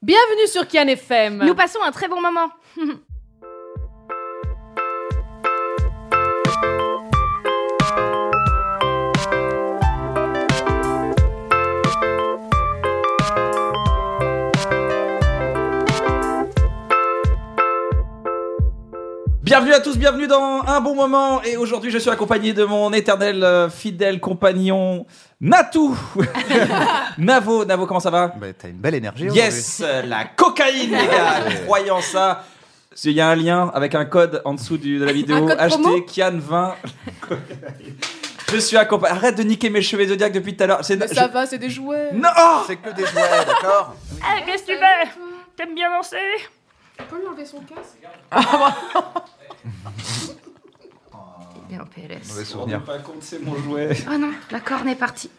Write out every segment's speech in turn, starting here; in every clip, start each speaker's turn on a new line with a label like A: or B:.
A: Bienvenue sur Kian FM.
B: Nous passons un très bon moment.
C: Bienvenue à tous, bienvenue dans un bon moment. Et aujourd'hui, je suis accompagné de mon éternel euh, fidèle compagnon Natou. Navo, Navo, comment ça va
D: Bah, t'as une belle énergie.
C: Yes, euh, la cocaïne, les gars. Croyant ça. Il y a un lien avec un code en dessous du- de la vidéo.
B: code promo
C: Achetez Kian20. je suis accompagné. Arrête de niquer mes cheveux zodiac depuis tout à l'heure. C'est
A: Mais
C: je-
A: ça va, c'est des jouets.
C: Non Oh
D: C'est que des jouets, Ah, d'accord
B: Eh, Qu'est-ce que tu fais T'aimes bien danser Il est en
D: Mauvais
B: PLS.
C: Je me rends
D: souvenir.
C: pas compte, c'est mon jouet.
B: Oh non, la corne est partie.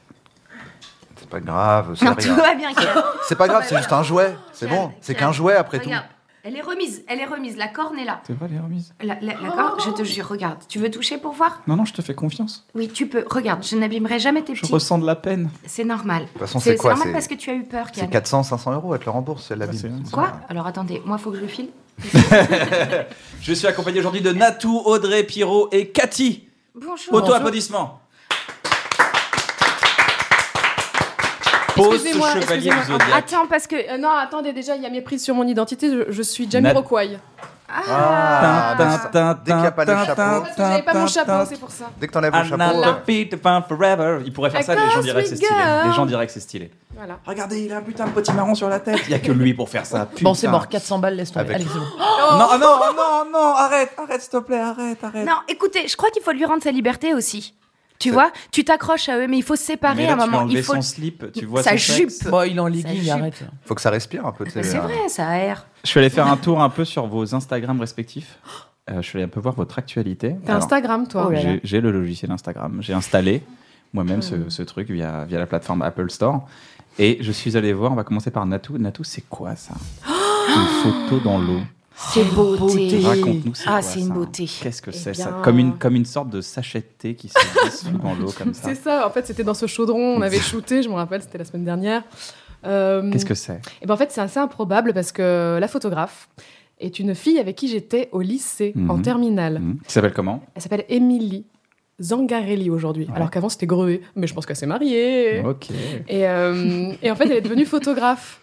D: C'est pas grave, c'est
B: Non, tout
D: rien.
B: va bien, Kian. Oh, bah,
D: C'est pas grave, c'est juste un jouet. C'est bon, c'est qu'un jouet après tout.
B: Regarde, elle est remise, elle est remise, la corne est là.
C: Tu pas les remises
B: La, la- la corne, je te jure, regarde. Tu veux toucher pour voir
C: Non, non, je te fais confiance.
B: Oui, tu peux. Regarde, je n'abîmerai jamais tes petits.
C: ressens de la peine.
B: C'est normal. De toute
D: façon, c'est quoi,
B: normal
D: c'est-
B: parce que tu as eu peur, Kian.
D: C'est 400, 500 euros, elle te le rembourse,
C: Ah,
D: elle l'abîme.
B: Quoi Alors attendez, moi, faut que je file.
C: Je suis accompagné aujourd'hui de Natou, Audrey, Pierrot et Cathy.
B: Bonjour.
C: Auto-applaudissement. Pose ce
A: Excusez-moi,
C: chevalier
A: excusez-moi.
C: du zodiaque.
B: Attends, parce que.
A: Euh, non, attendez, déjà, il y a mes prises sur mon identité. Je, je suis Jamie
C: Nat-
A: Rockway.
D: Ah, bah, ça- dès qu'il n'y a pas le chapeau,
A: Parce que j'avais pas mon chapeau, c'est pour ça.
D: dès que t'enlèves le
C: I'm not
D: chapeau,
C: the fit to find forever. Il pourrait faire ça, les gens diraient que c'est stylé.
A: girl.
C: Les gens diraient que c'est stylé.
A: Voilà.
C: Regardez, il a un putain de petit marron sur la tête. Il y a que lui pour faire ça.
E: Bon,
C: putain.
E: c'est mort, 400 balles, laisse tomber.
D: Avec-
E: Allez, c'est bon.
B: Oh.
C: Non, ah non, ah non, non, arrête, arrête, s'il te plaît, arrête, arrête.
B: Non, écoutez, je crois qu'il faut lui rendre sa liberté aussi. Tu vois, tu t'accroches à eux, mais il faut se séparer
C: Mais là,
B: à un
C: tu vas
B: moment.
C: enlever
B: Il faut
C: son slip, tu vois
B: sa
C: son sexe.
B: jupe. Oh,
E: Bon, Oh, il est en
B: Ça
E: legging,
B: chute.
E: arrête.
D: faut que ça respire un peu. tu sais,
B: Mais C'est
D: euh,
B: vrai, ça aère.
C: Je suis allé faire un tour un peu sur vos Instagram respectifs. Euh, je suis allé un peu voir votre actualité.
A: T'as
C: Alors,
A: Instagram, toi.
E: Oh là là.
C: J'ai- J'ai le logiciel Instagram. J'ai installé moi-même
A: Hmm.
C: ce, ce truc via, via la plateforme Apple Store. Et je suis allé voir, on va commencer par Natou. Natou, c'est quoi ça
A: Oh
C: Une photo dans l'eau.
B: C'est
C: Oh,
B: beauté.
C: Raconte-nous, c'est
B: Ah,
C: quoi
B: c'est une
C: ça hein.
B: beauté.
C: Qu'est-ce que
A: Eh
C: c'est ça
A: bien-
C: comme une, comme une sorte de sachet de thé qui se dissout dans l'eau comme ça.
A: C'est ça, en fait, c'était dans ce chaudron, on avait shooté, je me rappelle, c'était la semaine dernière. Euh,
C: Qu'est-ce que c'est
A: Eh ben, en fait, c'est assez improbable parce que la photographe est une fille avec qui j'étais au lycée, en
C: Mhm.
A: terminale.
C: Hmm Qui s'appelle comment
A: Elle s'appelle Émilie Zangarelli aujourd'hui,
C: Ouais.
A: alors qu'avant c'était Grevé. Mais je pense qu'elle s'est mariée.
C: Ok.
A: Et, euh, et en fait, elle est devenue photographe.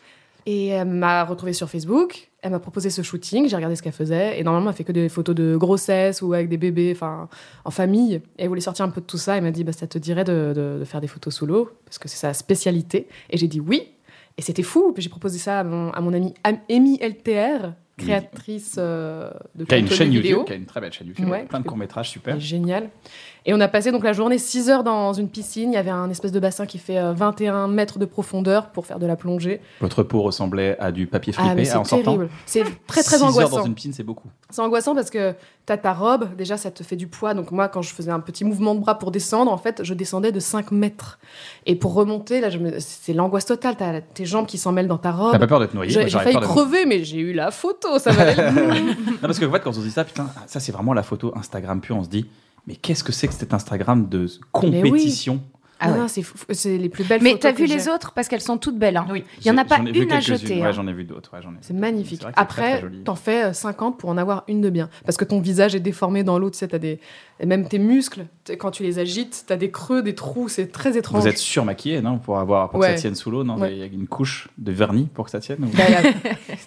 A: Et elle m'a retrouvée sur Facebook. Elle m'a proposé ce shooting. J'ai regardé ce qu'elle faisait. Et normalement, elle fait que des photos de grossesse ou avec des bébés, enfin, en famille. Et elle voulait sortir un peu de tout ça. Elle m'a dit, bah, ça te dirait de, de- de faire des photos sous l'eau parce que c'est sa spécialité. Et j'ai dit oui. Et c'était fou. Puis j'ai proposé ça à mon, à mon amie Am- Amy LTR, créatrice euh, de
C: Qui a une
A: contenu
C: chaîne
A: vidéo.
C: YouTube, qui a une très belle chaîne YouTube,
A: Ouais.
C: plein de courts-métrages super.
A: C'est Génial. Et on a passé donc la journée 6 heures dans une piscine. Il y avait un espèce de bassin qui fait euh, 21 mètres de profondeur pour faire de la plongée.
C: Votre peau ressemblait à du papier
A: ah, mais
C: fripé
A: c'est
C: en sortant.
A: terrible. C'est très, très
C: Ah, Six
A: angoissant.
C: heures dans une piscine, c'est beaucoup.
A: C'est angoissant parce que t'as ta robe, déjà ça te fait du poids. Donc moi, quand je faisais un petit mouvement de bras pour descendre, en fait, je descendais de 5 mètres. Et pour remonter, là, je me- c'est l'angoisse totale. T'as tes jambes qui s'emmêlent dans ta
C: T'as
A: robe.
C: pas peur d'être noyé
A: J'ai
C: Moi,
A: j'ai
C: j'aurais
A: failli
C: peur d'être-
A: crever, mais j'ai eu la photo. Ça valait le coup.
C: Non, parce que en fait, quand on se dit ça, putain, ah, ça c'est vraiment la photo Instagram pure, on se dit, mais qu'est-ce que c'est que cet Instagram de compétition
B: Ah ouais.
A: Non, c'est fou- c'est les plus belles
B: Mais
A: photos
B: t'as
A: que
B: vu
A: j'ai.
B: les autres parce qu'elles sont toutes belles. hein.
E: Oui.
B: Il y en a
C: J'ai-
B: pas
C: j'en ai vu
B: une à
C: quelques-unes.
B: jeter. hein.
C: Ouais, j'en ai vu d'autres. ouais, j'en ai vu
A: C'est
C: d'autres.
A: magnifique.
C: C'est vrai que c'est très,
A: Après,
C: très joli.
A: t'en fais euh, 50 pour en avoir une de bien. Parce que ton visage est déformé dans l'eau, tu sais, t'as des... et même tes muscles, t'es- quand tu les agites, t'as des creux, des trous, c'est très étrange.
C: Vous êtes surmaquillé, non Pour, avoir, pour que
A: Ouais.
C: ça tienne sous l'eau, non
A: Ouais.
C: Il y a une couche de vernis pour que ça tienne ou-
A: Bah, y a-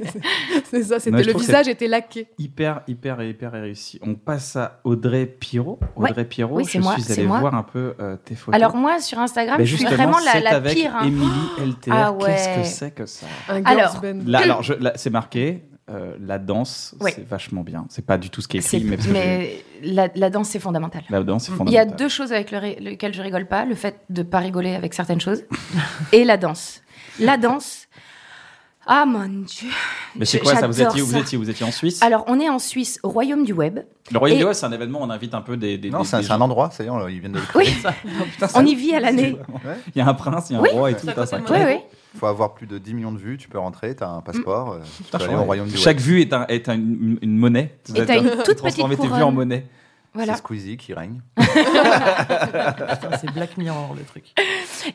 A: c'est ça,
C: Non,
A: c'était le
C: je trouve que
A: visage était laqué.
C: Hyper, hyper, hyper réussi. On passe à Audrey Pierrot.
B: Ouais.
C: Audrey Pierrot,
B: Oui, c'est
C: je
B: moi,
C: suis
B: c'est
C: allé
B: moi.
C: voir un peu euh, tes photos.
B: Alors moi, sur Instagram,
C: Mais
B: Ah, je suis
C: justement,
B: vraiment la,
C: c'est
B: la
C: avec
B: pire. hein.
C: Émilie LTR.
B: Ah
C: Qu'est-ce
B: ouais.
C: que c'est que ça
A: Un girls
B: Alors,
A: band.
C: Là, alors, je- là, c'est marqué. euh, la danse,
B: Ouais.
C: c'est vachement bien. C'est pas du tout ce qui est
B: C'est-
C: écrit, mais, parce que j'ai-
B: mais la, la danse, c'est fondamental.
C: la danse, c'est
B: Il y a
C: fondamental.
B: deux choses avec le- lesquelles je rigole pas le fait de pas rigoler avec certaines choses et la danse. la danse. Ah mon dieu.
C: Mais c'est
B: Je-
C: quoi ça vous
B: j'adore
C: étiez, où vous
B: ça.
C: étiez Vous étiez en Suisse
B: Alors, on est en Suisse, au royaume du web.
C: Le Royaume
B: et-
C: des West, c'est un événement où on invite un peu des. des-
D: Non,
C: des-
D: c'est un-
C: des
D: c'est un
C: gens.
D: endroit, ça y est, on- ils viennent de le
B: Oui,
D: créer.
B: on y vit à l'année.
C: Il y a un prince, il y a un
B: Oui.
C: roi et tout.
E: C'est à
C: putain,
E: côté
C: ça
E: de
B: Oui,
E: Ouais.
B: oui.
D: faut avoir plus de 10 millions de vues, tu peux rentrer, t'as un passeport, euh, tu peux
C: Putain,
D: aller au
C: ouais.
D: royaume du
C: Chaque
D: Web.
C: vue est, un, est un- une, une monnaie. Vous
B: Et
C: êtes
B: t'as une
C: un-
B: toute petite
C: transformez tes vues en
B: couronne.
C: monnaie.
B: Voilà.
D: C'est Squeezie qui règne. Ah,
E: Putain, c'est Black Mirror le truc.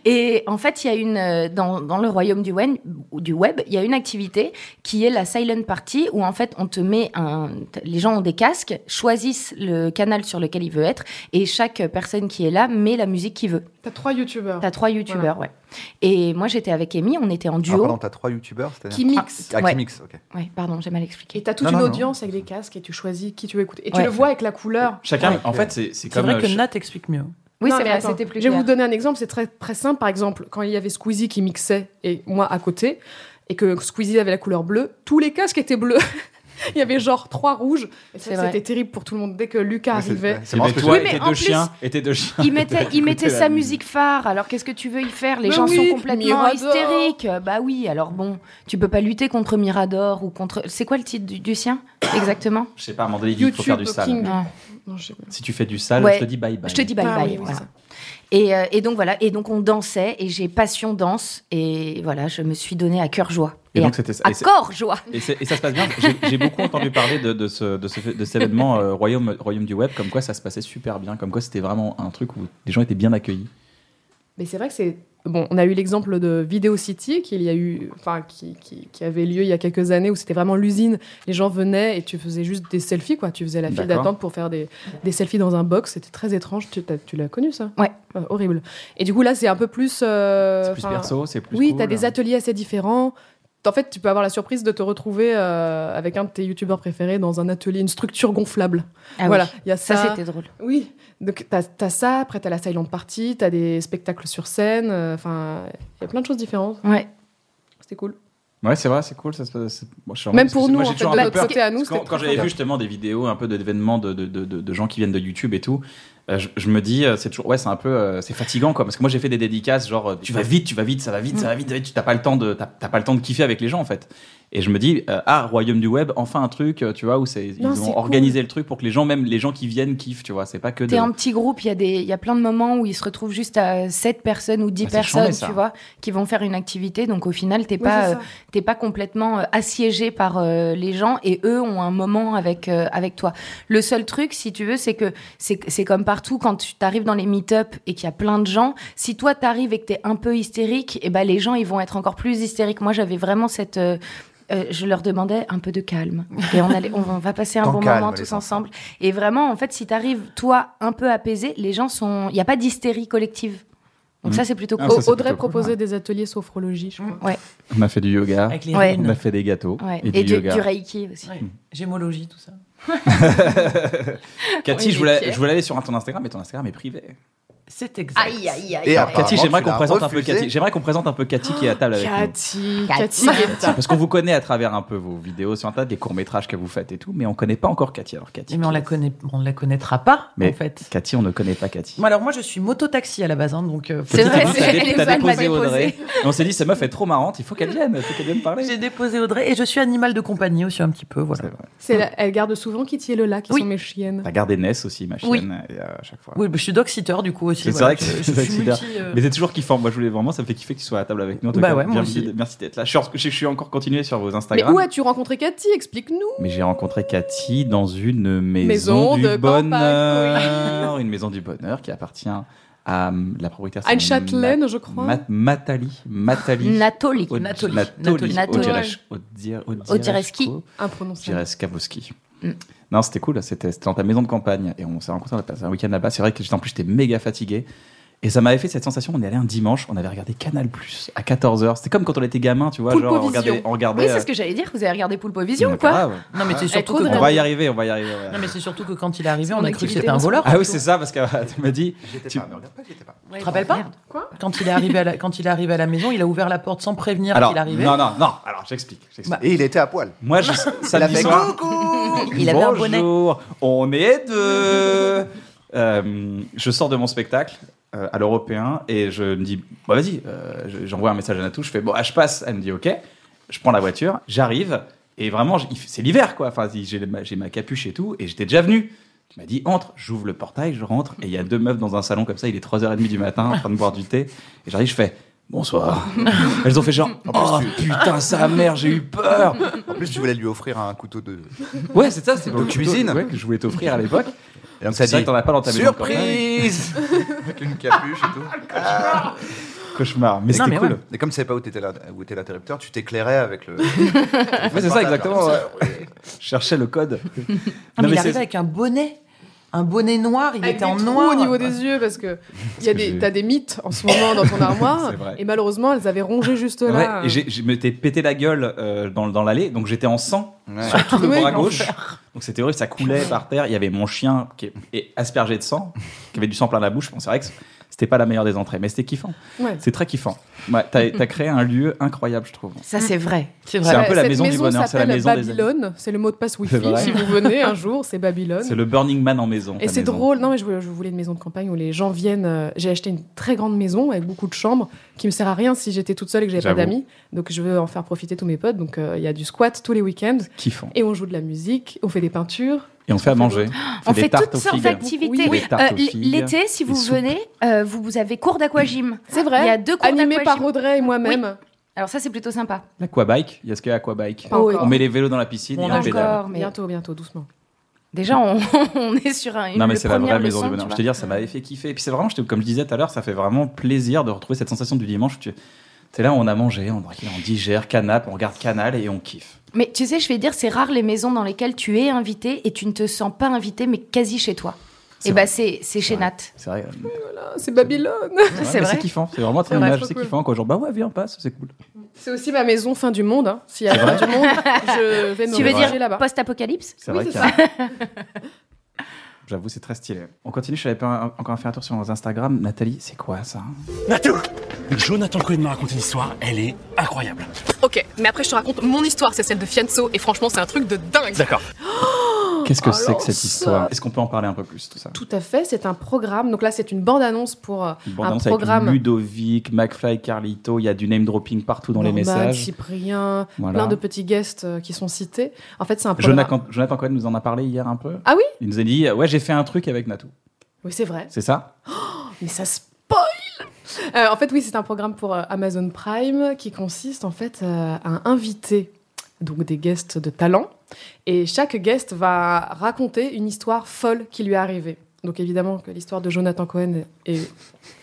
B: Et en fait, il y a une euh, dans, dans le royaume du web, du web, il y a une activité qui est la silent party où en fait on te met un, t- les gens ont des casques, choisissent le canal sur lequel ils veulent être et chaque personne qui est là met la musique qu'il veut.
A: T'as trois youtubeurs
B: T'as trois youtubeurs, ouais. Et moi j'étais avec Amy, on était en
D: Ah,
B: duo.
D: pardon, t'as trois youtubeurs, c'est-à-dire
A: qui mixent.
D: Ah, qui
B: Ouais.
D: mixent, ok.
B: Ouais, pardon, j'ai mal expliqué.
A: Et t'as toute
D: Non,
A: une
D: non, non.
A: audience avec des casques et tu choisis qui tu veux écouter. Et tu
B: Ouais.
A: le vois avec la couleur.
C: Chacun,
D: Ouais.
C: en fait, c'est c'est
E: C'est
C: comme.
E: vrai
C: euh,
E: que
C: ch-
E: Nat explique mieux.
B: Oui,
A: Non,
B: c'est
A: mais
B: vrai,
A: attends,
B: c'était plus
A: Je vais
B: clair.
A: vous donner un exemple, c'est très, très simple. Par exemple, quand il y avait Squeezie qui mixait et moi à côté, et que Squeezie avait la couleur bleue, tous les casques étaient bleus. il y avait genre trois rouges. Et
B: C'est
A: ça,
B: vrai.
A: c'était terrible pour tout le monde. Dès que Lucas
D: Ouais, c'est-
A: arrivait,
D: ouais, C'est
C: Il y
D: marrant
C: avait
D: parce que
C: toi
B: Oui,
C: et
B: mais
D: j'avais-
C: tes
B: en
C: deux
B: plus-
C: chiens. Et tes deux chiens.
B: Il mettait, il mettait
C: Écoutez la
B: sa
C: musique.
B: musique phare. Alors qu'est-ce que tu veux y faire Les
A: Mais
B: gens
A: Bah oui,
B: sont complètement
A: Mirador.
B: hystériques. Bah oui, alors bon, tu peux pas lutter contre Mirador ou contre. C'est quoi le titre du, du sien exactement Ah.
C: Je sais pas, à un moment donné, il dit, il faut
A: YouTube
C: faire du
A: King.
C: sale.
B: Non.
A: Non, je sais pas.
C: Si tu fais du sale,
B: Ouais.
C: je te dis bye bye.
B: Je te dis bye
A: Ah
B: bye.
A: oui, oui,
B: voilà.
A: ça.
B: et, euh, et donc voilà. Et donc on dansait et j'ai passion danse et voilà, je me suis donnée à cœur joie.
C: Et
B: Et,
C: donc, c'était ça.
B: à,
C: Et
B: à
C: c'est-
B: corps joie.
C: Et, c'est- et ça se passe bien. J'ai- J'ai beaucoup entendu parler de, de ce, de, ce- de cet événement euh, royaume, royaume du Web, comme quoi ça se passait super bien, comme quoi c'était vraiment un truc où les gens étaient bien accueillis.
A: Mais c'est vrai que c'est. Bon, on a eu l'exemple de Video City qui, il y a eu, enfin, qui, qui, qui avait lieu il y a quelques années où c'était vraiment l'usine. Les gens venaient et tu faisais juste des selfies, quoi. Tu faisais la file
C: D'accord.
A: d'attente pour faire des, des selfies dans un box. C'était très étrange. Tu, t'as- tu l'as connu, ça
B: Ouais.
A: Ah, horrible. Et du coup, là, c'est un peu plus. euh,
C: c'est plus
A: enfin,
C: perso, c'est plus.
A: Oui,
C: cool.
A: tu as des ateliers assez différents. En fait, tu peux avoir la surprise de te retrouver euh, avec un de tes youtubeurs préférés dans un atelier, une structure gonflable.
B: Ah oui,
A: voilà, il y a ça.
B: Ça, c'était drôle.
A: Oui, donc t'as as ça, après t'as la silent party, t'as des spectacles sur scène, euh, enfin, il y a plein de choses différentes.
B: Ouais.
A: C'était cool.
C: Ouais, c'est vrai, c'est cool. Ça se passe- c'est- moi, je suis
A: Même
C: vraiment-
A: pour
C: c'est-
A: nous,
C: moi, j'ai
A: en fait,
C: toujours
A: de
C: un peu
A: notre
C: peur.
A: côté à nous,
C: Parce qu'en-
A: c'était
C: quand
A: très
C: j'avais
A: sympa.
C: vu justement des vidéos un peu d'événements de, de, de, de- de gens qui viennent de YouTube et tout, euh, je, je me dis, euh, c'est toujours, ouais, c'est un peu, euh, c'est fatigant quoi. Parce que moi j'ai fait des dédicaces, genre, euh, tu vas vite, tu vas vite, ça va vite, ça va vite, ça va vite, tu t'as pas le temps de, t'as t'as pas le temps de kiffer avec les gens en fait. Et je me dis, euh, ah, Royaume du Web, enfin un truc, euh, tu vois, où c'est, ils
A: Non,
C: ont
A: c'est cool.
C: organisé le truc pour que les gens, même les gens qui viennent, kiffent, tu vois. C'est pas que de.
B: T'es en petit groupe, il y, a des- il y a plein de moments où ils se retrouvent juste à 7 personnes ou 10
C: Bah, c'est
B: personnes,
C: chambé, ça.
B: tu vois, qui vont faire une activité. Donc au final, t'es
A: Ouais,
B: pas,
A: c'est
B: euh,
A: ça.
B: t'es pas complètement euh, assiégé par euh, les gens et eux ont un moment avec, euh, avec toi. Le seul truc, si tu veux, c'est que c'est c'est comme partout, quand tu t'arrives dans les meet-up et qu'il y a plein de gens, si toi t'arrives et que t'es un peu hystérique, et ben les gens, ils vont être encore plus hystériques. Moi, j'avais vraiment cette... euh, euh, je leur demandais un peu de calme. Et on, allait, on va- on va passer un
D: Tant
B: bon
D: calme,
B: moment
D: les
B: tous
D: enfants.
B: ensemble. Et vraiment, en fait, si t'arrives, toi, un peu apaisé, les gens sont... Il n'y a pas d'hystérie collective. Donc
C: Mhm.
B: ça, c'est plutôt
C: Ah,
B: cool.
C: ça, c'est
A: Audrey
C: plutôt cool,
A: proposait
C: ouais.
A: des ateliers sophrologie, je crois.
C: On a fait du yoga,
E: Avec les
B: Ouais.
C: on a
E: runes.
C: fait des gâteaux
B: Ouais.
C: et, du, yoga.
B: reiki aussi.
E: Ouais. Gémologie, tout ça.
C: Cathy,
A: Et
C: je
A: des
C: voulais,
A: pierres.
C: je voulais aller sur ton Instagram, mais ton Instagram est privé.
E: C'est exact.
B: Aïe, aïe, aïe.
D: Et
B: aïe.
D: après-
C: Cathy,
D: Apparemment,
C: j'aimerais
D: tu
C: qu'on
D: l'as
C: présente un peu
D: refusé.
C: Cathy. J'aimerais qu'on présente un peu Cathy qui est à table avec nous.
A: Cathy,
B: Cathy.
A: Cathy,
C: Cathy, Parce qu'on vous connaît à travers un peu vos vidéos sur Internet, des courts-métrages que vous faites et tout, mais on connaît pas encore Cathy. Alors Cathy.
E: Mais on
C: qui
E: la
C: est-
E: connaît, on la connaîtra pas,
C: Mais
E: en fait.
C: Cathy, on ne connaît pas Cathy.
E: Bon, alors moi, je suis mototaxi à la base, hein, donc. euh,
B: C'est vrai,
C: T'as
B: c'est-
C: dé-
B: les
C: t'as
B: fans m'ont déposé.
C: Audrey. Et on s'est dit, cette meuf est trop marrante, il faut qu'elle vienne, il faut qu'elle vienne parler.
E: J'ai déposé Audrey et je suis animal de compagnie aussi un petit peu, voilà.
C: C'est vrai.
A: C'est la- Elle garde souvent Kitty et Lola, qui
E: Oui.
A: sont mes chiennes.
C: T'as gardé Ness aussi, ma chienne,
E: Oui.
C: et, euh, à chaque fois.
E: Oui, mais je suis dog-sitter du coup aussi.
C: C'est
E: voilà.
C: vrai que
E: Je-
C: c'est
E: je, suis
C: dog-sitter.
E: multi, euh,
C: Mais c'est toujours kiffant. Moi, je voulais vraiment, ça me fait kiffer que tu sois à table avec nous. En tout
E: Bah
C: cas,
E: ouais, moi
C: bien-
E: aussi.
C: Merci d'être là. Je suis, en- je suis encore continué sur vos
A: Mais
C: Instagram.
A: où as-tu rencontré Cathy Explique-nous.
C: Mais j'ai rencontré Cathy dans une maison,
A: Maison
C: du
A: de campagne,
C: bonheur, une maison du bonheur qui appartient à hum, la propriétaire. c'est
A: À une châtelaine, je crois.
C: Ma- Ma- Matali, Matali.
B: Nathalie.
C: Od-
E: Nathalie.
C: Nathalie.
B: Nathalie.
C: Odjerash- Odjer- Odjerash-
B: Odjereski.
A: Imprononçable.
C: Odjereskavowski.
B: Mm.
C: Non, c'était cool. C'était c'était dans ta maison de campagne et on s'est rencontrés. On a passé un week-end là-bas. C'est vrai que j'étais en plus j'étais méga fatigué. Et ça m'avait fait cette sensation, on est allé un dimanche, on avait regardé Canal Plus à 14h. C'était comme quand on était gamin, tu vois,
A: Poulpe
C: genre on
A: Vision.
C: regardait, on regardait,
B: Oui, c'est ce
C: euh,
B: que j'allais dire. Vous avez regardé Poulpe Vision,
C: mais
B: quoi
C: grave.
E: Non, mais c'est surtout
A: trop
E: que.
A: drôle.
C: On va y arriver, on va y arriver. ouais.
E: Non, mais c'est surtout que quand il est arrivé,
A: C'est
E: on
A: mon
E: a cru que
A: activité
E: c'était un voleur.
C: Ah oui, c'est ça, parce que tu m'as dit.
D: J'étais
C: Tu-
D: pas, mais regarde pas, j'étais pas.
E: Tu te rappelles pas
A: Quoi
E: Quand il est arrivé à la, quand il est arrivé à la maison, il a ouvert la porte sans prévenir
C: Alors,
E: qu'il arrivait.
C: non, non, non, alors j'explique. j'explique.
E: Bah,
D: Et il était à poil.
C: Moi, je,
D: Il a
C: samedi
D: fait
C: soir.
D: coucou
E: Il avait un bonnet.
C: Bonjour, on est deux. Euh, je sors de mon spectacle euh, à l'européen et je me dis bah, vas-y euh, je- j'envoie un message à Natou je fais bon ah, je passe elle me dit ok je prends la voiture j'arrive et vraiment j- il f- c'est l'hiver quoi enfin j'ai ma, j'ai ma capuche et tout et j'étais déjà venu tu m'as dit entre j'ouvre le portail je rentre et il y a deux meufs dans un salon comme ça il est 3h30 du matin en train de boire du thé et j'arrive je fais bonsoir elles ont fait genre oh putain sa mère j'ai eu peur
D: En plus, tu voulais lui offrir un couteau de.
C: ouais c'est ça c'est
D: Donc,
C: le couteau,
D: cuisine.
C: ouais, que je voulais t'offrir à l'époque
D: Et donc,
C: c'est vrai que t'en as pas dans ta maison, quand même.
D: Surprise Avec une capuche et tout. Ah.
C: cauchemar mais
E: Non,
C: c'était
E: mais
C: cool
E: ouais.
D: Et comme tu savais pas où était où était l'interrupteur, tu t'éclairais avec le. hein.
C: Ouais, c'est ça, exactement, ouais. je cherchais le code
E: Ah, mais
C: mais
E: il
C: c'est-
E: arrivait avec un bonnet. Un bonnet noir, il
A: Avec
E: était
A: des
E: en
A: trous
E: noir.
A: au niveau des yeux parce que il y a
C: que j'ai-
A: des t'as des mythes en ce moment dans ton armoire
C: C'est vrai.
A: et malheureusement elles avaient rongé juste là. euh.
C: Ouais, et j'ai- je m'étais pété la gueule euh, dans, dans l'allée, donc j'étais en sang
D: Ouais.
C: sur tout le
A: Oui,
C: bras gauche. Donc c'était horrible, ça coulait par terre. Il y avait mon chien qui est aspergé de sang, qui avait du sang plein la bouche. Bon, c'est vrai que c'était pas la meilleure des entrées, mais c'était kiffant.
A: Ouais.
C: C'est très kiffant. Ouais, t'as, t'as créé un lieu incroyable, je trouve.
B: Ça, c'est vrai.
E: C'est
C: C'est un
E: vrai.
C: peu la
A: Cette
C: maison du bonheur, c'est la
A: s'appelle
C: maison des
A: Babylone, c'est le mot de passe
C: C'est
A: Wi-Fi.
C: vrai.
A: Si vous venez un jour, c'est Babylone.
C: C'est le Burning Man en maison.
A: Et
C: ta
A: c'est
C: maison.
A: drôle, non mais je voulais, je voulais une maison de campagne où les gens viennent. euh, j'ai acheté une très grande maison avec beaucoup de chambres qui me sert à rien si j'étais toute seule et que j'avais pas
C: J'avoue.
A: d'amis. Donc je veux en faire profiter tous mes potes. Donc euh, il y a du squat tous les week-ends
C: Kiffant.
A: et on joue de la musique, on fait des peintures.
C: Et on fait à manger.
B: On
C: Ah, des
B: fait
C: tartes
B: toutes
C: aux
B: sortes
C: figues.
B: d'activités.
C: Oui, des tartes
B: Euh,
C: aux figues,
B: L'été, si vous
C: des soupes.
B: venez, euh, vous, vous avez cours d'aquagym.
A: C'est vrai.
B: Il y a deux cours
A: Animé par
B: d'aquagym.
A: Audrey et moi-même.
B: Alors ça, c'est plutôt sympa.
C: L'aquabike, il y a ce qu'il y a aquabike.
A: Pas
B: Oh,
A: encore.
C: On met les vélos dans la piscine,
E: On
C: il y a un
E: mange
C: pédale.
B: Encore, mais
A: Bientôt, bientôt, doucement.
B: déjà, on, on est sur un.
C: Non, mais
B: le
C: c'est la
B: première
C: vraie maison
B: leçon,
C: du bonheur.
B: tu
C: Je
B: vois.
C: te dire, ça m'avait fait kiffer. Et puis c'est vraiment, je te- comme je disais tout à l'heure, ça fait vraiment plaisir de retrouver cette sensation du dimanche. Tu es là, on a mangé, on, tranquille, on digère, canapé, on regarde Canal et on kiffe.
B: Mais tu sais, je vais dire, c'est rare les maisons dans lesquelles tu es invité et tu ne te sens pas invité, mais quasi chez toi.
C: C'est
B: Et bah,
C: vrai.
B: c'est c'est chez
C: vrai.
B: Nat.
C: C'est vrai.
A: Ah, c'est Babylone.
C: Ouais, mais
B: C'est vrai.
C: C'est kiffant. C'est vraiment très
A: C'est vrai,
C: image.
A: trop
C: C'est
A: cool.
C: kiffant. Quoi. Genre, bah ouais, viens, on passe, c'est cool.
A: C'est aussi ma maison fin du monde. hein. S'il y a la fin du monde, je vais me
B: Tu veux
A: réfugier
B: dire
A: là-bas.
B: post-apocalypse
C: C'est
A: Oui,
C: vrai
A: c'est
C: qu'il y a- J'avoue, c'est très stylé. On continue, je savais pas encore faire un tour sur nos Instagram. Nathalie, c'est quoi ça
F: Natou Jonathan Cohen m'a raconté une histoire, elle est incroyable.
G: Ok, mais après je te raconte mon histoire, c'est celle de Fianso, et franchement c'est un truc de dingue.
F: D'accord.
C: Qu'est-ce
B: Oh,
C: que c'est
A: alors
C: que cette
A: ça-
C: histoire Est-ce qu'on peut en parler un peu plus, tout ça
A: Tout à fait, c'est un programme. Donc là, c'est une bande-annonce pour euh,
C: Une
A: un
C: bande-annonce avec
A: programme.
C: Ludovic, McFly, Carlito, il y a du name dropping partout dans les
A: Norman,
C: messages.
A: Cyprien,
C: Voilà.
A: plein de petits guests euh, qui sont cités. En fait, c'est un programme.
C: Jonathan, Jonathan Cohen nous en a parlé hier un peu.
A: Ah oui
C: Il nous a dit euh, ouais j'ai fait un truc avec Natou.
A: Oui, c'est vrai.
C: C'est ça
A: Mais ça spoil Euh, En fait, oui, c'est un programme pour euh, Amazon Prime qui consiste en fait euh, à inviter donc des guests de talent et chaque guest va raconter une histoire folle qui lui est arrivée. Donc évidemment que l'histoire de Jonathan Cohen est,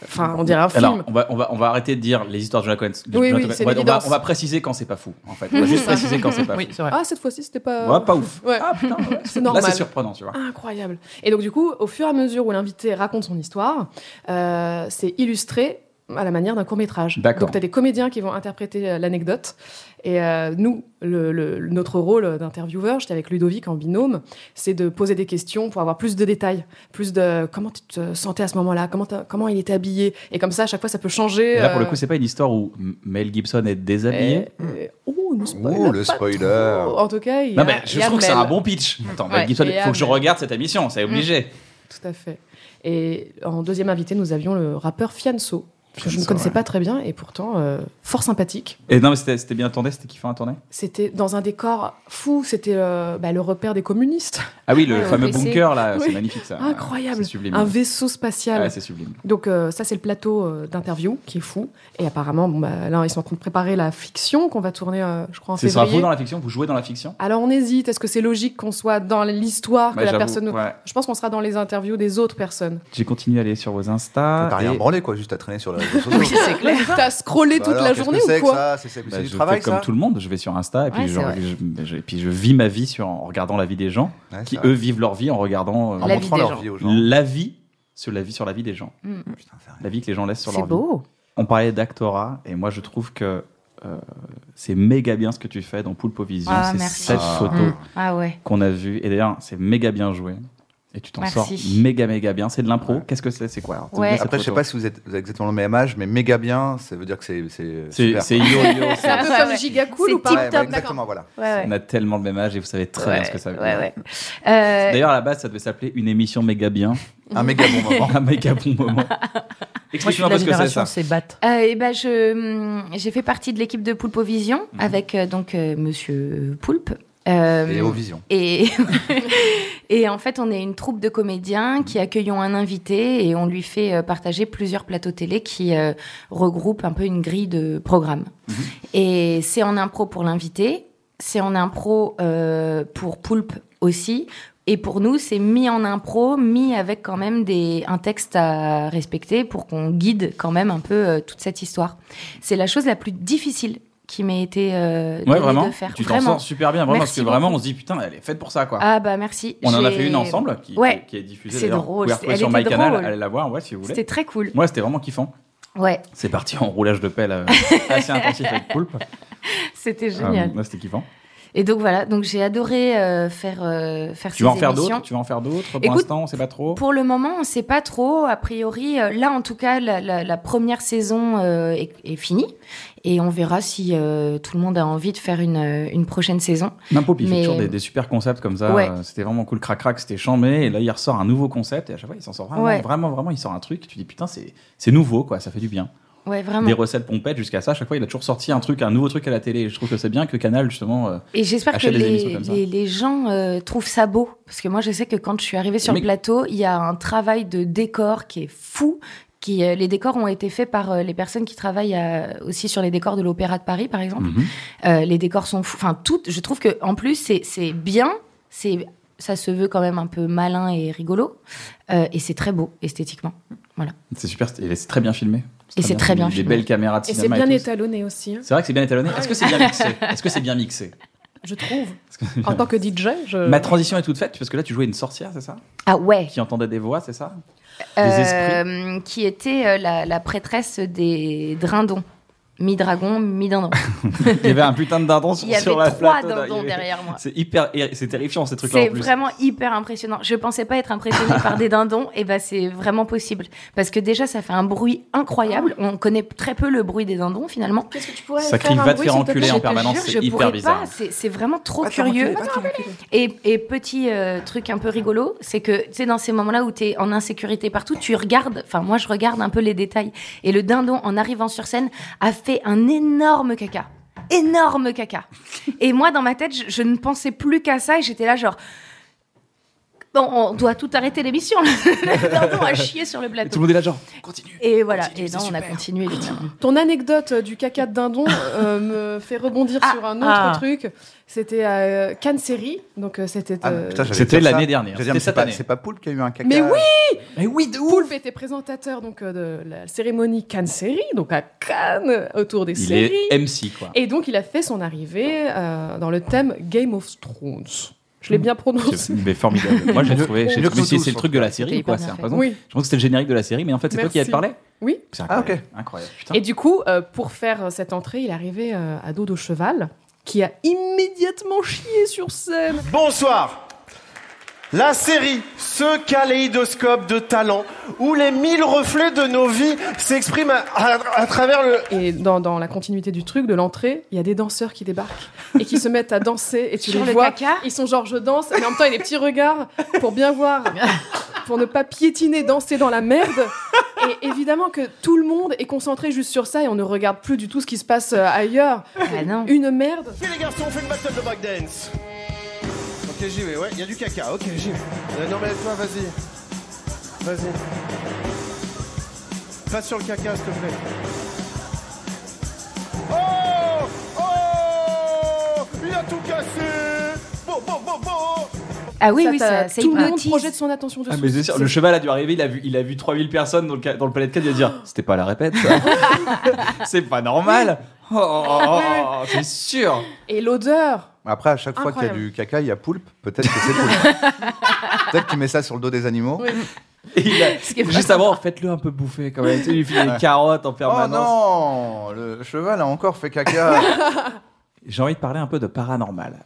A: enfin, on dirait un film.
C: Alors on va, on va on va arrêter de dire les histoires de Jonathan Cohen. de
A: Oui, oui,
C: Jonathan Cohen.
A: c'est
C: on, va, on, va,
A: l'évidence.
C: on va préciser quand c'est pas fou en fait. On va juste préciser quand c'est pas
E: Oui,
C: fou.
E: c'est vrai.
A: ah, cette fois-ci, c'était pas.
C: Ouais, pas ouf.
A: Ouais.
C: Ah putain, ouais.
A: C'est normal.
C: Là c'est surprenant tu vois.
A: Incroyable. Et donc du coup, au fur et à mesure où l'invité raconte son histoire, euh, c'est illustré à la manière d'un court métrage.
C: D'accord.
A: Donc tu as des comédiens qui vont interpréter euh, l'anecdote. Et euh, nous, le- le- notre rôle d'intervieweur, j'étais avec Ludovic en binôme, c'est de poser des questions pour avoir plus de détails, plus de comment tu te sentais à ce moment-là, comment, t'as- comment il était habillé. Et comme ça, à chaque fois, ça peut changer.
C: Et là pour le
A: euh,
C: coup c'est pas une histoire où M- Mel Gibson est déshabillé.
A: et- et- oh, ne spoil
D: Ouh, le
A: pas
D: spoiler.
A: trop. En tout cas, eh, il y a,
C: Non mais
A: il
C: je
A: y a
C: trouve que c'est
A: Mel.
C: un bon pitch. Attends Mel
B: Ouais,
C: Gibson,
A: et Mm.
C: faut que je
A: Amel.
C: regarde cette émission, c'est obligé.
A: Tout à fait. Et en deuxième invité, nous avions le rappeur Fianso, que je ne
C: Fianso,
A: connaissais
C: ouais.
A: pas très bien et pourtant euh, fort sympathique.
C: Et non mais c'était c'était bien tourné, c'était kiffant à tourner.
A: C'était dans un décor fou, c'était euh, bah, le repère des communistes.
C: Ah oui le
B: Ouais,
C: fameux
B: au PC.
C: bunker là, c'est
A: Oui.
C: magnifique ça.
A: Incroyable.
C: C'est sublime.
A: Un vaisseau spatial.
C: Ouais, c'est sublime.
A: Donc euh, ça, c'est le plateau euh, d'interview qui est fou. Et apparemment, bon, bah, là, ils sont en train de préparer la fiction qu'on va tourner, euh, je crois, en
C: C'est sera vous
A: février.
C: dans la fiction, vous jouez dans la fiction.
A: Alors on hésite, est-ce que c'est logique qu'on soit dans l'histoire que
C: Ouais,
A: la
C: Bah, j'avoue,
A: personne... nous-
C: ouais.
A: Je pense qu'on sera dans les interviews des autres personnes.
C: J'ai continué à aller sur vos Insta.
D: T'as rien
C: et-
D: branlé, quoi, juste à traîner sur les réseaux sociaux.
A: C'est clair. T'as scrollé
D: Bah
A: toute
D: alors,
A: la
D: qu'est-ce que
A: journée
D: c'est
A: ou
D: que
A: quoi
D: ça C'est- c'est-
C: Bah,
D: c'est du
C: je
D: travail,
C: fais comme
D: ça
C: tout le monde, je vais sur Insta et puis,
B: Ouais,
C: je,
B: c'est vrai.
C: je- mais je- et puis je vis ma vie sur, en regardant la vie des gens,
D: Ouais,
C: qui
D: c'est
C: eux
D: vrai.
C: vivent leur vie en regardant euh,
D: En
B: La vie
D: montrant
B: des
D: leur
B: gens. Mm.
D: vie aux gens.
C: la vie sur la vie sur la vie des gens,
A: Mm.
D: Putain, c'est vrai.
C: la vie que les gens laissent sur
B: C'est
C: leur vie.
B: beau.
C: On parlait d'actorat et moi je trouve que euh, c'est méga bien ce que tu fais dans Poulpe Vision.
B: Ah,
C: c'est
B: merci.
C: cette
D: Ah.
C: photo
B: Mm. Ah ouais.
C: qu'on a vue et d'ailleurs c'est méga bien joué. Et tu t'en
B: Merci.
C: sors méga méga bien. C'est de l'impro. Qu'est-ce que c'est C'est quoi alors,
B: Ouais.
C: donne-moi cette
D: Après, je sais
C: photo.
D: pas si vous êtes, vous avez exactement le même âge, mais méga bien, ça veut dire que c'est. C'est
C: C'est
D: super.
C: c'est yo yo.
A: C'est un peu
B: Ouais,
A: comme
B: ouais.
A: giga cool
B: C'est
A: ou pas
D: Ouais, ouais,
B: tip-top,
D: exactement, voilà.
B: Ouais,
C: On
B: ouais.
C: a tellement le même âge et vous savez très bien ce que ça veut
B: Ouais,
C: dire.
B: ouais. Euh,
C: D'ailleurs, à la base, ça devait s'appeler une émission méga bien,
D: Un méga bon moment.
C: un méga bon moment. Explique-nous un peu ce que c'est ça.
E: c'est battre.
B: Euh, eh ben, je, hum, j'ai fait partie de l'équipe de Poulpovision
C: Mhm.
B: avec euh, donc euh, Monsieur Poulpe. Euh,
D: Et aux visions.
B: et, et en fait, on est une troupe de comédiens qui accueillons un invité et on lui fait euh, partager plusieurs plateaux télé qui euh, regroupent un peu une grille de programmes.
C: Mhm.
B: Et c'est en impro pour l'invité, c'est en impro euh, pour Poulpe aussi. Et pour nous, c'est mis en impro, mis avec quand même des, un texte à respecter pour qu'on guide quand même un peu euh, toute cette histoire. C'est la chose la plus difficile qui m'ait été euh,
C: Ouais,
B: donnée
C: vraiment.
B: de faire.
C: Tu t'en
B: Vraiment.
C: sors super bien, vraiment, parce
B: Merci
C: que vraiment,
B: beaucoup.
C: on se dit putain, elle est faite pour ça, quoi.
B: Ah bah merci.
C: on en a
B: J'ai-
C: fait une ensemble qui,
B: Ouais.
C: qui est diffusée.
B: C'est
C: d'ailleurs.
B: drôle,
C: Vous pouvez la
B: c'est-
C: retrouver
B: elle
C: sur
B: était
C: MyCanal,
B: drôle.
C: allez la voir, ouais, si vous voulez.
B: C'était très cool.
C: Ouais, c'était vraiment kiffant.
B: Ouais,
C: C'est parti en roulage de pelle euh, assez intensif avec Poulpe.
B: c'était
C: Euh,
B: génial.
C: ouais, c'était kiffant.
B: Et donc voilà, donc j'ai adoré euh, faire euh, faire
C: Tu
B: ces
C: vas en faire
B: émissions.
C: d'autres Tu vas en faire d'autres Pour
B: Écoute,
C: l'instant, on sait pas trop.
B: Pour le moment, on ne sait pas trop. A priori, euh, là en tout cas, la, la- la première saison euh, est, est finie et on verra si euh, tout le monde a envie de faire une, euh, une prochaine saison.
C: Même Poulpe, il fait
B: mais-
C: toujours des, des super concepts comme ça.
B: Ouais.
C: euh, C'était vraiment cool, crac crac, c'était chambé. Et là, il ressort un nouveau concept. Et à chaque fois, il s'en sort vraiment,
B: Ouais.
C: vraiment, vraiment, il sort un truc. Tu dis putain, c'est c'est nouveau, quoi. Ça fait du bien.
B: Ouais, vraiment.
C: Des recettes pompettes jusqu'à ça. À chaque fois, il a toujours sorti un truc, un nouveau truc à la télé. Et je trouve que c'est bien que Canal, justement. euh,
B: Et j'espère que
C: Achète des émissions
B: les,
C: comme ça.
B: les, les gens euh, trouvent ça beau. Parce que moi, je sais que quand je suis arrivée sur
C: Mais-
B: le plateau, il y a un travail de décor qui est fou. Qui, euh, les décors ont été faits par euh, les personnes qui travaillent à- aussi sur les décors de l'Opéra de Paris, par exemple.
C: Mhm.
B: Euh, les décors sont fous. Enfin, tout. Je trouve que en plus, c'est- c'est bien. C'est ça se veut quand même un peu malin et rigolo. Euh, et c'est très beau esthétiquement.
C: C'est super, c'est et c'est très bien filmé.
B: Et c'est très bien
C: filmé. Des
B: filmé.
C: belles caméras de
A: Et c'est
C: cinéma
A: bien
C: tout.
A: étalonné aussi, hein,
C: C'est vrai que c'est bien étalonné. Est-ce que c'est bien mixé Est-ce que c'est bien mixé
A: je trouve.
C: Est-ce que c'est bien-
A: En tant que DJ, je...
C: Ma transition est toute faite parce que là tu jouais une sorcière, c'est ça
B: Euh. Ah ouais.
C: Qui entendait des voix, c'est ça Des esprits.
B: Euh, qui était euh, la, la prêtresse des drindons. Mi-dragon, mi-dindon.
C: Il y avait un putain de dindon sur,
B: Il y avait
C: sur la
B: trois
C: plateau, là, il y
B: dindons
C: avait-
B: derrière moi.
C: C'est hyper, c'est terrifiant ces trucs-là en
B: C'est
C: plus.
B: vraiment hyper impressionnant. Je pensais pas être impressionnée par des dindons, et ben c'est vraiment possible parce que déjà ça fait un bruit incroyable. On connaît très peu le bruit des dindons finalement.
A: Ah. Qu'est-ce que tu pourrais
C: Ça
A: faire
C: crie,
A: un
C: va te
A: bruit,
C: faire
A: s'il te plaît
C: enculer en
B: Je te
C: permanence,
B: jure,
C: c'est
B: je
C: hyper
B: pourrais
C: bizarre.
B: pas. C'est c'est vraiment trop
D: Va te faire
B: curieux.
D: enculer, va te faire enculer.
B: Et, et petit euh, truc un peu rigolo, c'est que tu sais dans ces moments-là où tu es en insécurité partout, tu regardes. Enfin moi je regarde un peu les détails. Et le dindon en arrivant sur scène a fait un énorme caca, énorme caca. et moi dans ma tête je, je ne pensais plus qu'à ça et j'étais là genre. Bon, on doit tout arrêter l'émission. là. Le dindon a chié sur le
C: Et Tout
B: plateau.
C: le monde est là genre, continue.
B: Et voilà.
C: Continue,
B: et
C: c'est
B: non, on a
C: super.
B: continué. évidemment.
A: Ton anecdote euh, du caca de dindon euh, me fait rebondir
B: Ah,
A: sur un autre
B: ah.
A: truc. C'était à euh, Cannes Série, donc euh, c'était...
D: Ah,
A: euh,
D: putain, j'allais
C: C'était
D: dire ça.
C: l'année dernière,
D: J'allais dire,
C: c'était
D: mais
C: cette
D: C'est pas,
C: année.
D: c'est pas Poulpe qui a eu un caca.
A: Mais oui
C: Mais oui, de ouf
A: Poulpe était présentateur donc, euh, de la cérémonie Cannes Série, donc à Cannes, autour des
C: Il
A: séries.
C: est MC quoi.
A: Et donc, il a fait son arrivée euh, dans le thème Game of Thrones. Je l'ai bien prononcé.
C: Mm. C'est- Mais formidable. Moi j'ai
D: Mieux-
C: trouvé, j'ai
D: mieux que
C: trouvé-
D: nous
C: c'est
D: tous,
C: c'est le
D: en
C: truc
D: tout
C: de
D: cas.
C: la série
B: C'était
C: ou quoi.
B: hyper
C: c'est
B: bien fait.
C: impressionnant.
A: Oui,
C: Je pense que c'était le générique de la série, mais en fait c'est toi qui
A: Merci.
C: as parlé.
A: oui.
C: C'est
D: Ah,
C: incroyable. Incroyable. Putain.
A: Et du coup, euh, pour faire euh, cette entrée, il est arrivé euh, à dos de cheval, qui a immédiatement chié sur scène.
H: Bonsoir. La série Ce kaléidoscope de talent où les mille reflets de nos vies s'expriment à, à- à travers le...
A: Et dans, dans la continuité du truc, de l'entrée, il y a des danseurs qui débarquent et qui se mettent à danser. Et tu
B: Sur
A: les
B: le
A: vois,
E: ah,
B: caca
A: ils sont genre je danse, mais en même temps, il y a des petits regards pour bien voir, pour ne pas piétiner, danser dans la merde. Et évidemment que tout le monde est concentré juste sur ça et on ne regarde plus du tout ce qui se passe euh, ailleurs.
B: Ah non.
A: Une merde.
H: Ok les garçons, on fait une battle de breakdance. Ok j'y vais, ouais, il y a du caca, ok j'y vais. Euh, non mais toi vas-y. Vas-y. Passe sur le caca s'il te plaît. Oh Oh Il a tout cassé Bon, bon, bon, bon
B: Ah oui,
A: Ça,
B: oui,
A: t'as-
B: ça, c'est
A: tout le monde
B: hypnotise.
A: projette son attention dessus.
C: Ah, mais c'est sûr, le cheval a dû arriver, il a vu, il a vu 3000 personnes dans le, ca- dans le palais de Cannes, il a dit C'était pas la répète, ça. C'est pas normal. Oh, oh, oh, oh, c'est sûr.
A: Et l'odeur.
D: Après, à chaque fois qu'il y a
A: Incroyable.
D: du caca, il y a Poulpe. Peut-être que c'est Poulpe. Peut-être qu'il met ça sur le dos des animaux.
C: Et il a-
B: qui est pas
C: juste avant, faites-le un peu bouffer quand même. Tu sais, Il lui file des
D: Ouais.
C: carottes en
D: Oh
C: permanence.
D: non Le cheval a encore fait caca.
C: J'ai envie de parler un peu de paranormal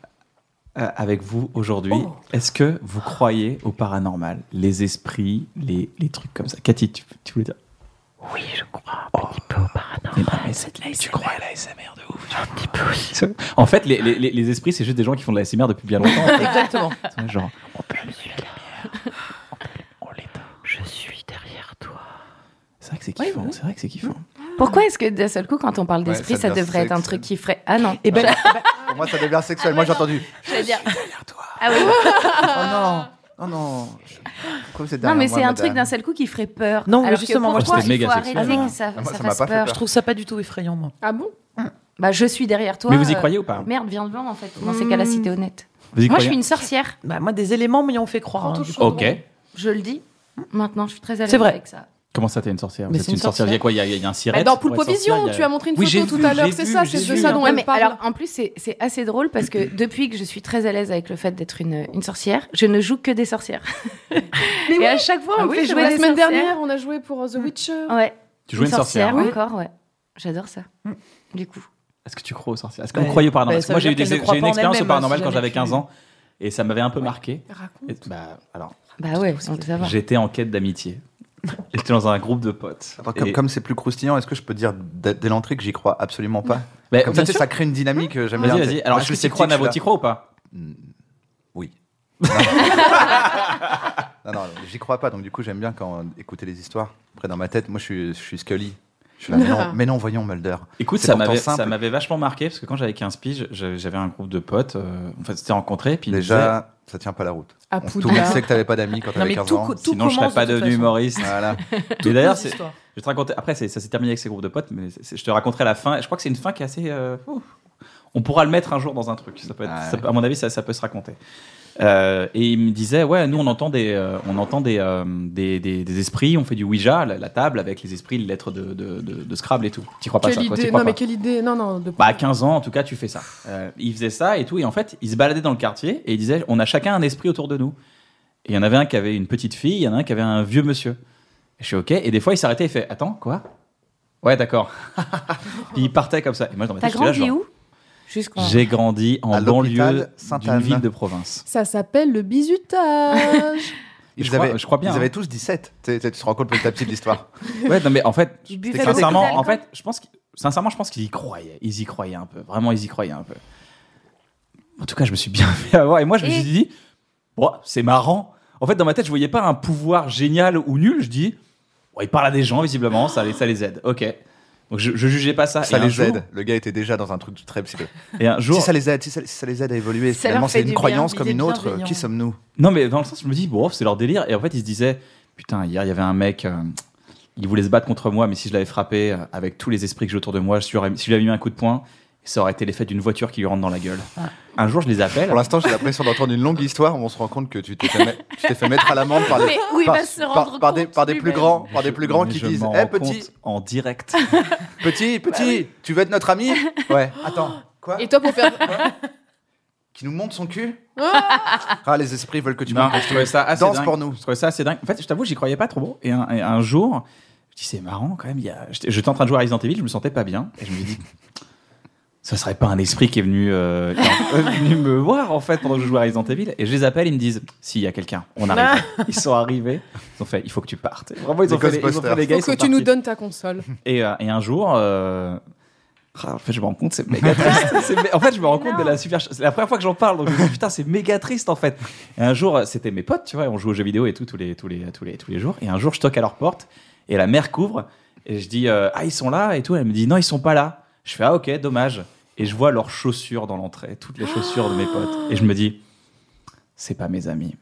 C: euh, avec vous aujourd'hui. Est-ce que vous croyez au paranormal Les esprits, les, les trucs comme ça Cathy, tu, tu voulais dire Eh Oui, je crois un petit peu au paranormal. tu crois à la SMR de ouf Un petit peu. En fait, les, les- les- les esprits, c'est juste des gens qui font de la SMR depuis bien longtemps.
E: Exactement.
C: Ouais, genre, on peut allumer la lumière. On peut- on l'éteint. Je suis derrière toi. C'est vrai que c'est kiffant, c'est vrai que c'est kiffant.
B: Pourquoi est-ce que d'un seul coup, quand on parle
D: Ouais,
B: d'esprit,
D: ça
B: ça
D: devient
B: devrait être un
D: sexe.
B: truc qui ferait. Ah non.
E: Et ben,
D: Pour moi, ça devient sexuel. Moi, j'ai entendu.
B: Je vais dire. Ah oui.
D: Oh non, oh non. Pourquoi vous êtes
B: Non,
D: derrière moi,
B: mais c'est un
D: madame
B: truc d'un seul coup qui ferait peur.
E: Non, mais
B: Alors que
E: justement, moi, je
B: pourquoi
C: trouve que c'est
B: il faut
C: méga
B: arrêter
C: sexuel.
B: que ça,
D: Ah, moi,
B: ça
D: ça m'a
B: fasse
D: pas fait
B: peur.
E: je trouve ça pas du tout effrayant, moi.
A: Ah bon
B: Bah, je suis derrière toi.
C: Mais vous y
B: euh,
C: croyez ou pas
B: Merde, viens devant en fait. Dans ces cas-là, si t'es honnête.
C: Vous y
B: Moi, je
C: croyez
B: suis une sorcière.
E: Bah, moi, des éléments m'y ont fait croire. hein,
A: Prends ton
E: du coup.
C: Ok.
B: Je le dis. Maintenant, je suis très à l'aise
E: C'est vrai.
B: avec ça.
C: Comment ça, t'es une sorcière
E: Mais
C: Vous êtes
E: c'est
C: une
E: une
C: sorcière. Il y a
E: sorcière.
C: quoi Il y a- il y a un
A: Bah,
C: siret
A: Dans
C: pour
A: Pour
C: être
A: le Provision,
C: sorcière, il y
A: tu
C: a-
A: as montré une
C: Oui, j'ai
A: photo
C: vu,
A: tout à l'heure,
C: j'ai
A: c'est
C: vu,
A: ça,
C: j'ai
A: c'est de
C: vu.
A: ça dont
B: Non,
A: elle
B: mais
A: parle.
B: alors, en plus, c'est- c'est assez drôle parce que depuis que je suis très à l'aise avec le fait d'être une, une sorcière, je ne joue que des sorcières.
A: Mais
B: Et
A: oui.
B: à chaque fois, on
A: Ah
B: me
A: oui,
B: fait
A: c'est
B: jouer
A: vrai,
B: des
A: la semaine
B: sorcières.
A: dernière, on a joué pour euh, The Witcher.
B: Mm. Ouais.
C: Tu joues une sorcière. hein.
A: Oui.
B: encore, ouais. J'adore ça. Du coup.
C: Est-ce que tu crois aux sorcières Est-ce que vous
E: Ouais.
C: croyez au paranormal
E: Bah,
C: Parce que
E: ça
C: Moi,
E: veut
C: j'ai eu
E: dire
C: des-
E: qu'elle ne croit
C: j'ai une
E: pas en
C: expérience au
E: elle-même,
C: paranormal
E: si
C: quand
E: jamais
C: j'avais
E: tu-
C: 15 ans et ça m'avait un peu marqué.
A: Raconte.
C: Et- bah, alors,
B: Bah ouais, on peut savoir.
C: j'étais en quête d'amitié. J'étais dans un groupe de potes.
D: Attends,
C: Et-
D: comme, comme c'est plus croustillant, est-ce que je peux dire d- dès l'entrée que j'y crois absolument pas
C: Bah,
D: Comme ça,
C: bien
D: tu sais,
C: sûr.
D: ça crée une dynamique. euh, J'aime bien.
C: Vas-y, vas-y. Alors,
D: Moi,
C: est-ce
D: je
C: que
D: suis
C: tu crois,
D: sceptique,
C: Navo,
D: je
C: t'y
D: suis là.
C: crois ou pas
D: Mm, Oui. non, non, j'y crois pas. Donc, du coup, j'aime bien quand écouter les histoires. Après, dans ma tête, moi, je suis, je suis Scully. Je suis là, mais
B: Ah.
D: non, mais non, voyons, Mulder.
C: Écoute,
D: C'est
C: ça
D: pourtant
C: m'avait,
D: simple.
C: ça m'avait vachement marqué parce que quand j'avais 15 piges, je- j'avais un groupe de potes. euh, en fait, c'était rencontré. Puis ils me disaient,
D: Déjà, ça tient pas la route.
A: À
D: On- tout le monde
A: Poudlard.
D: sait que t'avais pas d'amis quand
E: Non,
D: t'avais
E: mais
D: 15
E: tout,
D: ans.
E: co- tout
C: sinon, je serais
E: commence
C: pas
E: de toute
C: devenu
E: façon.
C: humoriste.
D: Voilà.
C: Mais
E: Toutes
C: d'ailleurs,
E: les
C: c'est-
E: histoires.
C: je vais te raconter. Après, c'est- ça s'est terminé avec ces groupes de potes, mais c'est- je te raconterai la fin. Et je crois que c'est une fin qui est assez. euh, ouf. on pourra le mettre un jour dans un truc. Ça peut être-
D: Ah ouais.
C: ça peut- à mon avis, ça, ça peut se raconter. Euh, et il me disait, ouais, nous on entend des, euh, on entend des, euh, des, des- des esprits, on fait du Ouija, la, la table avec les esprits, les lettres de, de- de- de Scrabble et tout. T'y crois pas
A: Quelle
C: ça toi, t'y
A: idée.
C: crois
A: Non,
C: pas.
A: mais quelle idée. Non, non. de-
C: Bah, à 15 ans, en tout cas, tu fais ça. Euh, il faisait ça et tout. Et en fait, il se baladait dans le quartier et il disait On a chacun un esprit autour de nous. Et il y en avait un qui avait une petite fille, il y en a un qui avait un vieux monsieur. Et je suis OK. Et des fois, il s'arrêtait et fait Attends, quoi Ouais, d'accord. Puis il partait comme ça. Et moi, dans ma
B: T'as
C: tête, j'étais là,
B: grandi
C: genre,
B: où Jusqu'en.
C: J'ai grandi en
D: À l'hôpital
C: banlieue d'une
D: Sainte-Anne.
C: ville de province.
A: Ça s'appelle le bisutage.
C: Et je,
D: Ils
C: crois,
D: avaient-
C: je crois bien.
D: Ils
C: hein.
D: avaient tous 17. Tu sais, tu te rends compte petit à petit de l'histoire.
C: Ouais, non, mais en fait,
B: Ils buvaient
D: C'est
B: beaucoup
C: sincèrement, en
B: d'alcool.
C: fait, je pense que, sincèrement, je pense qu'ils y croyaient. Ils y croyaient un peu. Vraiment, ils y croyaient un peu. En tout cas, je me suis bien fait avoir. Et moi, je me
B: Et-
C: suis dit, bon, c'est marrant. En fait, dans ma tête, je voyais pas un pouvoir génial ou nul. Je dis, bon, ils parlent à des gens, visiblement, ça les, ça les aide. Ok. Donc, je, je jugeais pas ça.
D: Ça
C: Et un
D: les
C: jour-
D: aide. Le gars était déjà dans un truc très psycho.
C: Et un jour,
D: Si ça les aide, si ça, si ça les aide à évoluer,
B: Ça leur
D: finalement,
B: fait
D: c'est une
B: du bien,
D: croyance
E: il
D: comme
E: est
D: une autre. euh,
E: bienveillant.
D: Qui sommes-nous
C: Non, mais dans le sens, je me dis, bon, c'est leur délire. Et en fait, ils se disaient, putain, hier, il y avait un mec, euh, il voulait se battre contre moi, mais si je l'avais frappé euh, avec tous les esprits que j'ai autour de moi, je lui aurais- si je lui avais mis un coup de poing, ça aurait été l'effet d'une voiture qui lui rentre dans la gueule. Un jour, je les appelle.
D: Pour l'instant, j'ai l'impression d'entendre une longue histoire où on se rend compte que tu t'es fait, mettre- tu t'es fait mettre à l'amende par des,
B: Mais où il
D: par,
B: va se
D: par-
B: rendre
D: par des,
B: compte
D: par des plus
B: lui-même.
D: grands, par des
C: Je-
D: plus grands
C: mais
D: qui
C: je
D: disent
C: m'en
D: Eh,
C: rends
D: petit,
C: compte en direct.
D: petit, petit,
B: Bah
D: tu veux être notre ami Ouais. Attends, quoi
A: Et toi, pour faire.
D: Qui nous monte son cul Ah, les esprits veulent que tu
C: Non,
D: montes.
C: je trouvais ça assez
D: Danse
C: dingue.
D: pour nous.
C: Je trouvais ça assez dingue. En fait, je t'avoue, j'y croyais pas trop. Et un, et un jour, je dis c'est marrant quand même. il y a- J'étais j'étais en train de jouer à Resident Evil, je me sentais pas bien. Et je me dis, ça serait pas un esprit qui est venu, euh, qui est venu me voir en fait pendant que je jouais à Resident Evil. Et je les appelle, ils me disent, s'il y a quelqu'un, on arrive. ils sont arrivés, ils ont fait, il faut que tu partes. Vraiment, ils
D: Les
C: ont fait les, ils ont fait les gars.
A: Faut
C: ils sont
A: que tu nous
C: partis.
A: donnes ta console.
C: Et, euh, et un jour. euh, ah, en fait, je me rends compte, c'est méga triste. C'est mé- En fait, je me rends compte de la super. C'est la première fois que j'en parle, donc je me dis, putain, c'est méga triste en fait. Et un jour, euh, c'était mes potes, tu vois, on joue aux jeux vidéo et tout tous les tous les tous les tous les jours. Et un jour, je toque à leur porte et la mère couvre et je dis euh, ah ils sont là et tout. Elle me dit non ils sont pas là. Je fais ah ok dommage. Et je vois leurs chaussures dans l'entrée, toutes les chaussures de mes potes. Et je me dis c'est pas mes amis.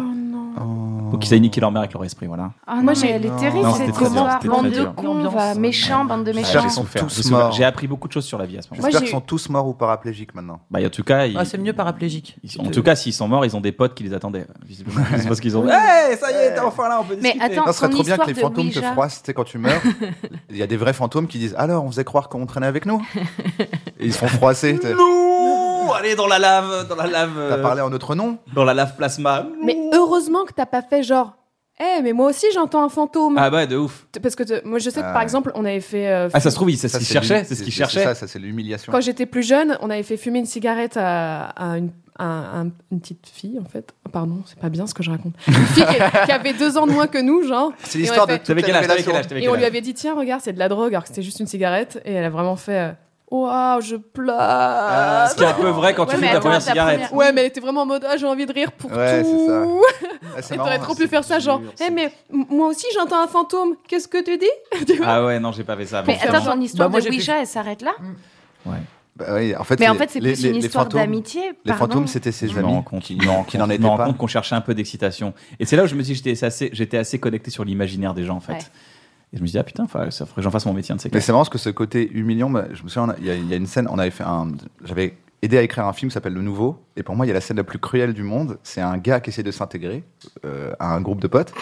C: Oh non. Donc ils aient niqué leur mère avec leur esprit, voilà.
B: Ah non, mais elle est terrible
C: Non,
B: cette
C: c'était très dur,
B: histoire.
C: c'était
B: Bande
C: très
B: de
C: dur.
B: cons, va. méchants, bande de
D: J'espère
B: méchants.
D: qu'ils sont
C: Souffert,
D: tous
C: j'ai souffert.
D: morts.
C: J'ai appris beaucoup de choses sur la vie à ce moment.
A: Moi,
D: J'espère
A: j'ai
D: qu'ils sont tous morts ou paraplégiques maintenant.
C: Bah, en tout cas, ils-
E: Ah, c'est mieux paraplégique.
C: Ils- En tout cas, s'ils sont morts, ils ont des potes qui les attendaient. Visiblement, c'est parce qu'ils ont. hey, Eh, ça y est, t'es enfin là, on peut
B: Mais
C: discuter.
B: attends,
D: Non, ce serait
B: ton
D: trop bien que
B: histoire
D: les
B: de
D: fantômes te
B: Ouija-
D: froissent. Tu sais, quand tu meurs, il y a des vrais fantômes qui disent Alors, on faisait croire qu'on traînait avec nous Et ils se font froisser. t'es-
C: Non, allez dans la lave, dans la lave,
D: T'as
C: euh,
D: parlé en notre nom
C: dans la lave plasma.
A: Mais heureusement que t'as pas fait genre. Eh, mais moi aussi j'entends un fantôme.
C: Ah bah de ouf.
A: Parce que te- moi je sais que
D: Ah
A: par
D: ouais.
A: exemple on avait fait. euh,
C: Ah ça se trouve, ils- c'est ce
D: Ça,
C: qu'ils
D: c'est
C: cherchaient,
D: l'humi-
C: c'est ce qu'ils
D: C'est
C: cherchaient.
D: ça, ça, c'est l'humiliation.
A: Quand j'étais plus jeune, on avait fait fumer une cigarette à, à une, à un- une petite fille, en fait. Ah, Pardon, c'est pas bien ce que je raconte. Une fille qui, qui avait deux ans de moins que nous, genre.
D: C'est
A: Et on
D: l'histoire
A: avait
D: de
A: fait-
C: T'avais
D: toute
C: quel
D: la
C: âge T'avais quel
D: révélation.
C: âge T'avais
A: Et on
C: quel
A: lui
C: âge
A: avait dit, tiens, regarde, c'est de la drogue, alors que c'était juste une cigarette. Et elle a vraiment fait. euh, Waouh, je pleure.
C: Ah, ce qui est un peu vrai quand tu
B: Ouais, mais
C: fumes ta
B: attends,
C: première
B: ta
C: cigarette.
B: première-
A: Ouais, mais elle était vraiment en mode ah, j'ai envie de rire pour
D: Ouais,
A: tout.
D: c'est ça. Ah, c'est
A: Et
D: marrant,
A: t'aurais trop pu
D: c'est
A: faire ça, genre,
D: dur,
A: Eh
D: c'est-
A: mais m- moi aussi j'entends un fantôme, qu'est-ce que tu dis Tu vois
C: Ah ouais, non, j'ai pas fait ça.
B: Mais
C: bon,
B: attends, ton histoire
E: Bah, moi,
B: de
E: j'ai
B: Ouija, elle s'arrête là
C: Mm.
D: Bah oui, en fait,
B: Mais en
D: les-
B: fait, c'est
D: les-
B: plus
D: les-
B: une
D: les
B: histoire
D: fantômes-
B: d'amitié.
D: Les
B: pardon.
D: fantômes, c'était ses
C: je me rends
D: amis
C: compte,
D: qui
C: je me rends
D: qui
C: compte-
D: n'en
C: je me
D: étaient
C: rends
D: pas.
C: compte qu'on cherchait un peu d'excitation. Et c'est là où je me suis dit, j'étais assez, j'étais assez connecté sur l'imaginaire des gens, en fait.
B: Ouais.
C: Et je me suis dit, ah putain, fa- ça ferait que j'en fasse mon métier, un de ces
D: Mais
C: quatre.
D: c'est marrant parce que ce côté humiliant, bah, je me souviens, on a- il y, a- il y a une scène, on avait fait un, j'avais aidé à écrire un film qui s'appelle Le Nouveau, et pour moi, il y a la scène la plus cruelle du monde. C'est un gars qui essaie de s'intégrer euh, à un groupe de potes,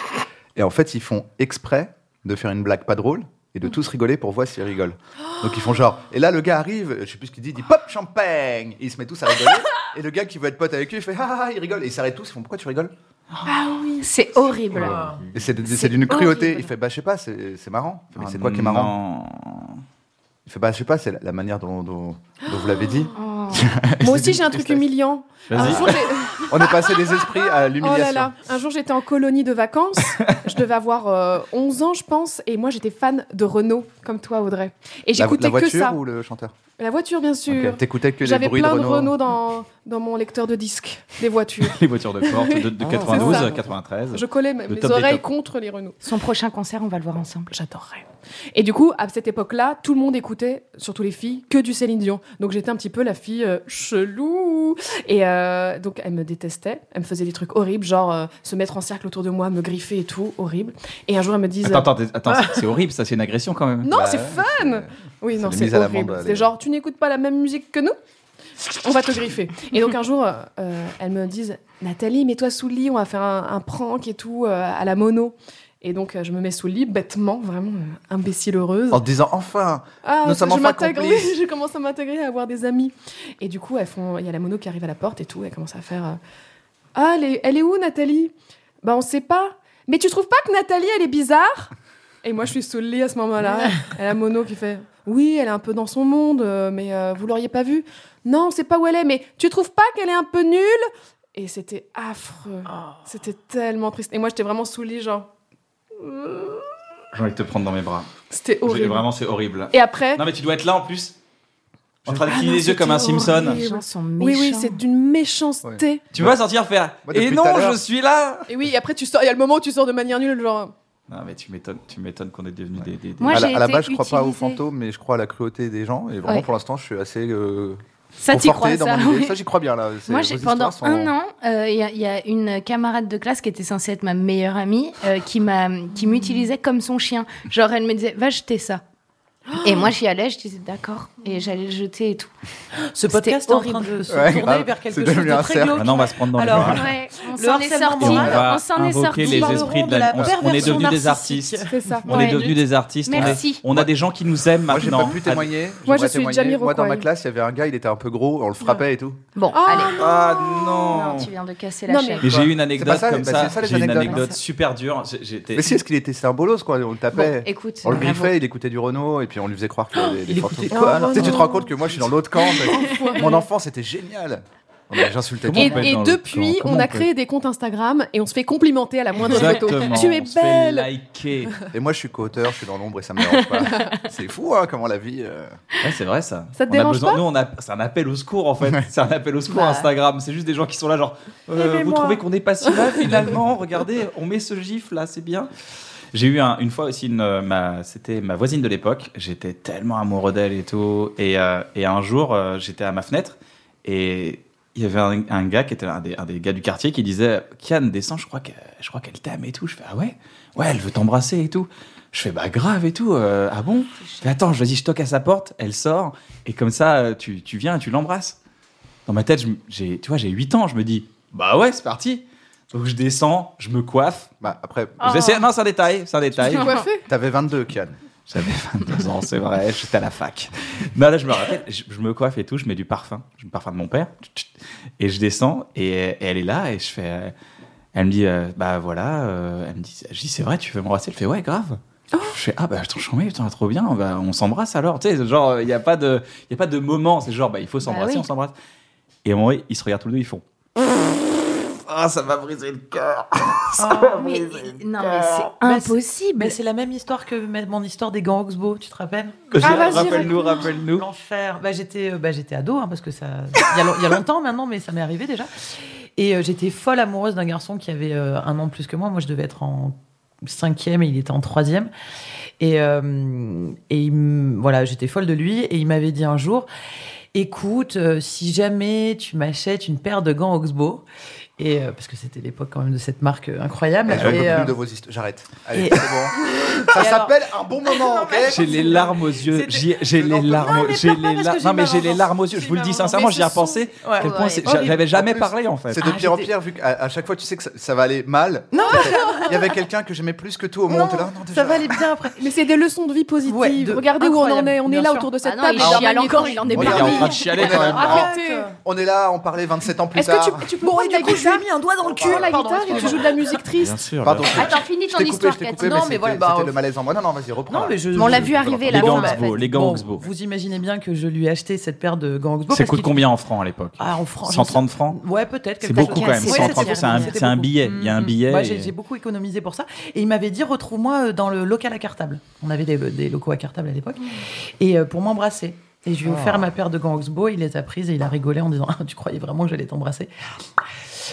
D: et en fait, ils font exprès de faire une blague pas drôle et de tous rigoler pour voir s'ils rigolent. Donc ils font genre, et là le gars arrive, je sais plus ce qu'il dit, il dit pop champagne, et il se met tous à rigoler. Et le gars qui veut être pote avec lui, il fait ah, ah, ah, il rigole, et ils s'arrêtent tous, ils font pourquoi tu rigoles
B: Ah C'est horrible.
D: Et c'est de-
B: C'est
D: c'est d'une cruauté.
B: horrible.
D: Il fait bah je sais pas, c'est c'est marrant. Il fait, Mais
C: Ah,
D: c'est quoi qui est marrant
C: non.
D: Il fait bah je sais pas, c'est la, la manière dont, dont- dont vous l'avez dit.
A: Oh. Moi aussi j'ai un truc humiliant. Un
C: Vas-y.
A: jour, j'ai-
D: On est passé des esprits à
A: oh là
D: l'humiliation.
A: là. Un jour, j'étais en colonie de vacances. je devais avoir euh, 11 ans, je pense. Et moi, j'étais fan de Renault, comme toi, Audrey. Et
D: Bah, la,
A: j'écoutais
D: la voiture
A: que ça.
D: ou le chanteur
A: La voiture, bien sûr.
D: Ok, T'écoutais que les
A: J'avais
D: bruits de
A: plein de
D: Renault.
A: Renault dans, dans mon lecteur de disques, des voitures.
C: Les voitures de porte de, de
D: Ah,
C: 92,
A: c'est ça.
C: 93.
A: Je collais mes
C: Le
A: mes
C: top des
A: oreilles
C: tops.
A: contre les Renault.
B: Son prochain concert, on va le voir ensemble.
A: J'adorerais. Et du coup, à cette époque-là, tout le monde écoutait, surtout les filles, que du Céline Dion. Donc j'étais un petit peu la fille euh, chelou. Et euh, donc elle me détestait. Elle me faisait des trucs horribles, genre euh, se mettre en cercle autour de moi, me griffer et tout, horrible. Et un jour, elle me disait.
C: Attends, attends, t'es- attends, c'est- c'est horrible, ça, c'est une agression quand même.
A: non,
D: Bah,
A: c'est
D: ouais,
A: fun Oui,
D: c'est
A: non,
D: des
A: c'est
D: mises à l'amende,
A: horrible. C'est
D: les-
A: genre, tu n'écoutes pas la même musique que nous on va te griffer. Et donc un jour, euh, euh, elle me dit Nathalie, mets-toi sous le lit, on va faire un, un prank et tout euh, à la mono. Et donc euh, je me mets sous le lit, bêtement, vraiment euh, imbécile heureuse.
D: En te disant enfin
A: Ah,
D: Nous
A: ça,
D: sommes
A: je
D: enfin
A: m'intègre, oui,
D: complices.
A: je commence à m'intégrer, à avoir des amis. Et du coup, elles font, il y a la mono qui arrive à la porte et tout, elle commence à faire euh, Ah, elle est, elle est où, Nathalie Bah, on sait pas. Mais tu trouves pas que Nathalie, elle est bizarre Et moi, je suis sous le lit à ce moment-là. Et la mono qui fait Oui, elle est un peu dans son monde, euh, mais euh, vous l'auriez pas vue. Non, on sait pas où elle est, mais tu trouves pas qu'elle est un peu nulle Et c'était affreux. C'était tellement triste. Et moi, j'étais vraiment sous le lit, genre. euh,
C: J'ai envie de te prendre dans mes bras.
A: C'était
C: J'ai-
A: horrible.
C: Vraiment, c'est horrible.
A: Et après.
C: Non, mais tu dois être là en plus, en train de
B: Ah
C: cligner
B: non,
C: les yeux comme un
B: c'était horrible.
C: Simpson.
B: Les gens sont méchants.
A: Oui, oui, c'est d'une méchanceté.
C: Tu peux pas sortir faire.
D: Moi, depuis
C: Et
D: tout à
C: non,
D: l'heure.
C: je suis là.
A: Et oui, et après, tu sors, il y a le moment où tu sors de manière nulle, genre.
C: Non, mais tu m'étonnes, tu m'étonnes qu'on est devenus des, des- des-
B: Moi,
D: à, la,
B: j'ai
D: à la
B: été
D: base, je crois pas aux
B: utilisée.
D: fantômes, mais je crois à la cruauté des gens. Et vraiment,
B: Ouais.
D: pour l'instant, je suis assez euh,
B: Ça t'y
D: conforté
B: crois,
D: dans
B: ça
D: mon idée.
B: oui.
D: Ça, j'y crois bien là. C'est-
B: Moi,
D: vos
B: j'ai
D: histoires
B: pendant
D: sont-
B: un an, euh, il y, a- il y a une camarade de classe qui était censée être ma meilleure amie, euh, qui m'a, qui m'utilisait comme son chien. Genre, elle me disait, va jeter ça. Et moi, j'y allais, je disais d'accord, et j'allais le jeter et tout.
E: Ce podcast est en train de se
D: Ouais,
E: tourner
D: grave.
E: vers quelque
D: C'est
E: chose
D: devenu un
E: de très
D: cercle.
E: glauque.
C: Maintenant, on va se prendre dans
E: Alors,
C: les bras.
B: Ouais, on
E: Le
B: s'en est
E: harcèlement
B: sorti.
C: Et on
E: moral.
C: va
B: On s'en est
C: invoquer
B: sorti.
C: les
E: Nous
C: esprits
E: parlerons de
C: de la.
E: la
C: on- On est
E: perversion
C: devenus des
E: narcissique.
C: artistes.
A: C'est ça.
C: On est
B: Ouais.
C: devenus des artistes. on est-
B: Merci.
C: On a des gens qui nous aiment
D: Moi, j'ai pas
C: maintenant.
D: pu témoigner.
A: Moi,
D: j'aimerais
A: je suis
D: témoigner.
A: Jamiroquai.
D: Moi, dans ma classe, il y avait un gars, il était un peu gros, on le frappait et tout.
B: Bon, allez.
C: Ah
B: Oh Non,
C: non.
B: tu viens de casser la
A: Non, mais-
B: chaîne.
C: Mais j'ai eu une anecdote
D: C'est pas ça,
C: comme
D: bah,
C: ça.
D: c'est ça, les
C: J'ai eu une
D: anecdotes.
C: anecdote super dure. J'ai- J'étais.
D: Mais si, est-ce qu'il était, c'est un bolos quoi, on le tapait.
B: Bon, écoute,
D: on le
B: bravo.
D: griffait, il écoutait du Renault et puis on lui faisait croire qu'il
A: Oh,
D: y avait des,
E: Il
D: fantômes.
E: écoutait quoi alors
D: Tu sais, tu te rends compte que moi je suis dans l'autre camp. mais Mon enfant c'était génial. Oh, mais J'insultais tout
A: Et,
D: le monde.
A: et
C: dans le-
A: depuis,
C: comment-
A: on a
C: comment on
A: créé des comptes Instagram et on se fait complimenter à la moindre photo.
C: Exactement.
A: Tu es
C: on se fait
A: belle.
C: liker.
D: Et moi je suis co-auteur, je suis dans l'ombre et ça me dérange pas. C'est fou hein, comment la vie. euh,
C: Ouais, c'est vrai ça.
A: Ça te
C: On a
A: dérange
C: besoin-
A: pas
C: Nous, on a... c'est un appel au secours en fait. c'est un appel au secours
B: Bah.
C: Instagram. C'est juste des gens qui sont là, genre, euh, vous trouvez qu'on est pas si mal finalement Regardez, on met ce gif là, c'est bien. J'ai eu un- une fois aussi, une, euh, ma, c'était ma voisine de l'époque. J'étais tellement amoureux d'elle et tout. Et, euh, et un jour, euh, j'étais à ma fenêtre et il y avait un, un gars qui était un des, un des gars du quartier qui disait Kian, descends, je crois que- je crois qu'elle t'aime et tout. Je fais Ah ouais Ouais, elle veut t'embrasser et tout. Je fais Bah grave et tout. euh, ah bon Je fais, Attends, vas-y, je toque à sa porte, elle sort et comme ça, euh, tu, tu viens et tu l'embrasses. Dans ma tête, je m- j'ai, tu vois, j'ai 8 ans, je me dis Bah ouais, c'est parti. Donc je descends, je me coiffe.
D: Bah, après,
C: Je- c'est- non, c'est un détail, c'est un détail.
A: Coiffé.
D: t'avais 22, Kian.
C: J'avais 22 ans, c'est vrai, j'étais à la fac. Non, là, je me rappelle, je, je me coiffe et tout, je mets du parfum, je me parfum de mon père, tch, tch, et je descends, et, et elle est là, et je fais. euh, elle me dit, euh, bah voilà, euh, elle me dit, je dis, c'est vrai, tu veux m'embrasser Elle fait, ouais, grave. Je fais, ah bah attends, je mets, putain, trop bien, bah, on s'embrasse alors, tu sais, genre, il n'y a, pas de- il y a pas de moment, c'est genre, bah il faut s'embrasser,
B: oui.
C: on s'embrasse. Et à un moment, ils se regardent tous les deux, ils font. Ah, ça m'a brisé le cœur.
B: Ah, mais, non, mais c'est
E: Bah, c'est-
B: impossible.
E: Mais c'est la même histoire que ma- mon histoire des gants Oxbow, tu te rappelles
A: Ah, vas-y,
C: Rappelle-nous, rappelle-nous.
E: L'enfer. Bah, j'étais, euh, bah, j'étais ado, hein, parce que ça, il y, a lo- il y a longtemps maintenant, mais ça m'est arrivé déjà. Et euh, j'étais folle amoureuse d'un garçon qui avait euh, un an de plus que moi. Moi, je devais être en cinquième et il était en troisième. Et, euh, et il m- voilà, j'étais folle de lui. Et il m'avait dit un jour, écoute, euh, si jamais tu m'achètes une paire de gants Oxbow, et euh, parce que c'était l'époque quand même de cette marque euh, incroyable.
D: J'en
E: Et,
D: peux
E: euh,
D: plus de vos histoires. J'arrête. Allez,
E: et-
D: c'est bon. Ça
E: Et alors-
D: s'appelle un bon moment, ok
C: J'ai les larmes aux yeux.
E: C'était-
C: J'ai j'ai
D: Non,
C: les
E: non,
C: larmes.
E: mais
C: J'ai
E: pleure pas
C: les
E: parce
C: larmes.
E: que j'ai
C: Non, mais
E: ma
C: j'ai les
E: vengeance.
C: larmes aux yeux.
E: J'ai
C: Je vous le
E: ma
C: dis
E: vengeance.
C: sincèrement,
E: Mais
C: j'y ai
E: ce
C: repensé.
E: son- Ouais.
C: à Quel point
B: Ouais.
C: c'est-
E: Horrible.
C: j'avais jamais
D: En plus,
C: parlé en fait.
D: C'est de
E: Ah,
D: pire en
E: j'étais-
D: pire, vu qu'à à chaque fois tu sais que ça, ça va aller mal.
E: Non.
D: Il y avait quelqu'un que j'aimais plus que tout au moment
E: Non,
D: où t'es là. Non, déjà.
E: ça va aller bien après.
A: Mais c'est des leçons de vie positives.
E: Ouais, de-
A: Regardez où on en
E: incroyable,
A: est. On est
E: bien
A: là
E: sûr.
A: autour de cette
B: Ah non,
A: table.
B: il est
A: Normal,
B: chiale encore,
A: il
B: il
A: en
B: en
A: est
C: Oui, il
A: pas
C: est en train de chialer quand même.
D: Ah,
E: Arrête.
D: On est là, on parlait 27 ans plus
A: Est-ce
D: tard.
A: que tu, tu peux
E: Bon, et
A: prendre
E: du
A: la
E: coup, je lui ai
A: guitare,
E: mis un doigt dans le
A: tu
E: cul.
A: prends la
E: Pardon,
A: guitare et tu
E: excuse-moi.
A: joues de la musique
C: Bien
A: triste.
C: sûr.
D: Pardon, je
B: Attends, finis
D: je
B: ton
D: t'ai coupé,
B: histoire,
D: je t'ai
B: Kat.
D: coupé, mais
E: Non, mais
D: c'était-
E: voilà, bah,
D: c'était
E: euh,
D: le malaise en moi. Non, non, vas-y, reprends.
E: Non, mais je-
B: Mais on l'a vu
D: je-
B: arriver
C: Les
B: là.
C: gants
B: en fait.
C: Oxbow, les gants
E: Bon,
C: Oxbow.
E: Vous imaginez bien que je lui ai acheté cette paire de gants Oxbow.
C: Ça
E: parce
C: coûte
E: qu'il-
C: combien en francs à l'époque
E: Ah, en francs. je sais-
C: 130 francs
E: Ouais, peut-être.
C: C'est
E: quelque
C: beaucoup
E: chose.
C: quand même,
E: Ouais,
C: 130
E: c'était
C: c'est un-
E: beaucoup.
C: c'est un billet, il y a un
E: Mm, mm.
C: billet
E: Moi,
C: et-
E: j'ai j'ai beaucoup économisé pour ça. Et il m'avait dit, retrouve-moi euh, dans le local à cartable. On avait des, des locaux à cartable à l'époque. Et euh, pour m'embrasser. Et je lui ai offert ma paire de gants Oxbow, il les a prises et il a rigolé en disant ah, Tu croyais vraiment que j'allais t'embrasser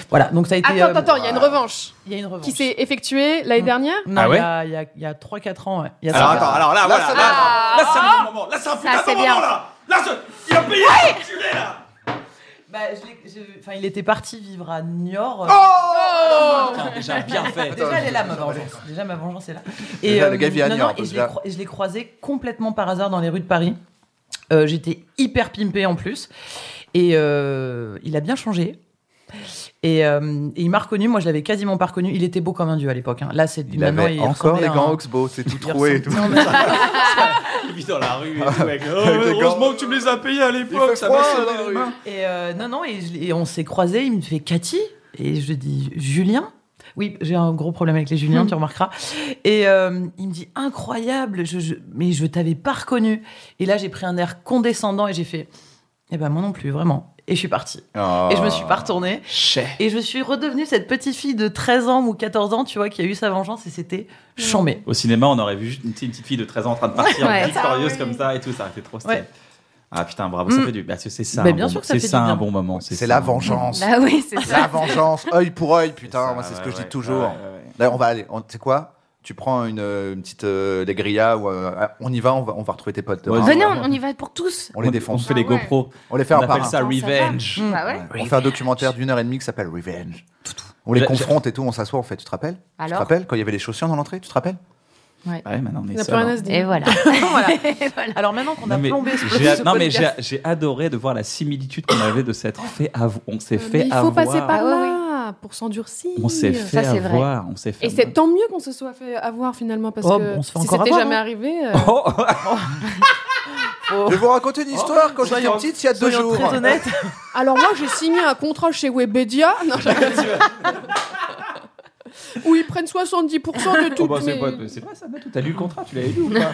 E: Voilà, donc ça a été.
G: Attends,
E: euh,
G: attends, attends, il y a une revanche
E: Il y a une revanche.
G: qui s'est effectuée.
A: Tué l'année dernière
E: Non,
C: Ah ouais
E: il y a- il y a, il y a 3-4 ans. ouais. Il y a
D: Alors
E: cinq ans.
D: attends, alors là, voilà.
C: ça
D: là,
C: Là, c'est un bon moment. Là, c'est un
B: Ah. Ça, c'est bien.
C: Il a payé
E: Bah, je l'ai- je- enfin, il était parti vivre à Niort.
C: Oh. Déjà bien fait.
E: Oh. Déjà, elle est là, ma vengeance. Déjà, ma vengeance est là.
D: Ah, Déjà, le gars vit à
E: non, non,
D: Niort,
E: et
D: parce
E: je
D: que
E: l'ai
D: là-
E: cro- et je l'ai croisé complètement par hasard dans les rues de Paris. Euh, J'étais hyper pimpée en plus. Et euh, il a bien changé. Et, euh, et il m'a reconnu. Moi, je l'avais quasiment pas reconnu. Il était beau comme un dieu à l'époque. hein. Là, c'est
D: Il
E: maintenant,
D: avait
E: il
D: encore
E: ressemblait
D: les
E: à un-
D: gants Oxbow, c'est tout
E: il
D: troué et tout.
E: ressemblait- Non, mais-
C: Il vit dans la rue et tout. avec- Oh,
D: Avec des gants.
C: Heureusement que tu me les as payés à l'époque. Ça m'a sauvé les mains.
E: Et euh, non, non, et, je l'ai- et on s'est croisés, il me fait Cathy, et je dis Julien. Oui, j'ai un gros problème avec les
C: Hmm.
E: Juliens, tu remarqueras. Et euh, il me dit incroyable, je, je- mais je t'avais pas reconnu. Et là, j'ai pris un air condescendant et j'ai fait, eh ben moi non plus, vraiment. Et je suis partie.
D: Ah.
E: Et je me suis pas retournée.
C: Ah. Chais.
E: Et je suis redevenue cette petite fille de 13 ans ou 14 ans, tu vois, qui a eu sa vengeance et c'était chambé.
C: Au cinéma, on aurait vu juste une petite une petite fille de 13 ans en train de partir,
B: Ouais.
E: Ah
C: victorieuse
E: oui.
C: comme ça et tout. Ça aurait été trop stylé.
E: Ouais.
C: Ah putain, bravo, ça
E: Mm.
C: fait du. Bah, c'est c'est ça.
E: Bah,
C: un
E: bien
C: bon-
E: sûr que ça
C: C'est
E: fait du
C: ça un
E: bien.
C: bon moment.
D: C'est
C: ça,
D: la
C: un bon moment.
D: vengeance.
B: Bah oui, c'est ça.
D: La vengeance, œil pour œil, putain,
C: ça,
D: moi c'est ce que
C: ouais,
D: je
C: ouais.
D: dis toujours.
C: Ouais, ouais, ouais.
D: D'ailleurs, on va aller, on- tu sais quoi Tu prends une, euh, une petite euh, les grillas ou euh, on y va, on va, on va retrouver tes potes.
C: Ouais,
D: demain.
B: Venez, on, on y va pour tous.
D: on les
C: On
D: défonce.
C: fait les
G: Ah ouais.
C: GoPros.
D: On les fait
C: On
D: un par
C: appelle
D: un.
C: ça
B: Attends, ça va.
C: Revenge.
B: Bah ouais.
D: Mmh. On fait un documentaire d'une heure et demie qui s'appelle Revenge. On les
C: J'ai-
D: confronte et tout, on s'assoit en fait. Tu te rappelles Tu te
B: Alors
D: rappelles quand il y avait les chaussures dans l'entrée Tu te rappelles
C: Ouais, maintenant on
A: Il
C: est
A: n'a plus
C: seul.
A: rien
C: hein.
A: à se dire.
B: Et voilà. Et voilà.
E: Alors maintenant qu'on a
C: Non, mais
E: plombé ce
C: j'ai-
E: ce
C: non, mais j'ai
E: podcast-
C: j'ai adoré de voir la similitude qu'on avait de
E: Oh.
C: s'être fait avoir. On
E: Euh,
C: s'est
A: Euh, Mais
C: fait
A: il faut
C: avoir.
A: passer par
B: Ah ouais,
A: là pour s'endurcir.
C: On s'est fait
B: c'est vrai.
C: avoir. On s'est fait.
A: Et c'est tant mieux qu'on se soit fait avoir finalement parce
E: Oh,
A: que
E: on se fait
A: si
E: encore
A: c'était
E: avoir,
A: jamais
E: hein.
A: arrivé, euh,
C: Oh
D: Je vais vous raconter une histoire quand j'étais
E: soyons-
D: petite il y a deux
E: soyons
D: jours.
E: très honnêtes.
A: alors moi j'ai signé un contrat chez Webedia non, je rigole. où ils prennent 70% de tout.
C: Oh, bah, c'est
A: mais-
C: pas, c'est pas ça, Natou, t'as lu le contrat, tu l'avais lu ou pas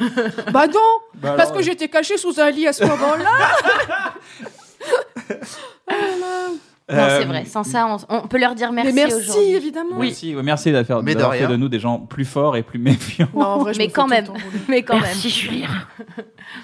A: Bah non,
C: Bah,
A: parce
C: alors,
A: que j'étais cachée sous un lit à ce moment-là.
B: Non,
C: Euh,
B: c'est vrai. Sans ça, on, on peut leur dire merci,
A: Mais merci
B: aujourd'hui.
A: évidemment.
C: Merci, ouais, merci d'avoir fait,
D: Mais de
C: d'avoir
D: rien.
C: fait de nous des gens plus forts et plus méfiants.
A: Non, en vrai, je
B: Mais
A: me fais
B: quand
A: tout le
B: même.
A: temps rouler.
B: Mais quand même.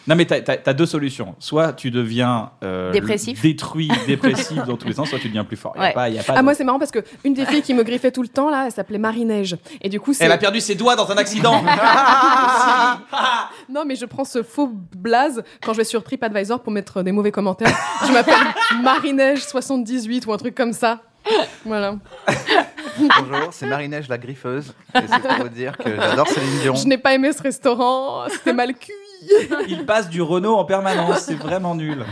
C: Non, mais t'as t'as- t'as deux solutions. Soit tu deviens euh,
B: Dépressif.
C: le- détruit, dépressif dans tous les sens, soit tu deviens plus fort. Y a
B: Ouais.
C: pas- y a pas
A: Ah
C: de-
A: moi c'est marrant parce que une des filles qui me griffait tout le temps là, elle s'appelait Marie-Neige. Et du coup c'est...
C: Elle a perdu ses doigts dans un accident.
A: Non mais je prends ce faux blaze quand je vais sur TripAdvisor pour mettre des mauvais commentaires. Je m'appelle Marie-Neige78 ou un truc comme ça. Voilà.
D: Bonjour, c'est Marie-Neige la griffeuse. Et c'est pour vous dire que j'adore Céline Dion.
A: Je n'ai pas aimé ce restaurant, c'était mal cuit.
C: Il passe
A: Ah.
C: du Renault en permanence, c'est vraiment nul.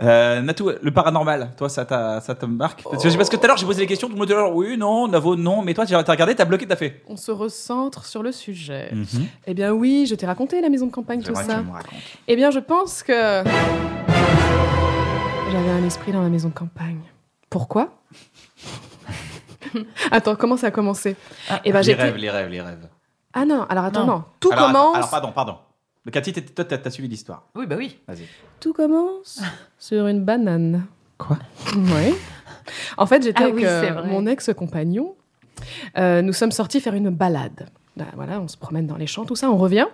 C: Euh, Natou, le paranormal, toi, ça, t'a- ça te marque Parce que, parce que tout à l'heure, j'ai posé des questions, tout le monde était là, oui, non, Navo, non, mais toi, t'as t'as regardé, t'as bloqué, t'as fait.
A: On se recentre sur le sujet. Eh bien oui, je t'ai raconté la maison de campagne, tout ça. Eh bien je pense que... J'avais un esprit dans la maison de campagne. Pourquoi Attends, comment ça a commencé Eh ben
C: les
A: j'étais...
C: Ah, rêves, les rêves, les rêves.
A: Ah non, alors attends, non.
E: Non.
A: Tout
C: alors, attends,
A: commence...
C: Alors, pardon, pardon. Le Cathy, t'es- toi, t'as t'as suivi l'histoire.
E: Oui, bah oui.
A: Tout commence sur une banane.
C: Quoi
A: Oui. En fait, j'étais
B: Ah
A: avec
B: oui,
A: euh,
B: c'est vrai.
A: mon ex-compagnon. Euh, nous sommes sortis faire une balade. Là, Voilà, on se promène dans les champs, tout ça, on revient.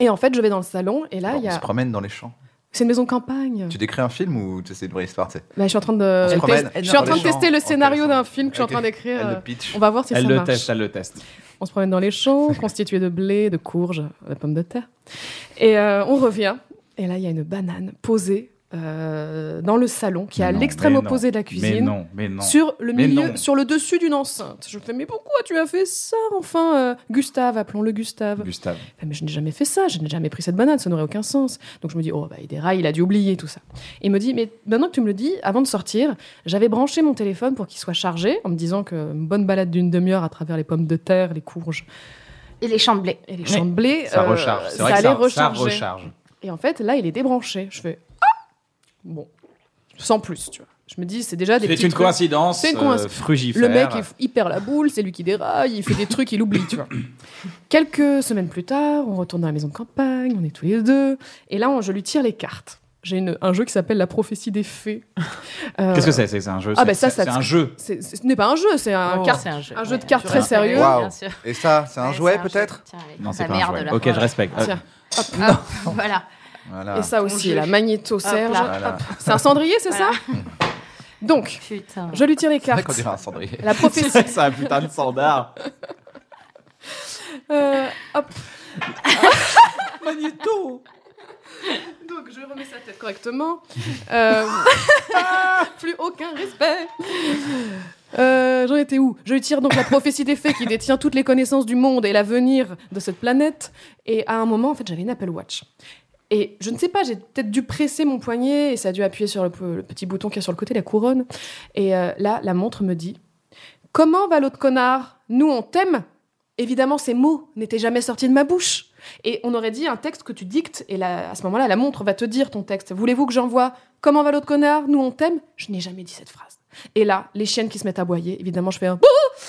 A: Et en fait, je vais dans le salon et là,
D: Alors,
A: il y
D: On
A: a.
D: se promène dans les champs.
A: C'est une maison de campagne.
D: Tu décris un film ou c'est une vraie histoire tu sais
A: Bah, je suis en train
D: On se
A: de.
D: promène
A: Je suis
D: dans
A: en train
D: les
A: de tester
D: champs,
A: le
D: en
A: scénario
D: faisant-
A: d'un film que je suis en train
D: Ok.
A: d'écrire.
D: Elle
A: euh,
D: le pitch.
A: On va voir si
C: Elle
A: ça
C: le
A: marche.
C: teste, elle le teste.
A: On se promène dans les champs, constitués de blé, de courge, de pommes de terre. Et euh, on revient. Et là, il y a une banane posée euh, dans le salon, qui est à
C: Non,
A: l'extrême
C: mais non,
A: opposé de la
C: Mais
A: cuisine.
C: non, mais non.
A: Sur le
C: Mais
A: milieu,
C: non.
A: sur le dessus d'une enceinte. Je fais, mais pourquoi tu as fait ça Enfin, euh, Gustave, appelons-le Gustave.
C: Gustave.
A: Il fait, mais je n'ai jamais fait ça, je n'ai jamais pris cette banane, ça n'aurait aucun sens. Donc je me dis, oh, bah, il déraille, il a dû oublier tout ça. Et il me dit, mais maintenant que tu me le dis, avant de sortir, j'avais branché mon téléphone pour qu'il soit chargé, en me disant qu'une bonne balade d'une demi-heure à travers les pommes de terre, les courges
B: Et les champs de blé.
A: et les champs de blé,
C: Ça
A: euh,
C: recharge. C'est
A: ça
C: vrai que
A: allait
C: ça, ça
A: recharger.
C: recharge.
A: Et en fait, là, il est débranché. Je fais, ah Bon, sans plus, tu vois. Je me dis, c'est déjà des
C: C'est
A: petits
C: une
A: trucs.
C: coïncidence.
A: C'est une coïnci-
C: euh, frugifère.
A: Le mec est hyper la boule, c'est lui qui déraille, il fait des trucs, il oublie, tu vois. Quelques semaines plus tard, on retourne dans la maison de campagne, on est tous les deux, et là, on- je lui tire les cartes. J'ai une- un jeu qui s'appelle La prophétie des fées. Euh,
C: Qu'est-ce que c'est C'est c'est un jeu.
A: Ah,
C: c'est-
A: bah ça,
C: c'est
A: ça-
C: un jeu.
A: c'est- c'est- Ce n'est pas un jeu, c'est un,
B: Oh.
A: carte-
B: C'est un jeu,
A: un jeu
B: ouais,
A: de cartes
B: un jeu.
A: très sérieux.
B: Waouh.
D: Waouh
B: bien sûr.
D: Et ça, c'est un
B: Ouais,
D: jouet
B: un jeu.
D: peut-être
B: Tiens, allez,
C: Non,
B: ta
C: c'est pas un
B: merde,
C: jouet.
B: là.
C: Ok, je respecte. Euh,
A: Tiens,
B: Ah, voilà.
D: Voilà.
A: et ça
B: Ton
A: aussi,
B: jeu.
A: la magnéto Serge.
B: là.
D: Voilà.
A: C'est un cendrier, c'est
B: Voilà.
A: ça Donc,
B: Putain.
A: je lui tire les
D: C'est vrai qu'on
A: cartes.
D: dirait un cendrier.
A: La prophétie.
C: c'est un putain de standard.
A: Euh, hop.
C: Magnéto.
A: Donc je remets sa tête correctement. Euh, Plus aucun respect. Euh, J'en étais où Je tire donc la prophétie des faits qui détient toutes les connaissances du monde et l'avenir de cette planète. Et à un moment, en fait, j'avais une Apple Watch. Et je ne sais pas, j'ai peut-être dû presser mon poignet et ça a dû appuyer sur le, pe- le petit bouton qui est sur le côté, la couronne. Et euh, là, la montre me dit Comment va l'autre connard Nous, on t'aime Évidemment, ces mots n'étaient jamais sortis de ma bouche. Et on aurait dit un texte que tu dictes, et là, à ce moment-là, la montre va te dire ton texte. Voulez-vous que j'envoie Comment va l'autre connard Nous, on t'aime Je n'ai jamais dit cette phrase. Et là, les chiennes qui se mettent à aboyer, évidemment, je fais un Bouh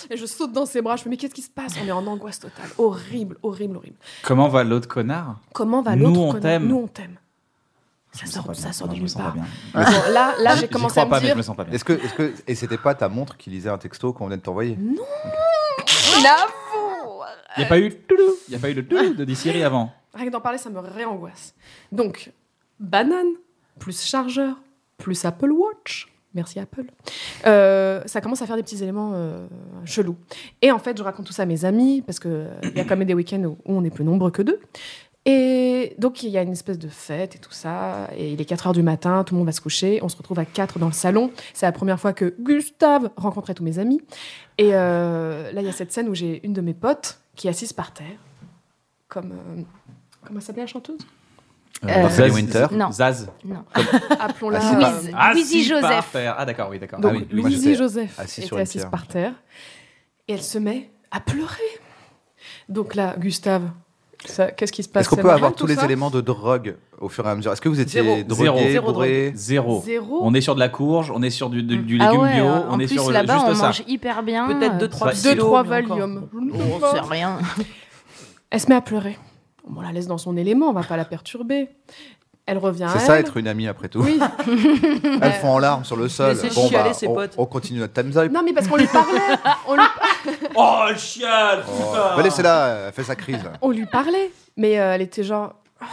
A: et je saute dans ses bras. Je me dis, mais qu'est-ce qui se passe On est en angoisse totale. Horrible, horrible, horrible.
C: Comment va l'autre connard
A: Comment va
C: Nous,
A: l'autre
C: on
A: connard
C: t'aime.
A: Nous, on t'aime. Ça
C: Je me sens
A: sort,
C: pas bien.
A: ça sort
C: Non,
A: de
C: je me
A: nulle
C: sens pas
A: part.
C: bien.
A: Bon, là, là j'ai
C: J'y
A: commencé
C: crois
A: à me
C: pas, mais
A: dire.
C: je me sens pas bien.
D: Est-ce que, est-ce que, et c'était pas ta montre qui lisait un texto qu'on venait de t'envoyer
A: Il avoue
C: Il n'y a pas eu toulou, il y a pas eu le toulou de Dissiri avant.
A: Rien que d'en parler, ça me réangoisse. Donc, banane, plus chargeur, plus Apple Watch. Merci Apple. Euh, ça commence à faire des petits éléments euh, chelous. Et en fait, je raconte tout ça à mes amis, parce qu'il y a quand même des week-ends où, où on est plus nombreux que deux. Et donc, il y a une espèce de fête et tout ça. Et il est 4 heures du matin, tout le monde va se coucher. On se retrouve à 4 dans le salon. C'est la première fois que Gustave rencontrait tous mes amis. Et euh, là, il y a cette scène où j'ai une de mes potes qui est assise par terre, comme. euh, comment s'appelait la chanteuse
B: Euh,
D: Zaz Winter.
B: Non.
C: Zaz.
B: Non.
A: Appelons-la.
D: Ah, c'est pas-
B: Louise,
C: Ah,
B: Louise
C: si, par
B: Joseph.
C: terre. Ah, d'accord, oui, d'accord.
A: Donc,
D: Ah oui, moi,
A: Louise
D: j'étais
A: Joseph
D: assis sur
A: était
D: une
A: assise
D: pierre.
A: par terre et elle se met à pleurer. Donc là, Gustave, ça, qu'est-ce qui se passe
D: Est-ce qu'on
A: C'est
D: peut
A: marrant,
D: avoir
A: tout
D: tous les
A: ça
D: éléments de drogue au fur et à mesure Est-ce que vous étiez
E: Zéro.
D: drogué,
C: Zéro
D: bourré
C: Zéro.
A: Zéro. hein.
C: On est sur de la courge, on est sur du, du, du
B: Ah
C: légume
B: ouais,
C: bio,
B: euh, en
C: on est
B: plus,
C: sur le-
B: là-bas,
C: juste
B: on
C: ça.
B: mange hyper bien.
E: Peut-être
B: euh,
E: 2-3
C: Deux,
A: Deux,
E: kilos.
A: trois
E: mais encore.
A: Valium. Je ne sais
B: On
A: pas.
B: sait rien.
A: Elle se met à pleurer. Bon, on la laisse dans son élément, on va pas la perturber. Elle revient à
D: C'est ça
A: elle.
D: être une amie après tout.
A: Oui.
D: Elles font en larmes sur le sol.
E: Laissez
D: Bon,
E: chialer
D: bah,
E: ses
D: on,
E: potes.
D: on continue notre time zone.
A: Euh, Non, mais parce qu'on lui parlait. On lui,
C: Oh, le chien
D: Bah, laissez-la, elle fait sa crise.
A: on lui parlait. Mais euh, elle était genre. Ah,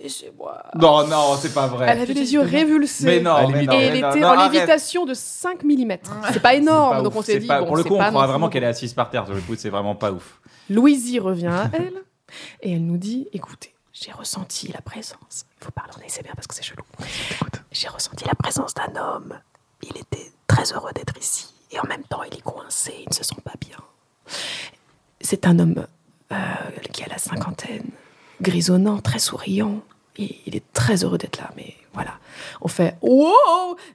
A: Laissez-moi.
C: Non, non, c'est pas
A: Elle
C: vrai.
A: avait les yeux révulsés.
C: Mais non, mais non,
A: Et elle
C: mais non,
A: était
C: non,
A: en
C: arrête.
A: lévitation de 5 mm. C'est pas
C: C'est
A: énorme,
C: pas
A: donc
C: ouf,
A: on
C: c'est
A: s'est dit.
C: pas-
A: bon,
C: pour le
A: c'est
C: coup, on
A: pas
C: croit
A: non plus-
C: vraiment qu'elle est assise par terre. Sur le coup, c'est vraiment pas ouf.
A: Louisie revient à elle et elle nous dit écoutez, j'ai ressenti la présence. Il faut parler en ASMR parce que c'est chelou. J'ai ressenti la présence d'un homme. Il était très heureux d'être ici et en même temps, il est coincé, il ne se sent pas bien. C'est un homme euh, qui a la cinquantaine, grisonnant, très souriant. Et il est très heureux d'être là, mais voilà. On fait wow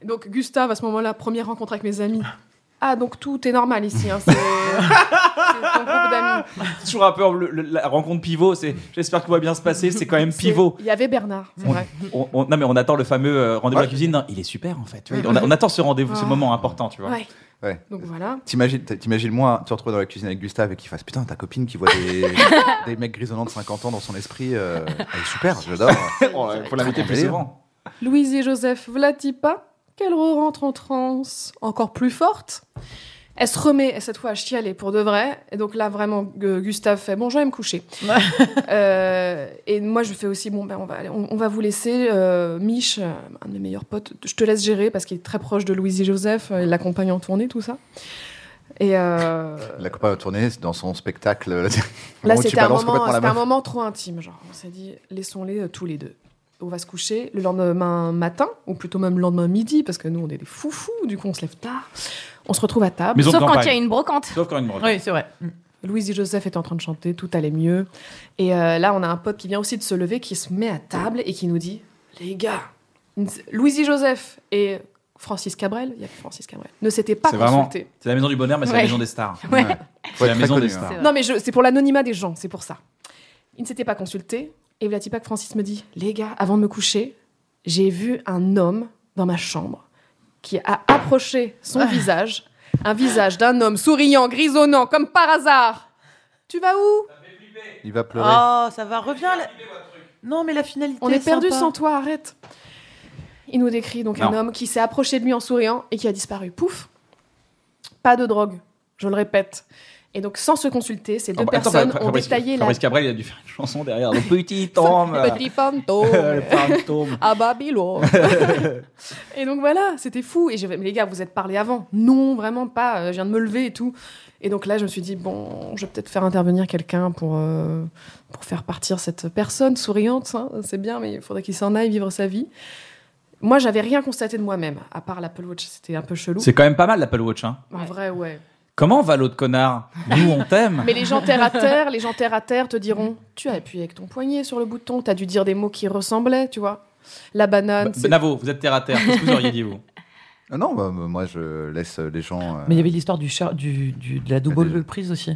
A: Donc Gustave, à ce moment-là, première rencontre avec mes amis. Ah, donc tout est normal ici, hein, c'est c'est ton groupe d'amis.
C: C'est toujours un peu le- le- la rencontre pivot. C'est j'espère que tout va bien se passer. C'est quand même pivot.
A: Il y avait Bernard, c'est vrai.
C: On- on- non, mais on attend le fameux euh, rendez-vous à
D: Ouais.
C: la cuisine. Non, il est super en fait. tu vois. On, a- on attend ce rendez-vous, ce
A: Ah.
C: moment important, tu vois.
A: Ouais.
D: Ouais.
A: Donc voilà.
D: T'imagines, t- t'imagines moi, te retrouver dans la cuisine avec Gustave et qu'il fasse putain ta copine qui voit des, des mecs grisonnants de 50 ans dans son esprit. euh, elle est super, j'adore.
C: Oh, ouais, faut l'inviter
D: Très
C: plus
D: bien.
C: souvent.
A: Louise et Joseph Vlatipa, qu'elle rentre en transe, encore plus forte. Elle se remet cette fois à chialer pour de vrai. Et donc là, vraiment, Gu- Gustave fait Bon, je vais me coucher. Euh, et moi, je fais aussi Bon, ben, on, va, aller- on, on va vous laisser. euh, Mich, euh, un de mes meilleurs potes, je te laisse gérer parce qu'il est très proche de Louise et Joseph. euh, Il l'accompagne en tournée, tout ça. Et euh,
D: La campagne tournée dans son spectacle. le
A: Là,
D: moment où tu
A: c'était un,
D: balances
A: moment,
D: complètement la
A: c'était un
D: meuf.
A: moment trop intime. Genre, on s'est dit, laissons-les euh, tous les deux. On va se coucher le lendemain matin, ou plutôt même le lendemain midi, parce que nous, on est des foufous, du coup, on se lève tard. On se retrouve à table.
C: Mais- Maison de
B: Sauf quand il y a
C: campagne.
B: une brocante.
C: Sauf quand une brogue.
E: Oui, c'est vrai.
A: Mm. Louise et Joseph étaient en train de chanter, tout allait mieux. Et euh, là, on a un pote qui vient aussi de se lever, qui se met à table et qui nous dit Les gars, Louise et Joseph et Francis Cabrel, il y a que Francis Cabrel, ne s'étaient pas
C: C'est vraiment.
A: consultés.
C: C'est la maison du bonheur, mais c'est la
B: Ouais.
C: maison des stars.
B: Ouais.
C: C'est la
D: très
C: maison
D: connu,
C: des
D: hein.
C: stars.
A: Non, mais je- c'est pour l'anonymat des gens, c'est pour ça. Ils ne s'étaient pas consultés. Et Vladipak Francis me dit Les gars, avant de me coucher, j'ai vu un homme dans ma chambre qui a approché son visage, un visage d'un homme souriant, grisonnant, comme par hasard. Tu vas où
D: Il va pleurer.
E: Oh, ça va, reviens. la- Non, mais la finalité.
A: On est perdu
E: sympa.
A: sans toi, arrête. Il nous décrit donc un
C: Non.
A: homme qui s'est approché de lui en souriant et qui a disparu. Pouf Pas de drogue, je le répète. Et donc, sans se consulter, ces deux
C: Ah bah, attends,
A: personnes
C: Fabri-
A: ont
C: Fabrice-
A: détaillé la.
C: Fabrice Cabrel, il a dû faire une chanson derrière. Le petit homme. euh,
A: Petit fantôme.
C: le fantôme.
A: à Babylone. et donc voilà, c'était fou. Et j'ai fait, mais les gars, vous êtes parlé avant. Non, vraiment pas. euh, Je viens de me lever et tout. Et donc là, je me suis dit, bon, je vais peut-être faire intervenir quelqu'un pour, euh, pour faire partir cette personne souriante. hein. C'est bien, mais il faudrait qu'il s'en aille vivre sa vie. Moi, j'avais rien constaté de moi-même, à part l'Apple Watch. C'était un peu chelou.
C: C'est quand même pas mal l'Apple Watch. Hein.
A: En vrai, ouais.
C: Comment va l'autre connard Nous, on t'aime.
A: Mais les gens terre à terre, les gens terre à terre te diront, tu as appuyé avec ton poignet sur le bouton, t'as dû dire des mots qui ressemblaient, tu vois. La banane,
C: Bah,
A: c'est-
C: Navo, vous êtes terre à terre. Qu'est-ce que vous auriez dit, vous
D: Ah Non, bah, moi je laisse les gens. euh,
E: Mais il y avait l'histoire du char- du, du- de la
D: Ah, déjà.
E: double prise aussi.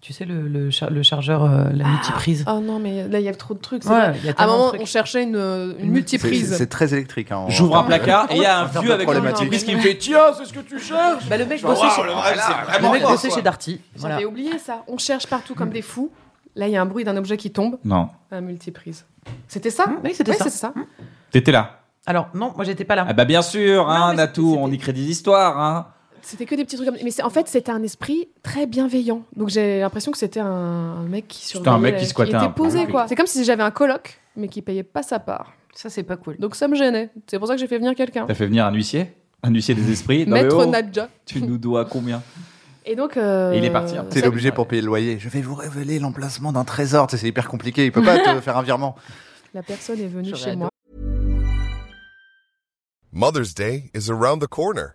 E: Tu sais, le, le, char- le chargeur, euh, la multiprise.
A: Ah non, mais là, il y a trop de trucs. c'est
E: Ouais, il y a
A: À un
E: tellement de
A: moment,
E: trucs.
A: on cherchait une, une
E: Une
D: c'est-
A: multiprise.
D: C'est c'est très électrique. hein, en-
C: J'ouvre
D: en-
C: un placard et il y a un
D: en termes
C: vieux
D: de
C: avec une
D: problématique.
C: entreprise qui me fait Tiens, c'est ce que tu cherches Oh,
E: Bah, le mec bossait chez, le mec bossait chez Darty.
A: J'avais
E: Voilà.
A: oublié ça. On cherche partout comme des fous. Là, il y a un bruit d'un objet qui tombe.
C: Non,
A: Un multiprise. C'était ça
E: Mmh. oui, c'était
A: Ouais,
E: ça.
A: c'est ça.
C: t'étais là.
E: Alors, non, moi j'étais pas là.
C: Ah bah bien sûr, hein,
E: mais
C: Natou,
E: c'était-
C: on y crée des histoires. Hein.
A: C'était que des petits trucs comme Mais c'est- en fait, c'était un esprit très bienveillant. Donc j'ai l'impression que c'était un, un mec qui surveillait.
C: un mec qui
A: la-
C: squattait
A: était
C: un-
A: posé,
C: un-
A: quoi. C'est comme si j'avais un coloc, mais qui payait pas sa part.
B: Ça, c'est pas cool.
A: Donc ça me gênait. C'est pour ça que j'ai fait venir quelqu'un.
C: T'as fait venir un huissier Un huissier des esprits Non, mais
A: Maître
C: oh,
A: Nadja.
C: Tu nous dois combien
A: Et donc. euh,
C: Et il est parti, hein.
D: T'es
A: ça-
D: obligé pour payer le loyer. Je vais vous révéler l'emplacement d'un trésor. Tu sais, C'est hyper compliqué. Il peut pas te faire un virement.
A: La personne est venue
B: J'aurais
A: chez moi.
I: Mother's Day is around the corner.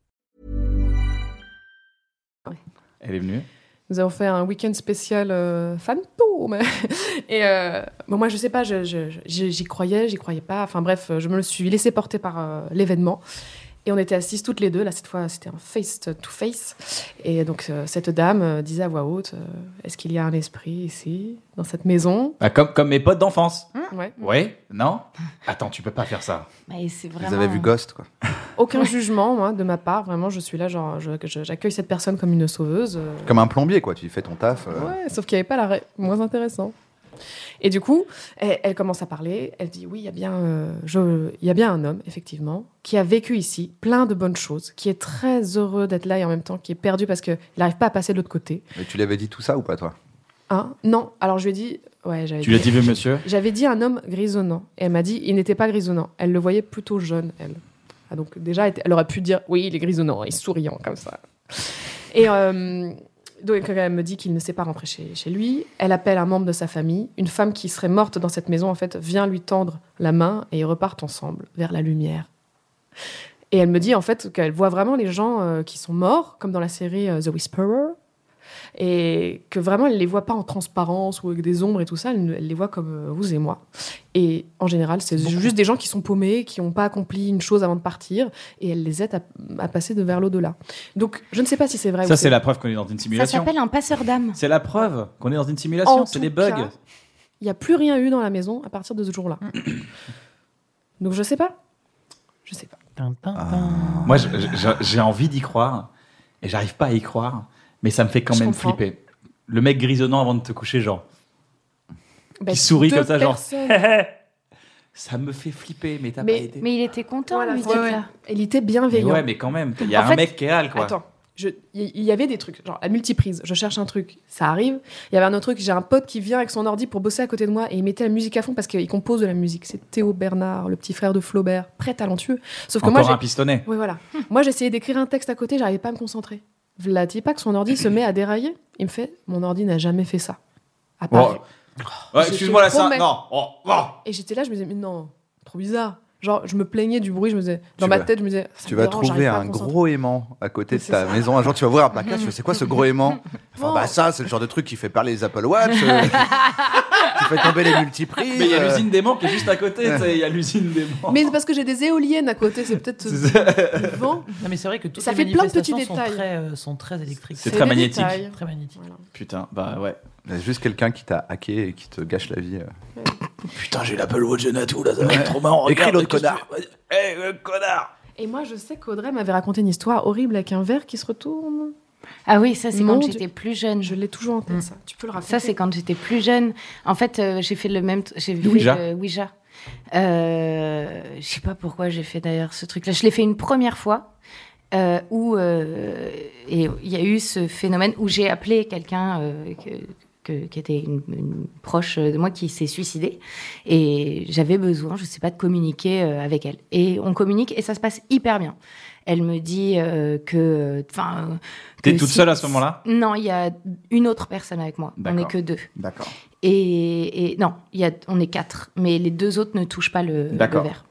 C: Elle est venue.
A: Nous avons fait un week-end spécial euh, fantôme. Et euh, bon, moi, je sais pas, je- je- je- j'y j'y croyais, j'y croyais pas. Enfin bref, je me le suis laissé porter par euh, l'événement. Et on était assises toutes les deux. Là, cette fois, c'était un face-to-face. Et donc, euh, cette dame euh, disait à voix haute euh, Est-ce qu'il y a un esprit ici, dans cette maison
C: Bah, comme, comme mes potes d'enfance.
A: Mmh. Ouais.
C: Ouais Non Attends, tu peux pas faire ça.
B: Mais Bah, c'est vraiment...
D: Vous avez vu Ghost, quoi.
A: Aucun jugement, moi, de ma part. Vraiment, je suis là, genre, je- je- j'accueille cette personne comme une sauveuse. euh,
D: Comme un plombier, quoi. Tu fais ton taf. euh,
A: Ouais, sauf qu'il n'y avait pas l'arrêt. Moins intéressant. Et du coup, elle, elle commence à parler. Elle dit Oui, il y, a bien, euh, je- il y a bien un homme, effectivement, qui a vécu ici plein de bonnes choses, qui est très heureux d'être là et en même temps qui est perdu parce qu'il n'arrive pas à passer de l'autre côté.
D: Mais tu l'avais dit tout ça ou pas, toi
A: Hein non, alors je lui ai dit Ouais, j'avais
C: Tu lui as
A: dit.
C: dit, vieux monsieur
A: J'avais dit un homme grisonnant. Et elle m'a dit Il n'était pas grisonnant. Elle le voyait plutôt jeune, elle. Ah, donc déjà, elle- elle aurait pu dire Oui, il est grisonnant, il est souriant comme ça. Et euh, donc, elle me dit qu'il ne sait pas rentrer chez, chez lui. Elle appelle un membre de sa famille. Une femme qui serait morte dans cette maison, en fait, vient lui tendre la main et ils repartent ensemble vers la lumière. Et elle me dit, en fait, qu'elle voit vraiment les gens euh, qui sont morts, comme dans la série euh, The Whisperer. Et que vraiment, elle les voit pas en transparence ou avec des ombres et tout ça, elle, elle les voit comme euh, vous et moi. Et en général, c'est juste des gens qui sont paumés, qui n'ont pas accompli une chose avant de partir, et elle les aide à, à passer de vers l'au-delà. Donc, je ne sais pas si c'est vrai
C: Ça,
A: ou
C: c'est la preuve qu'on est dans une
B: Ça
C: simulation.
B: s'appelle un passeur d'âme.
C: C'est la preuve qu'on est dans une
A: En
C: simulation. C'est
A: tout
C: des bugs.
A: cas, Il n'y a plus rien eu dans la maison à partir de ce jour-là.
C: Mm.
A: Donc, je sais pas. Je sais pas.
C: Ah. Moi, je- je- j'ai envie d'y croire et j'arrive pas à y croire, mais ça me fait quand
A: Je
C: même
A: comprends.
C: flipper. Le mec grisonnant avant de te coucher, genre,
A: Bah,
C: qui sourit
A: deux
C: comme ça, genre,
A: personnes.
C: ça me fait flipper, mais t'as pas
A: Mais-
C: aidé.
B: Mais il était content,
A: Voilà,
B: lui,
A: ouais,
B: de
A: ouais.
B: faire.
A: Il était
C: Mais
A: bienveillant.
C: ouais, mais quand même, il y a
A: En
C: un
A: fait-
C: mec qui est hal, quoi.
A: Attends, je- il y, y avait des trucs, genre la multiprise, je cherche un truc, ça arrive. Il y avait un autre truc, j'ai un pote qui vient avec son ordi pour bosser à côté de moi et il mettait la musique à fond parce qu'il compose de la musique. C'est Théo Bernard, le petit frère de Flaubert, très talentueux. Sauf que
C: Encore
A: moi,
C: un pistonnet.
A: j'ai... Oui, voilà. moi j'essayais d'écrire un texte à côté, j'arrivais pas à me concentrer. Vladipak, son ordi se met à dérailler. Il me fait, mon ordi n'a jamais fait ça. À Paris.
C: Oh,
A: Je te
C: Excuse-moi, là, ça.
A: promets.
C: Non. Oh, oh.
A: Et j'étais là, je me disais, mais non, trop bizarre. Genre, je me plaignais du bruit, je me disais, dans
D: Tu
A: ma
D: vas-
A: tête, je me disais, ça
D: Tu
A: me
D: vas trouver
A: dérange, j'arrive pas à
D: un
A: me concentrer.
D: gros aimant à côté de
A: C'est
D: ta
A: ça.
D: maison. Un jour, tu vas voir un placard, tu fais c'est quoi ce gros aimant Enfin,
A: Bon.
D: bah, ça, c'est le genre de truc qui fait parler les Apple Watch. euh, qui fait tomber les multiprises.
C: Mais il y a
D: euh,
C: l'usine des manques qui est juste à côté, tu sais, il y a l'usine des manques.
A: Mais c'est parce que j'ai des éoliennes à côté, c'est peut-être le vent.
E: Non, mais c'est vrai que toutes
A: Ça
E: les
A: fait plein de petits
E: manifestations sont
A: détails.
E: très, euh, sont très électriques.
C: C'est très
A: des
C: magnétique.
A: détails.
E: Très magnétique.
A: Voilà.
C: Putain, bah ouais.
D: Il y a juste quelqu'un qui t'a hacké et qui te gâche la vie. euh.
C: Putain, j'ai l'Apple Watch de Natou, là, ça va être trop marrant.
D: Écris
C: regarde,
D: l'autre
C: qu'est-ce
D: connard.
C: que tu- Eh, le connard
A: Et moi, je sais qu'Audrey m'avait raconté une histoire horrible avec un verre qui se retourne.
B: Ah oui, ça, c'est
A: Mon
B: quand
A: Dieu.
B: j'étais plus jeune. Mm.
A: Je l'ai toujours en tête, ça. Tu peux le raconter
B: Ça, c'est quand j'étais plus jeune. En fait, euh, j'ai fait le même. t- J'ai fait
C: Ouija.
B: le Ouija. Euh, je sais pas pourquoi j'ai fait d'ailleurs ce truc-là. Je l'ai fait une première fois. euh, où euh, et il y a eu ce phénomène où j'ai appelé quelqu'un euh, que- que- qui était une, une proche de moi qui s'est suicidée et j'avais besoin, je sais pas, de communiquer euh, avec elle. Et on communique et ça se passe hyper bien. Elle me dit euh, que, enfin, euh,
C: T'es
B: que
C: toute
B: si-
C: seule à ce moment-là
B: non, il y a une autre personne avec moi. On n'est
C: D'accord.
B: que deux.
C: D'accord.
B: Et, et- non, il y a, on est quatre, mais les deux autres ne touchent pas le, le
C: D'accord.
B: verre.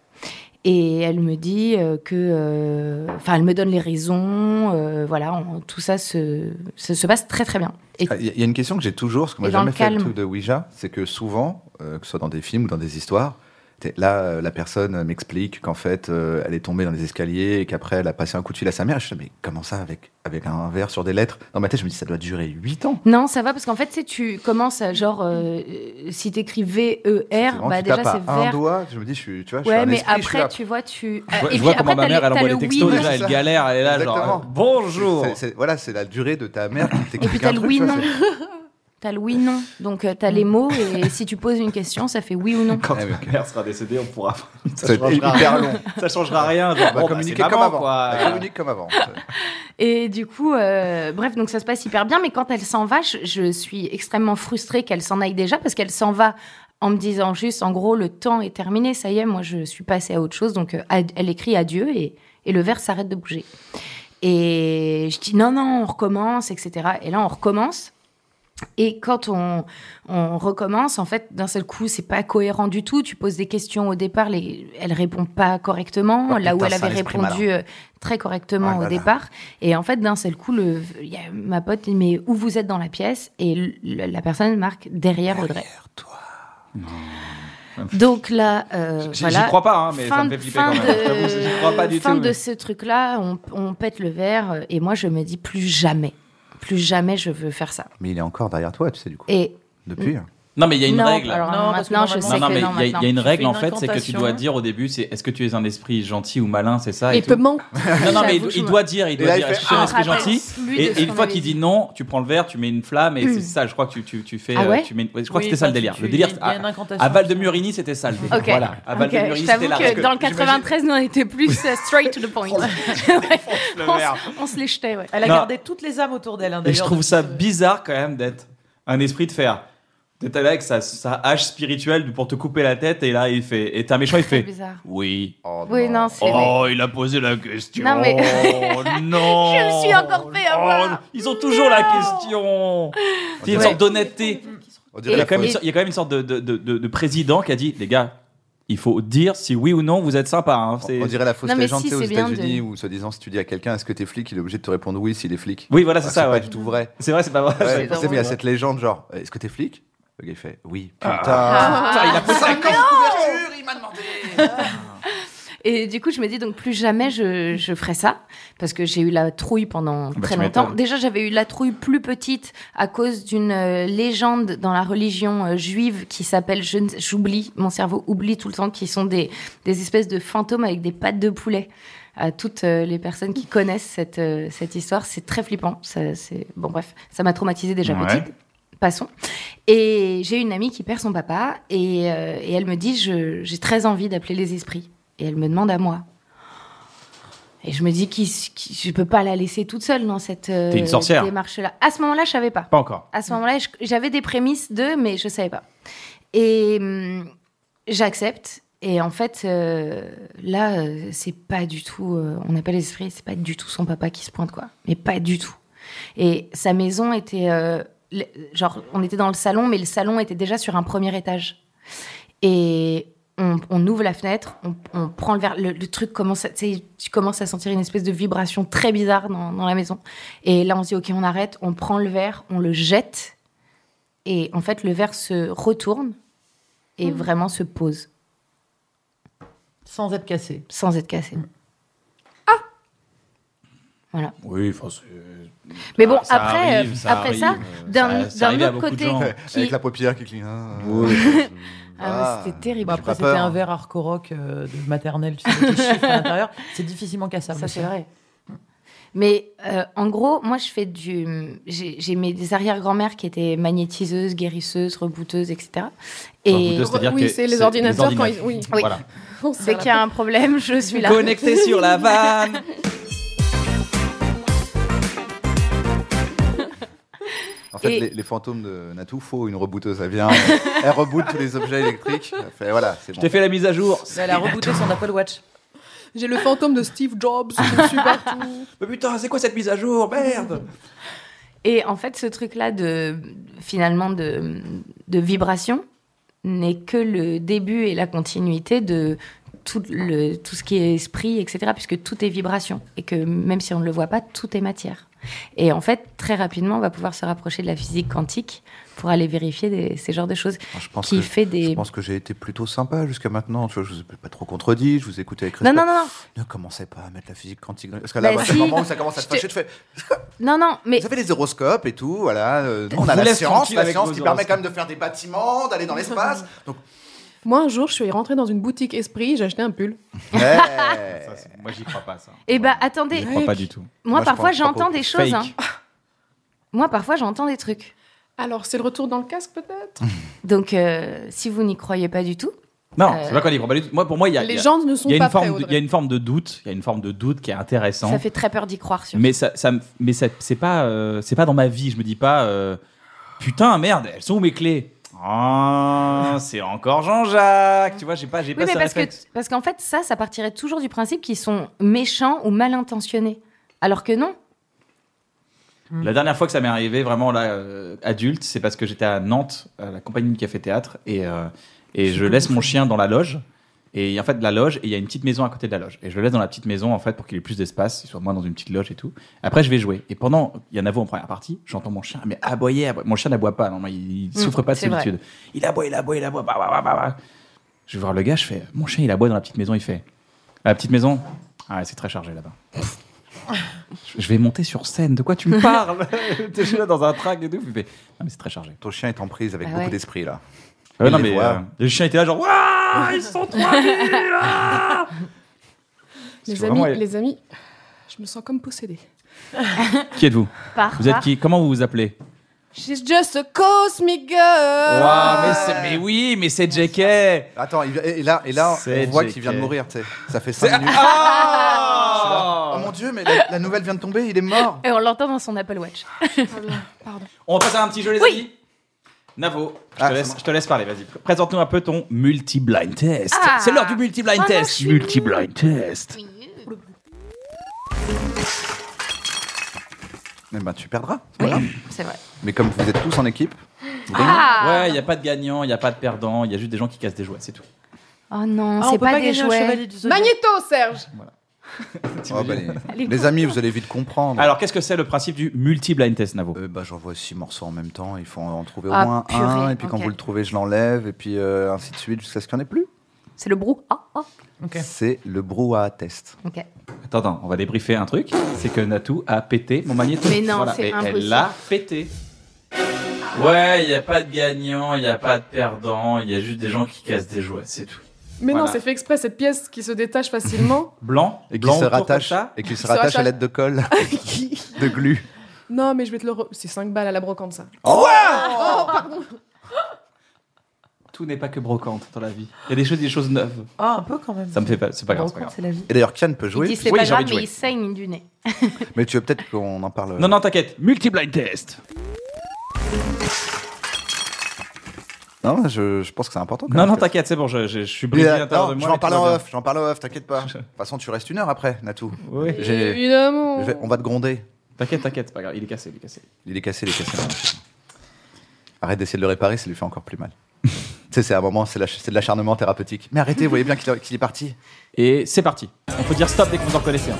B: Et elle me dit euh, que, euh, enfin, elle me donne les raisons. euh, voilà, on- tout ça se, se, se passe très très bien. Et
D: Ah, Il y a- il y a une question que j'ai toujours, parce que moi,
B: Et
D: j'ai
B: dans
D: jamais
B: le
D: fait le
B: calme.
D: truc de Ouija. C'est que souvent, euh, que ce soit dans des films ou dans des histoires, t'es- là, euh, la personne m'explique qu'en fait, euh, elle est tombée dans les escaliers et qu'après, elle a passé un coup de fil à sa mère. Je me dis, mais comment ça, avec, avec un verre sur des lettres Dans ma tête, je me dis, ça doit durer 8 ans.
B: non, ça va parce qu'en fait, tu sais, tu commences à genre, euh, euh, si t'écris V E R,
D: Vraiment,
B: bah
D: tu
B: déjà
D: tapes
B: c'est
D: à un
B: vert.
D: doigt, je me dis, je suis, tu vois, je suis
B: Ouais,
D: un
B: mais
D: esprit, je suis
B: après,
D: là.
B: tu vois, tu.
C: Je vois-
B: et
C: je vois
B: puis
C: comment
B: après,
C: ma
B: t'as
C: mère,
B: le-
C: elle envoie
B: t'as
C: les
B: le
C: textos
B: oui,
C: déjà,
D: c'est
C: elle
D: ça.
C: galère, elle est là, genre,
D: Exactement.
C: bonjour
D: C'est- c'est- voilà, c'est la durée de ta mère qui
B: Et puis
D: t'explique
B: t'as
D: un
B: le
D: truc,
B: oui
D: tu vois,
B: non.
D: c'est- Mm.
B: T'as le oui non. Donc euh, t'as les mots et si tu poses une question, ça fait oui ou non.
C: Quand
D: Ah, mais ok.
C: ma mère sera décédée, on pourra. Ça
D: C'est
C: changera,
D: hyper long.
C: ça changera rien. Genre,
D: On va
C: bon, bah,
D: communiquer
C: c'est
D: comme
C: maman,
D: avant.
C: quoi.
D: On communique comme avant.
B: Et du coup, euh, bref, donc ça se passe hyper bien, mais quand elle s'en va, je, je suis extrêmement frustrée qu'elle s'en aille déjà parce qu'elle s'en va en me disant juste, en gros, le temps est terminé, ça y est, moi je suis passée à autre chose, donc euh, ad- elle écrit adieu et, et le verre s'arrête de bouger. Et je dis non, non, on recommence, etc. Et là, on recommence. Et quand on, on recommence, en fait, d'un seul coup, c'est pas cohérent du tout. Tu poses des questions au départ, les, elle répond pas correctement,
D: Oh
B: là où
D: putain,
B: elle
D: ça,
B: avait
D: l'esprit
B: répondu euh, très correctement
D: Oh
B: au
D: là là.
B: départ. Et en fait, d'un seul coup, le, il y a ma pote dit mais où vous êtes dans la pièce Et le- le- la personne marque derrière Audrey. Donc là, euh,
C: J'y- J'y
B: voilà.
C: crois pas, hein, mais
B: fin
C: ça me
B: de-
C: fait flipper
B: fin
C: quand même. J'avoue, J'y crois pas
B: de,
C: du
B: fin
C: tout.
B: de
C: mais-
B: ce truc-là, on, on pète le verre euh, et moi je me dis plus jamais, plus jamais je veux faire ça.
D: Mais il est encore derrière toi, tu sais, du coup.
B: Et
D: Depuis.
C: Non, mais il y a une
B: non,
C: règle.
B: alors
E: Non, parce que
B: maintenant je
E: normalement-
C: Non,
B: sais
C: non,
B: que non.
C: mais il y a- il y, a
B: maintenant.
C: une
E: Tu
C: règle
E: fais
C: en
E: une
C: fait, c'est que tu dois
E: incantation.
C: dire au début, c'est est-ce que tu es un esprit gentil ou malin, c'est ça et
A: Il
C: tout.
A: peut manquer.
C: Non, non, mais il,
B: J'avoue, je
C: il
B: me-
C: doit dire, il doit
D: là, il
C: dire,
D: fait,
C: est-ce que tu es un
B: ah,
C: esprit gentil
B: rappelle-lui de ce
C: Et, et une
B: qu'on
C: fois
B: avait
C: qu'il
B: dit.
C: dit non, tu prends le verre, tu mets une flamme et c'est ça. Je crois que tu, tu, tu fais.
B: Ah
C: euh,
B: ouais
C: tu mets une- ouais, Je crois
E: Hmm. Oui,
C: que c'était ça le
E: toi, tu-
C: délire.
E: tu-
C: Le délire.
E: il y a
C: À,
E: une incantation
C: à Val de
E: comme ça.
C: Murini, c'était ça le délire.
B: Ok.
C: Voilà. À Val
B: Ok,
C: de Murini,
B: Je
C: c'était
B: t'avoue
C: la
B: que
C: règle.
B: dans le 93, nous on était plus euh, straight to the point. Ouais. on, se- on se les jetait, ouais.
E: Elle a
C: Oh, Non.
E: gardé toutes les âmes autour d'elle. hein,
C: Et je
E: d'ailleurs,
C: trouve
E: depuis
C: ça
B: euh,
E: ce-
C: bizarre quand même d'être un esprit de fer. D'être là avec sa, sa hache spirituelle pour te couper la tête et là il fait. Et t'es un méchant, il
B: C'est
C: fait.
B: bizarre.
C: Oui.
D: Oh,
B: Oui, non, c'est.
C: Oh, il a posé la question.
B: Non, mais-
C: Oh, non.
B: Je me suis encore fait avoir.
C: Oh, ils ont toujours la
B: Oh.
C: question. C'est une
B: Ouais.
C: sorte d'honnêteté.
D: On
C: Il
D: dirait
C: y, a
D: la
C: quand même
D: phrase.
C: une, sorte- il y a quand même une sorte de, de- de- de- de président qui a dit les gars, il faut dire si oui ou non vous êtes sympa. hein. C'est-
D: On dirait la fausse
B: Non, mais
D: légende
B: si,
D: tu sais, aux
B: c'est bien de-
D: États-Unis où, soi-disant, si tu dis à quelqu'un est-ce que t'es flic, il est obligé de te répondre oui s'il est flic.
C: Oui, voilà, c'est
D: Ah,
C: ça, ouais.
D: pas du tout vrai.
C: C'est vrai, c'est pas vrai.
D: Ouais,
C: C'est
D: tu sais,
C: drôle,
D: mais il y a
C: ouais.
D: cette légende genre est-ce que t'es flic Le gars il fait oui.
C: Ah.
D: Putain.
B: Ah.
C: Putain, il a pris 5 ans.
E: il m'a demandé.
B: Et du coup, je me dis donc plus jamais je, je ferai ça parce que j'ai eu la trouille pendant
C: Bah,
B: très
C: tu
B: longtemps.
C: m'étonnes.
B: Déjà, j'avais eu la trouille plus petite à cause d'une euh, légende dans la religion euh, juive qui s'appelle je ne- j'oublie, mon cerveau oublie tout le temps, qui sont des, des espèces de fantômes avec des pattes de poulet. À toutes euh, les personnes qui connaissent cette, euh, cette histoire, c'est très flippant. Ça, c'est bon, bref, ça m'a traumatisée déjà
C: Ouais.
B: petite. Passons. Et j'ai une amie qui perd son papa et, euh, et elle me dit je- j'ai très envie d'appeler les esprits. Et elle me demande à moi. Et je me dis qui, qui- je peux pas la laisser toute seule dans cette euh,
C: T'es une sorcière.
B: démarche-là. À ce moment-là, je savais pas.
C: Pas encore.
B: À ce moment-là, je- j'avais des prémices de, mais je savais pas. Et hum, j'accepte. Et en fait, euh, là, euh, c'est pas du tout. euh, on appelle les esprits, c'est pas du tout son papa qui se pointe, quoi. Mais pas du tout. Et sa maison était. euh, le- genre, on était dans le salon, mais le salon était déjà sur un premier étage. Et on, on ouvre la fenêtre, on, on prend le verre. Le, le truc commence à. Tu sais, tu commences à sentir une espèce de vibration très bizarre dans, dans la maison. Et là, on se dit, OK, on arrête, on prend le verre, on le jette. Et en fait, le verre se retourne et vraiment se pose
E: Sans être cassé. Mmh.
B: sans être cassé. Voilà.
C: Oui, enfin, c'est-
B: Mais bon,
C: ça
B: après,
C: arrive,
B: euh,
C: ça
B: après ça,
C: arrive, euh,
B: d'un
C: ça- ça
B: d'un
C: arrive à
B: autre
C: beaucoup de
B: côté,
C: gens.
B: qui-
D: Avec la paupière qui cligne. Ah,
B: Ah,
D: Ah.
B: mais c'était terrible.
E: Bah, après,
D: J'ai pas
E: c'était
D: peur.
E: un verre hardcore rock euh, de maternelle, tu sais, avec les chiffres à l'intérieur. C'est difficilement cassable.
B: Ça, c'est vrai. Mais euh, en gros, moi, je fais du. J'ai j'ai mes des arrière-grand-mères qui étaient magnétiseuses, guérisseuses, rebouteuses, etc. Et
C: Enfin, goûteuse, c'est-à-dire
A: Oui,
C: que
A: c'est les ordinateurs quand ils- oui.
B: Oui.
C: Voilà.
A: On se
B: dès
A: serre
B: qu'il y a
A: la
B: un problème, je suis là.
C: Connecté sur la vanne.
D: En fait,
B: Et-
D: les, les fantômes de Natou, faux, une rebooteuse, elle vient, euh, elle reboot tous les objets électriques. Elle fait, voilà, c'est
C: Je
D: bon.
C: t'ai fait la mise à jour.
E: Elle a rebooté son Apple Watch.
A: tête. J'ai le fantôme de Steve Jobs, je le suis partout.
C: Mais putain, c'est quoi cette mise à jour Merde
B: Et en fait, ce truc-là de finalement de, de vibration n'est que le début et la continuité de tout, le, tout ce qui est esprit, etc., puisque tout est vibration, et que même si on ne le voit pas, tout est matière. Et en fait, très rapidement, on va pouvoir se rapprocher de la physique quantique pour aller vérifier des- ces genres de choses.
D: Je pense,
B: Qui
D: que,
B: fait des-
D: je pense que j'ai été plutôt sympa jusqu'à maintenant. Tu vois, je vous ai pas trop contredit, je vous ai écouté avec
B: Non,
D: respect.
B: non, non, non,
D: Ne commencez pas à mettre la physique quantique. dans- Parce que là,
B: Bah,
D: bah, c'est
B: si.
D: le moment où ça commence à
B: Je
D: te
B: te-
D: fâcher. Tu fais,
B: non, non, mais
D: vous avez les horoscopes et tout, voilà. euh, nous,
C: On
D: on a
C: vous
D: la
C: laisse
D: science,
C: tranquille
D: la
C: avec
D: science
C: vos
D: qui permet
C: horoscopes.
D: quand même de faire des bâtiments, d'aller dans l'espace. Donc,
A: Moi, un jour, je suis rentrée dans une boutique esprit, j'ai acheté un pull.
C: Eh.
D: ouais.
C: Moi, j'y crois pas, ça.
B: eh ben, attendez,
C: J'y crois pas du tout.
B: moi,
D: Moi, je
B: parfois
D: pense pas
B: j'entends
D: beaucoup.
B: des choses.
C: Fake.
B: hein. Moi parfois j'entends des trucs.
A: Alors, c'est le retour dans le casque, peut-être
B: Donc euh, si vous n'y croyez pas du tout,
C: Non,
B: Euh,
C: c'est pas qu'on y croit pas du tout. Moi, pour moi, il y a, il
A: Les
C: y a-
A: gens ne sont
C: il y a
A: pas
C: une
A: prêts,
C: forme, de- il y a
A: Audrey.
C: une forme de doute. Il y a une forme de doute qui est intéressante.
D: hein.
B: ça fait très peur d'y croire. surtout.
C: Mais ça, ça me- mais ça- c'est pas, euh, c'est pas dans ma vie. Je me dis pas, euh, putain, merde, elles sont où mes clés Ah, c'est encore Jean-Jacques. Tu vois, j'ai pas, j'ai
B: Oui,
C: pas
B: mais
C: ce
B: parce que,
C: réflexe.
B: parce qu'en fait, ça, ça partirait toujours du principe qu'ils sont méchants ou mal intentionnés. Alors que non. Mm.
C: La dernière fois que ça m'est arrivé, vraiment là, euh, adulte, c'est parce que j'étais à Nantes, à la compagnie du café-théâtre, et, euh, et je laisse mon chien dans la loge. Et en fait, la loge, et il y a une petite maison à côté de la loge. Et je le laisse dans la petite maison, en fait, pour qu'il ait plus d'espace, il soit moins dans une petite loge et tout. Après, je vais jouer. Et pendant, il y en a en première partie, j'entends mon chien, mais aboyer, aboyer. Mon chien n'aboie pas, non, il, il
B: Mm,
C: souffre pas de
B: c'est vrai.
C: solitude. Il aboie, il aboie, il aboie, bah, bah, bah, bah, bah. Je vais voir le gars, je fais, mon chien, il aboie dans la petite maison, il fait, la petite maison, ah, ouais, c'est très chargé là-bas. Je vais monter sur scène, de quoi tu me parles Je suis là dans un track et tout. Il fait, non, mais c'est très chargé.
D: Ton chien est en prise avec
B: Bah
D: beaucoup
B: ouais.
D: d'esprit, là.
C: Ah ouais,
D: Il
C: non,
D: les
C: mais
D: voit.
C: euh, le chien était là, genre, Ouah, Ah, ils sont 3000
A: Les
C: ah C'est vraiment-
A: amis, les amis, je me sens comme possédée.
C: Qui êtes-vous
B: Par,
C: Vous êtes qui Comment vous vous appelez
A: She's just a cosmic girl
C: Ouah, mais, c'est- mais oui, mais c'est JK
D: Attends, il- et et là, et là
C: C'est
D: on voit
C: JK.
D: qu'il vient de mourir, tu sais. Ça fait 5 minutes.
C: Ah
D: Oh mon dieu, mais la, la nouvelle vient de tomber, il est mort. Ah,
B: Et on l'entend dans son Apple Watch.
C: On passe à un petit jeu, les amis Navo, je,
D: Ah,
C: te
D: c'est
C: laisse,
D: moi.
C: je te laisse parler, vas-y. Présente-nous un peu ton multi-blind test.
B: Ah.
C: C'est l'heure du multi-blind
B: Oh non, je
C: test.
B: suis
C: Multi-blind test.
D: Eh ben, tu perdras.
B: Oui, c'est vrai. Ah
D: Mais comme vous êtes tous en équipe,
C: Ouais, il n'y a pas de gagnant, il n'y a pas de perdant, il y a juste des gens qui cassent des jouets, c'est tout.
B: Oh non,
E: Ah, on
B: c'est
E: peut
B: pas,
E: pas
B: des
E: gagner un
B: jouets.
E: chevalier du Zodiac.
A: Magnéto, Serge
D: Ah, bah, les-
B: Les
D: les, amis, vous allez vite comprendre.
C: Alors, qu'est-ce que c'est le principe du multi-blind test, Navo
D: Euh, bah, J'envoie six morceaux en même temps, il faut en trouver au
B: Ah,
D: moins
B: purée,
D: un, et puis quand
B: ok.
D: vous le trouvez, je l'enlève, et puis euh, ainsi de suite jusqu'à ce qu'il n'y en ait plus.
B: C'est le brou. Ah, ah.
E: Ok.
D: C'est le brouhaha test.
B: Ok.
C: Attends, attends, on va débriefer un truc. C'est que Natou a pété mon magnéto.
B: Mais non, c'est
C: Et
B: impossible.
C: Elle l'a pété. Ouais, il n'y a pas de gagnant, il n'y a pas de perdant, il y a juste des gens qui cassent des jouets, c'est tout.
A: Mais non,
C: Voilà.
A: c'est fait exprès, cette pièce qui se détache facilement.
C: Blanc,
D: Et qui
C: blanc
D: se
C: autour comme
D: rattache,
C: ça.
D: et qui se
A: se
D: rattache à
A: rattache.
D: l'aide de colle, de glu.
A: non, mais je vais te le. re- C'est 5 balles à la brocante, ça.
C: Oh. Tout n'est pas que brocante dans la vie. Il y a des choses, des choses neuves.
E: Ah, un peu quand même.
C: Ça me fait pas, c'est pas grave,
E: Bon,
C: c'est pas grave.
E: c'est la vie.
D: Et d'ailleurs, Kian peut
B: Il
D: jouer.
B: dit c'est
C: Oui,
B: pas
C: j'ai
B: grave,
C: envie de
B: mais
C: jouer.
B: il saigne du nez.
D: Mais tu veux peut-être qu'on en parle.
C: Euh.
D: euh,
C: Non, non, t'inquiète. Multi-blind test.
D: Non, je, je pense que c'est important. quand
C: Non,
D: même,
C: non,
D: que-
C: t'inquiète, c'est bon, je, je- je suis
D: Mais,
C: brisé à
D: euh,
C: l'intérieur de
D: non, je
C: moi. mais
D: vais en
C: tout
D: parler
C: va
D: en
C: bien.
D: off, j'en parle en off, t'inquiète pas. De toute façon, tu restes une heure après, Natou.
C: Oui.
D: J'ai-
A: Évidemment.
D: je vais- on va te gronder.
C: T'inquiète, t'inquiète, c'est pas grave. Il est cassé, il est cassé.
D: Il est cassé, il est cassé. Arrête d'essayer de le réparer, ça lui fait encore plus mal. tu sais, c'est à un moment, c'est la- c'est de l'acharnement thérapeutique. Mais arrêtez, vous voyez bien qu'il qu'il est parti.
C: Et c'est parti. On peut dire stop dès que vous en connaissez un.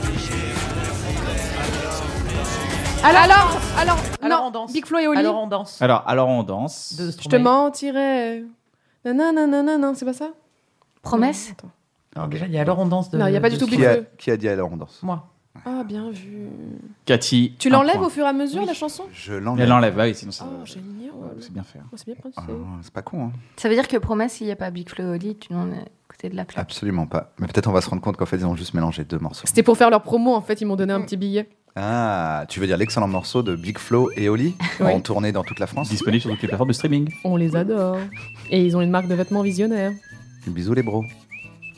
A: Alors, alors, alors,
E: Alors
A: non,
E: on danse.
A: Big Flo et Oli.
E: Alors on danse.
C: Alors, alors on danse.
E: De
A: je te
E: Stromae.
A: mentirais. Nanana, nanana, c'est pas ça
B: Promesse
A: Attends.
E: Non, déjà, il y a alors on danse de.
A: Non, il y a pas
E: de
A: du tout
E: Stromae.
D: Qui a,
A: Bleu.
D: qui a dit alors on danse
E: Moi.
A: Ah, bien vu.
C: Cathy.
A: Tu
C: un
A: l'enlèves
C: point.
A: au fur et à mesure, la chanson
D: Ah, Je
C: Elle
D: l'enlève.
C: l'enlève, bah oui, sinon ça.
A: Oh, génial.
C: Ouais, C'est bien fait. hein.
A: Oh, c'est bien pensé.
D: Ah, c'est pas con, hein.
B: Ça veut dire que promesse, il n'y a pas Big Flo et Oli, tu n'en es à côté de la plaque.
D: Absolument pas. Mais peut-être on va se rendre compte qu'en fait, ils ont juste mélangé deux morceaux.
A: C'était pour faire leur promo, en fait, ils m'ont donné
E: Mm.
A: un petit billet.
D: Ah, tu veux dire l'excellent morceau de Big Flo et Oli
A: Oui.
D: en tournée dans toute la France
C: Disponible sur toutes les plateformes de streaming.
A: On les adore. Et ils ont une marque de vêtements visionnaire.
D: Bisous les bros.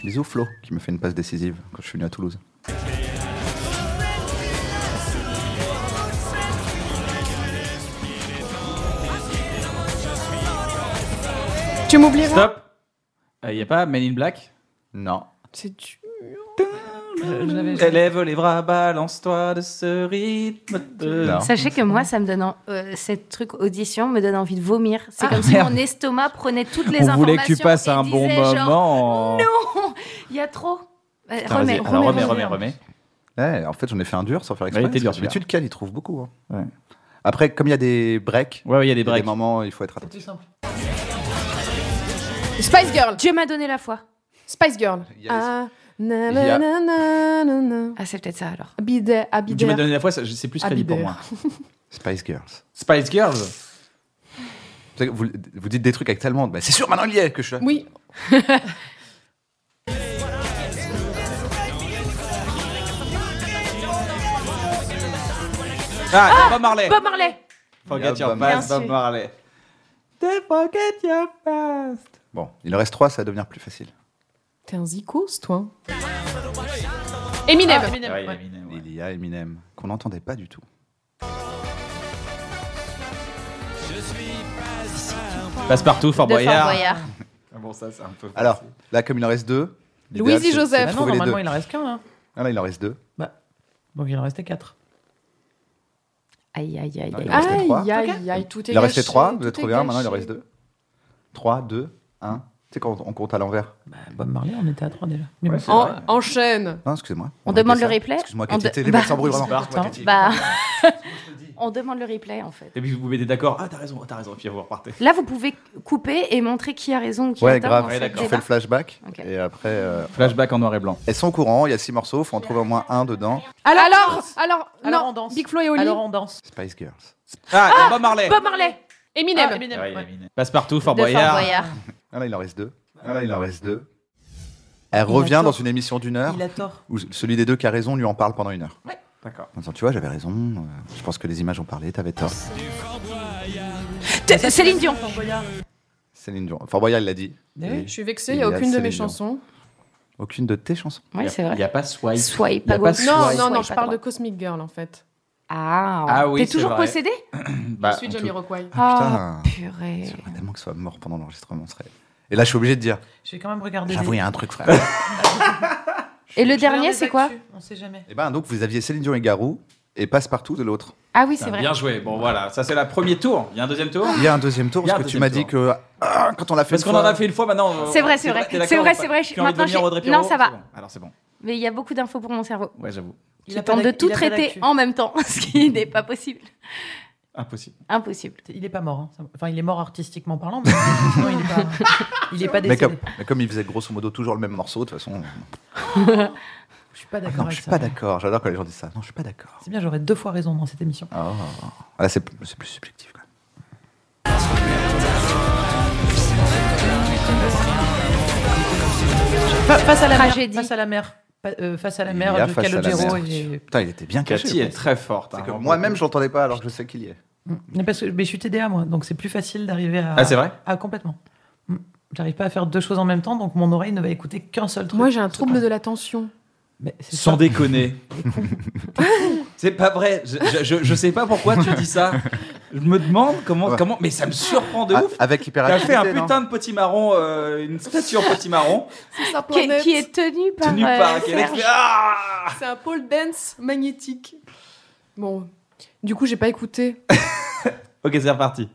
D: Bisous Flo, qui me fait une passe décisive quand je suis venu à Toulouse.
A: Tu m'oublieras
C: Stop Il n'y a pas Men in Black
D: Non.
A: C'est dur.
E: Je- je l'avais-
C: Élève les bras, balance-toi de ce rythme. De...
D: Non.
B: Sachez que moi, ça me donne en- euh, cette truc audition me donne envie de vomir. C'est comme si mon estomac prenait toutes les
C: Ah, On
B: informations.
C: voulait que tu passes
B: et
C: un bon
B: disait genre,
C: moment.
B: Non, il y a trop. Euh,
C: Putain,
B: remets,
C: vas-y, alors remets,
B: remets,
C: remets,
B: remets.
C: remets.
D: Ouais, en fait, j'en ai fait un dur sans faire exprès.
C: Ouais, il était dur,
D: parce que D'habitude, Cal, il trouve beaucoup. hein.
C: Ouais.
D: Après, comme il y a des breaks,
C: Ouais, ouais, il y a des
D: il y a des
C: breaks.
D: moments où il faut être
E: C'est
D: attentif.
E: tout simple.
A: Spice Girl
B: Dieu m'a donné la foi.
A: Spice Girl
D: Il y a les-
A: Ah, na na na na na na.
B: Ah, c'est peut-être ça alors.
A: Abidé,
C: Tu m'as
A: abidé.
C: donné la fois, ça- c'est plus crédit pour moi.
A: Habidaire.
D: Spice Girls.
C: Spice Girls
D: Vous savez, Vous, vous dites des trucs avec tellement. de- Bah, c'est sûr, maintenant il y est que je suis là.
A: Oui,
C: Ah, Bob Marley
B: Bob Marley.
C: Forget
D: Yeah,
C: your
D: Bob
C: past,
B: Marley.
C: Bob Marley. Don't forget your past.
D: Bon, il en reste trois, ça va devenir plus facile.
A: t'es un zikos, toi. Eminem
E: Ah, Eminem,
C: Ouais,
E: ouais.
C: Eminem, ouais.
D: Il y a Eminem, qu'on n'entendait pas du tout.
C: Passe-partout, Fort
B: de Fort
C: Boyard.
B: Boyard.
C: Ah Bon, ça, c'est un peu facile.
D: Alors, là, comme il en reste deux. l'idéal,
A: Louise et
D: c'est- c'est de
C: Ah
A: Joseph.
E: Bah non,
D: trouver les
E: normalement,
D: deux.
E: il en reste qu'un. hein.
D: Ah, là, il en reste deux.
E: Donc, il en restait quatre.
B: Aïe, aïe, aïe, aïe.
D: Il en restait trois.
A: Aïe, aïe, aïe, tout est
D: Il en restait
A: gâché,
D: trois, vous
A: tout
D: avez
A: est
D: trouvé un, maintenant il en
A: gâché.
D: reste deux. Trois, deux, un. Tu sais, quand on compte à l'envers.
E: Bah, Bob Marley, on était à trois déjà. Mais
C: Ouais,
E: bon.
C: c'est
A: En-
C: vrai.
A: enchaîne
D: Non, excusez-moi.
B: On
D: va
B: demande
D: oublier
B: le
D: ça.
B: replay
D: Excuse-moi,
B: On
D: Cathy,
B: de-
D: t'es- les
B: bah-
D: mecs sans bruit, vraiment.
C: Bah,
D: Excuse-moi, Cathy.
B: Bah, on demande le replay en fait.
C: Et puis vous vous mettez d'accord. Ah, t'as raison, ah, t'as raison. Et puis vous repartez.
B: Là, vous pouvez couper et montrer qui a raison ou qui a
D: Ouais,
B: tort.
D: grave.
B: en
C: Ouais,
B: fait,
C: d'accord.
D: On
B: débat.
D: fait le flashback.
B: Ok.
D: Et après, euh,
C: Flashback en noir et blanc.
D: elles sont au courant, il y a six morceaux, faut en trouver au moins un dedans.
A: Alors, alors, alors,
E: Alors,
A: non,
E: on danse.
A: Big Flo et Oli
E: Alors, on danse.
D: Spice Girls.
C: Ah, il y a Bob Marley.
B: Bob Marley.
A: Eminem
E: Ah, Eminem,
C: Ouais, il y a
E: ouais.
C: Eminem. Passe-partout, Fort
B: de Fort
C: Boyard.
B: Boyard.
D: Ah là, il en reste deux. Ah là, il en reste deux. Elle revient
E: tort.
D: dans une émission d'une heure
E: Il a tort.
D: où celui des deux qui a raison lui en parle pendant une heure.
C: D'accord.
D: En disant, tu vois, j'avais raison, euh, je pense que les images ont parlé, t'avais tort.
B: De- de Céline Dion.
E: Fort Boyard.
D: Céline Dion. Fort Boyard, il l'a dit.
E: Mais
D: Et
E: oui.
A: Eh Je suis vexée,
D: Il
A: il n'y a
D: y a
A: aucune de
D: Céline
A: mes
D: Dion.
A: chansons.
D: Aucune de tes chansons.
C: Il y
B: Ouais,
C: a-
B: c'est vrai.
C: Il n'y a pas Swipe.
B: Swipe,
C: Il y a
B: pas
C: pas
B: gauche.
C: Swipe.
A: Non,
C: Ouais,
A: non, non,
B: Swipe,
A: je
B: pas
A: parle de
B: droite.
A: Cosmic Girl, en fait.
B: Ah,
C: Ah oui,
B: T'es
C: c'est
B: toujours
C: vrai.
B: possédé
C: Bah,
A: je suis
C: en
A: Jamie
C: tout-
A: Rockwell.
D: Ah,
B: Purée.
D: J'aimerais tellement que ce soit mort pendant l'enregistrement. ce serait- Et là, je suis obligé de dire,
E: Je vais quand même regarder.
D: j'avoue,
E: les-
D: il y a un truc, frère.
B: Et le
E: Je regarde
B: dernier,
E: les
B: c'est quoi
E: actus, On sait jamais.
D: Eh Et ben donc vous aviez Céline Dion et Garou, et Passe-Partout de l'autre.
B: Ah oui,
C: Putain, Bien joué. Bon, voilà. Ça, c'est le premier tour. Il y a un deuxième tour
D: Il y a un deuxième tour
C: Il y a
D: parce
C: un
D: que tu m'as dit
C: deuxième
D: que ah, quand on l'a fait
C: Parce
D: une
C: qu'on en
D: fois-
C: a fait une fois maintenant. euh,
B: C'est vrai, c'est vrai.
C: t'es d'accord
B: C'est vrai,
C: ou pas
B: c'est vrai.
C: Tu as envie de
B: Maintenant,
C: devenir
B: j'ai-
C: Audrey
B: non,
C: Pirot
B: ça
C: C'est
B: va.
C: bon. Alors, c'est bon.
B: Mais il y a beaucoup d'infos pour mon cerveau.
C: Ouais, j'avoue.
B: Il
E: Il a pas
B: tente de
E: d'ac-
B: tout
E: il a pas
B: traiter
E: d'actu.
B: en même temps, ce qui n'est pas possible.
C: Impossible.
B: Impossible.
E: Il est pas mort. hein. Ça- Enfin, il est mort artistiquement parlant, mais sinon, il est pas, il est pas
D: mais
E: décédé.
D: comme, mais comme il faisait grosso modo toujours le même morceau, de toute façon.
E: Je suis pas
D: Ah
E: d'accord
D: non,
E: avec
D: je suis
E: ça.
D: pas d'accord. J'adore quand les gens disent ça. Non, je suis pas d'accord.
E: C'est bien, j'aurais deux fois raison dans cette émission.
D: Ah, Ah, là, c'est c'est plus subjectif. Quoi.
E: Fa- face à la
B: Tragédie.
E: mer. Face à la mer. Pa- euh, face à la mer
D: Il y a
E: de
D: Face à la
E: Calogero.
D: mer.
E: et-
D: Putain, il était bien caché.
C: Cathy est
D: quoi.
C: très forte. hein,
D: C'est que
C: vraiment.
D: moi-même, je l'entendais pas alors que je sais qu'il y est.
E: Mm. Mais parce que mais je suis TDA moi, donc c'est plus facile d'arriver à.
C: Ah, c'est vrai
E: Ah complètement. Mm. J'arrive pas à faire deux choses en même temps, donc mon oreille ne va écouter qu'un seul truc.
A: Moi, j'ai un trouble de l'attention.
E: Mais c'est
C: Sans
E: ça.
C: déconner. c'est pas vrai. Je, je- je- je sais pas pourquoi tu dis ça. Je me demande comment.
D: Ouais.
C: comment... Mais ça me surprend de
D: Ah,
C: ouf.
D: avec
C: T'as
D: hyperactivité.
C: fait un
D: non
C: putain de petit marron, euh, une statue en petit marron,
A: C'est sa
B: Qui est,
A: planète.
B: qui est tenu par.
C: tenue
B: euh,
C: par Kenneth.
B: Serge.
C: Ah
A: C'est un pole dance magnétique. Bon, du coup, j'ai pas écouté.
C: Ok, c'est reparti.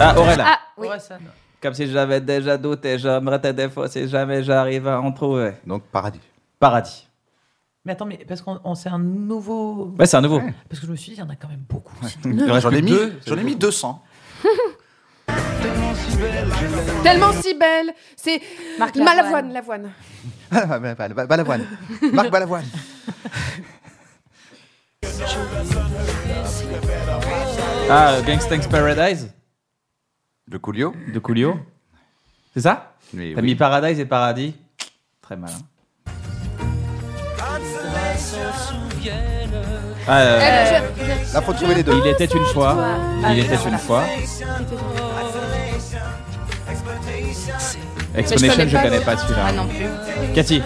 C: Ah, Aurélia.
B: Ah oui.
E: Ouais, ça, non.
C: Comme si j'avais déjà douté, j'aimerais tes défauts si jamais j'arrive à en trouver.
D: Donc, paradis.
C: Paradis.
E: Mais attends, mais parce qu'on on- c'est un nouveau.
C: Ouais, c'est un nouveau.
E: Parce que je me suis dit, il y en a quand même beaucoup.
C: Il reste
D: J'en ai,
C: plus
D: mis,
C: deux.
D: j'en ai mis 200.
A: Tellement si belle. C'est
B: Marc
A: Malavoine, l'avoine.
D: Ah, Balavoine. Marc Balavoine.
C: Ah, Gangsta's Paradise
D: Le Coolio.
C: de Coolio. C'est ça
D: Oui,
C: T'as
D: oui.
C: mis Paradise et Paradis Très hein. malin. Ah,
B: Eh
C: euh,
B: ben,
D: Là, faut trouver les deux.
C: il était une fois.
B: Ah,
C: Il était une fois. Explanation,
A: Mais
C: je
A: je connais
C: connais pas celui-là.
B: Ah non plus.
C: Cathy.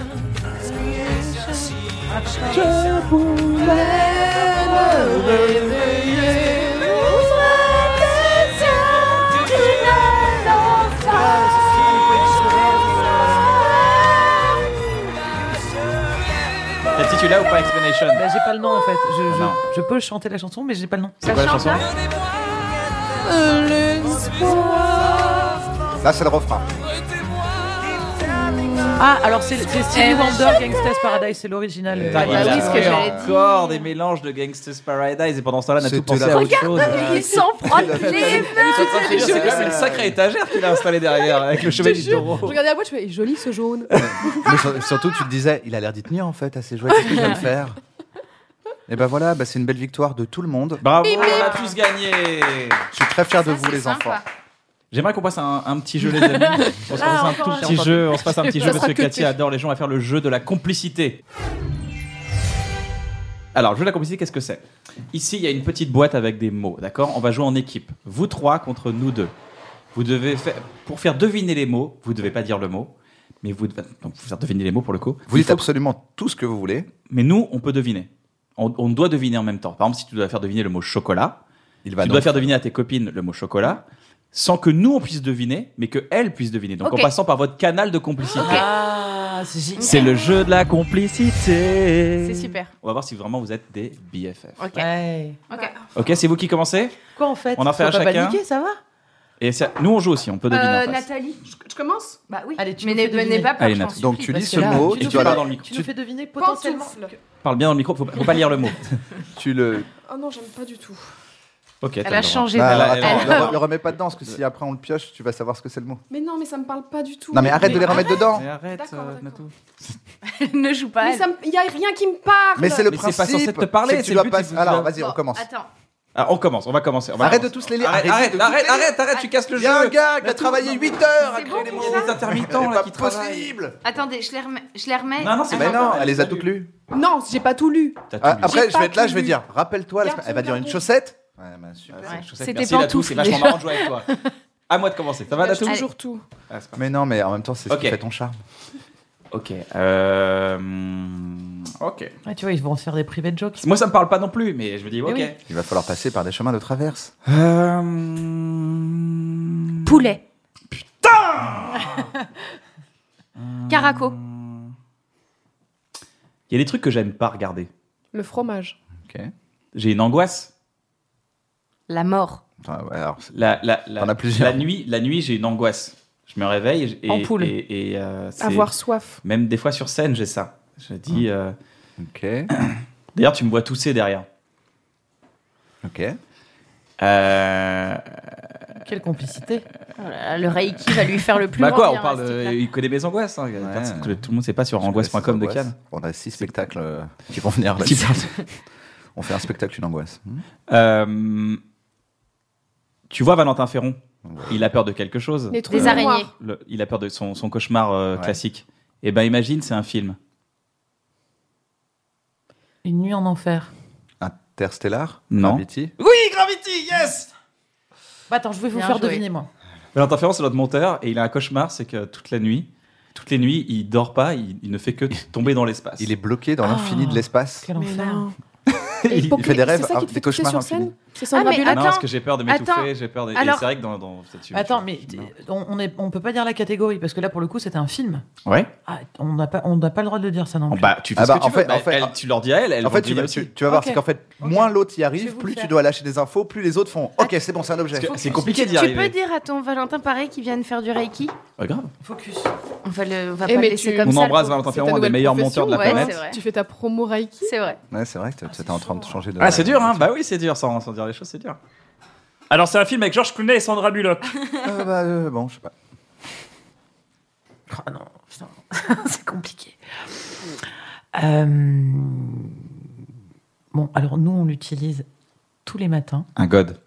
C: Cathy, tu l'as ou pas Explanation
E: Bah, j'ai pas le nom en fait. Je, je-
C: Ah, non.
E: je peux chanter la chanson, mais j'ai pas le nom.
C: C'est quoi la chanson
D: Là, c'est le refrain.
E: Ah, alors c'est c'est
B: Eh
E: Stevie
B: ben,
E: Wonder, Gangsta's Paradise, c'est l'original. Euh,
D: Et
C: Putain,
D: voilà.
C: il a
B: Oui, Euh, ce que
C: fait
B: j'allais dire.
C: encore des mélanges de Gangsta's Paradise et pendant ce temps-là, n'a tout
D: C'était
C: pensé
D: la-
C: à autre chose.
B: Ils s'en prennent les
C: C'est quand même- c'est quand même une sacrée étagère qu'il a installée derrière avec le chevet
A: Je
C: du
A: jure, je
C: taureau.
A: regardais la boîte, je fais joli ce jaune.
D: Mais sur- surtout, tu te disais, il a l'air d'y tenir en fait à ses jouets. Qu'est-ce qu'il vient de faire
C: Eh
D: Et ben voilà, bah, c'est une belle victoire de tout le monde.
C: Bravo, on a tous gagné.
D: Je suis très fier de vous, les enfants.
C: J'aimerais qu'on passe un, un petit jeu, les amis. On se fasse un
D: hein.
C: tout petit jeu. On se passe un petit jeu parce que Cathy adore les gens à faire le jeu de la complicité. Alors, le jeu de la complicité, qu'est-ce que c'est Ici, il y a une petite boîte avec des mots, d'accord On va jouer en équipe. Vous trois contre nous deux. Vous devez faire, pour faire deviner les mots, vous devez pas dire le mot, mais vous devez donc, vous faire deviner les mots pour le coup.
D: Vous
C: Il
D: dites
C: faut-
D: absolument tout ce que vous voulez.
C: mais nous, on peut deviner. On, on doit deviner en même temps. Par exemple, si tu dois faire deviner le mot chocolat,
D: Il va
C: tu
D: donc-
C: dois faire deviner à tes copines le mot chocolat, sans que nous on puisse deviner, mais que elles puissent deviner. Donc
B: Ok.
C: en passant par votre canal de complicité.
E: Ah, c'est génial.
C: C'est le jeu de la complicité.
B: C'est super.
C: On va voir si vraiment vous êtes des BFF.
B: Ok.
E: Ouais.
B: Ok.
C: Ok, c'est vous qui commencez.
E: Quoi en fait
C: On en fait
E: Faut
C: à
E: pas
C: chacun.
E: paniquer, ça va
C: Et ça- nous on joue aussi, on peut deviner.
B: Euh,
C: en face.
B: Nathalie.
A: Je, je commence
B: Bah oui.
E: Allez, tu
B: mais
E: nous fais
B: n'aie-
E: deviner.
B: n'aie pas peur.
C: Allez,
B: je
C: Nat.
B: t'en
D: Donc,
B: supplie,
D: tu
B: parce
D: lis
B: que
D: ce
B: là-
D: mot
C: tu
D: et tu
C: nous fais
D: dois
C: pas
D: la-
C: dans le micro.
E: Tu nous fais deviner potentiellement.
A: Pantoufle.
C: Parle bien dans le micro, faut, faut pas lire le mot.
D: Tu le.
A: Oh non, j'aime pas du tout.
C: Ok. t'as
B: Elle
C: le
B: a
C: droit.
B: changé.
D: Bah,
C: Elle a-
D: alors,
C: elle
D: attends,
C: a-
D: le re- le remets pas dedans parce que si après on le pioche, tu vas savoir ce que c'est le mot.
A: Mais non, mais ça me parle pas du tout.
D: Non mais arrête de les remettre dedans.
C: Mais arrête,
A: D'accord,
C: euh,
A: d'accord.
C: Natou.
B: ne joue pas.
A: Mais ça me- y a rien qui me parle.
D: Mais c'est le
C: Mais c'est
D: principe.
C: pas censé te parler,
D: c'est que
C: c'est
D: tu
C: le
D: dois
C: but,
D: pas.
C: c'est que tu
D: Alors
C: dois-
D: vas-y, on commence.
B: Attends.
C: Ah, on commence, on va commencer. on va
D: Arrête de
C: commencer.
D: tous les lire.
C: Arrête,
D: Arrête
C: arrête,
D: de tous
C: arrête,
D: les lire.
C: arrête, arrête, tu casses le
D: Il
C: jeu.
D: y a un gars qui a
C: Natou,
D: travaillé 8 heures à
B: C'est
D: créer
B: bon,
D: les
B: tout
D: mots.
C: Il y a des intermittents
D: C'est
C: là
D: pas
C: qui travaillent.
D: possible.
B: Attendez, je les remets. Je les remets.
C: Non, non, c'est
D: Mais
C: Attends,
D: non,
C: elle
D: elle les
C: a
D: a
C: tout
D: toutes lues.
A: Non, j'ai pas tout lu.
C: T'as
D: Ah,
C: tout lu.
D: Après, je
A: J'ai
D: vais
A: pas
D: être là,
A: tout
D: je vais
A: lu.
D: dire, rappelle-toi, la
A: Garde
D: semaine- elle va
A: son
D: dire une
A: carnet.
D: chaussette. Ouais, bah, super.
B: Ouais.
C: Chaussette,
B: C'était
C: Merci Natou,
B: pantoufles.
C: c'est vachement marrant de jouer avec toi. À moi de commencer. Ça va
A: Lâche
C: Natou
A: toujours tout.
C: Ah, c'est pas-
D: Mais non, mais en même temps, c'est ce qui
C: Ok.
D: fait ton charme.
C: Ok. euh, hmm, Ok.
E: Ouais, Ah, tu vois, ils vont se faire des privés de jokes.
C: Moi, ça me parle pas non plus, mais je me dis ok.
E: oui.
D: Il va falloir passer par des chemins de traverse.
C: Euh,
B: Poulet. Putain Caraco.
C: Euh, Il y a des trucs que j'aime pas regarder.
A: Le fromage.
C: J'ai une angoisse.
B: La mort.
C: la, la, la-
D: t'en as plusieurs.
C: La nuit, la nuit j'ai une angoisse. Je me réveille et j- et.
A: En poule.
C: Et, et, euh, c'est-
A: Avoir soif.
C: Même des fois sur scène, j'ai ça. Je
D: Mmh.
C: dis. Ok. D'ailleurs, tu me vois tousser derrière. Ok. Euh,
E: Quelle complicité.
B: Oh le Reiki va lui faire le plus
C: bah
B: grand
C: quoi,
B: bien
C: on
B: à
C: parle.
B: ce
C: de-
B: type-là.
C: il connaît mes angoisses. hein. Personne- tout le monde sait pas sur angoisse.com de Cannes.
D: On a six spectacles euh, qui vont venir. là.
C: Qui parlent-
D: on fait un spectacle une angoisse. Hmm
C: Euh, tu vois Valentin Ferron, il a peur de quelque chose. Euh,
A: Des trous Des noirs. araignées.
C: Le- il a peur de son, son cauchemar euh, classique. Et ben imagine, c'est un film.
E: Une nuit en enfer.
D: Interstellar
C: Non.
D: Gravity
E: Oui, Gravity, yes Bah, Attends, je vais vous
B: Bien
E: faire
B: joué.
E: deviner, moi.
C: Valentin Ferron, c'est notre monteur, et il a un cauchemar, c'est que toute la nuit, toutes les nuits, il dort pas, il, il ne fait que tomber dans l'espace.
D: Il est bloqué dans l'infini de l'espace.
E: Ah, Quel enfer.
D: Il- il fait des rêves,
A: C'est
D: ah,
A: ça qui te
D: des
A: fait tousser
D: cauchemars
A: sur
D: infinis.
A: scène C'est
B: Ah,
A: Sandra
B: mais
A: Bullock
C: Ah, non, parce que j'ai peur de
B: attends,
C: m'étouffer, j'ai peur de. et
B: alors-
C: c'est vrai que dans. dans cette-
E: Attends, mais on, on est, on peut pas dire la catégorie, parce que là, pour le coup, c'était un film.
C: Ouais.
E: Ah, on n'a pas, on n'a pas le droit de le dire, ça non plus.
C: Bah, tu fais
D: Ah bah,
C: ce que
D: en
C: tu veux.
D: fait-
C: Bah,
D: en fait-
C: elle- tu leur dis à elle, elle
D: en fait, tu vas, tu- tu vas voir, c'est qu'en fait, moins l'autre y arrive, plus tu dois lâcher des infos, plus les autres font Ok, c'est bon, c'est un objet.
C: C'est compliqué d'y
B: Tu
C: arriver.
B: peux dire à ton Valentin pareil qu'il vienne faire du Reiki
C: Pas grave.
E: Focus.
B: On va, le, on va
A: Eh,
B: pas
A: mais
B: le laisser
A: tu-
B: comme
C: On
B: ça. le
C: embrasse
B: pauvre.
C: Valentin
B: C'est
C: Ferron,
B: ta
C: un des
B: nouvelle
C: meilleurs monteurs de la
B: profession, ouais,
C: planète.
B: c'est vrai.
A: Tu fais ta promo Reiki
B: C'est vrai.
D: Ouais, c'est vrai que t'es t'es en train de changer de.
C: Ah, c'est dur, hein Bah oui, c'est dur, sans, sans dire les choses, c'est dur. Alors, c'est un film avec George Clooney et Sandra Bullock.
D: Euh, bah, euh, bon, je sais pas.
E: Ah non, putain, c'est compliqué. Euh, Bon, alors nous, on l'utilise tous les matins.
C: Un god.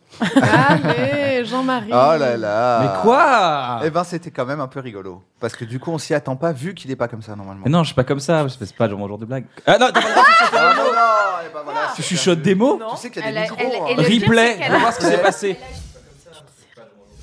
A: Allez, Jean-Marie.
D: Oh là là
C: Mais quoi
D: Eh ben, c'était quand même un peu rigolo. Parce que du coup, on s'y attend pas, vu qu'il est pas comme ça normalement.
C: Mais non, je suis pas comme ça, je fais pas mon genre de blague. Ah non, t'as pas le droit de chuchoter
D: Ah,
C: des
D: non, non,
C: mots.
D: eh ben, voilà,
C: Tu chuchotes des mots
D: Tu sais qu'il y a
B: Elle
D: des
B: a-
D: micros.
B: elle-
D: hein.
B: elle- le pire,
C: Replay,
B: c'est qu'elle
C: on va
B: a-
C: voir ce qui s'est passé.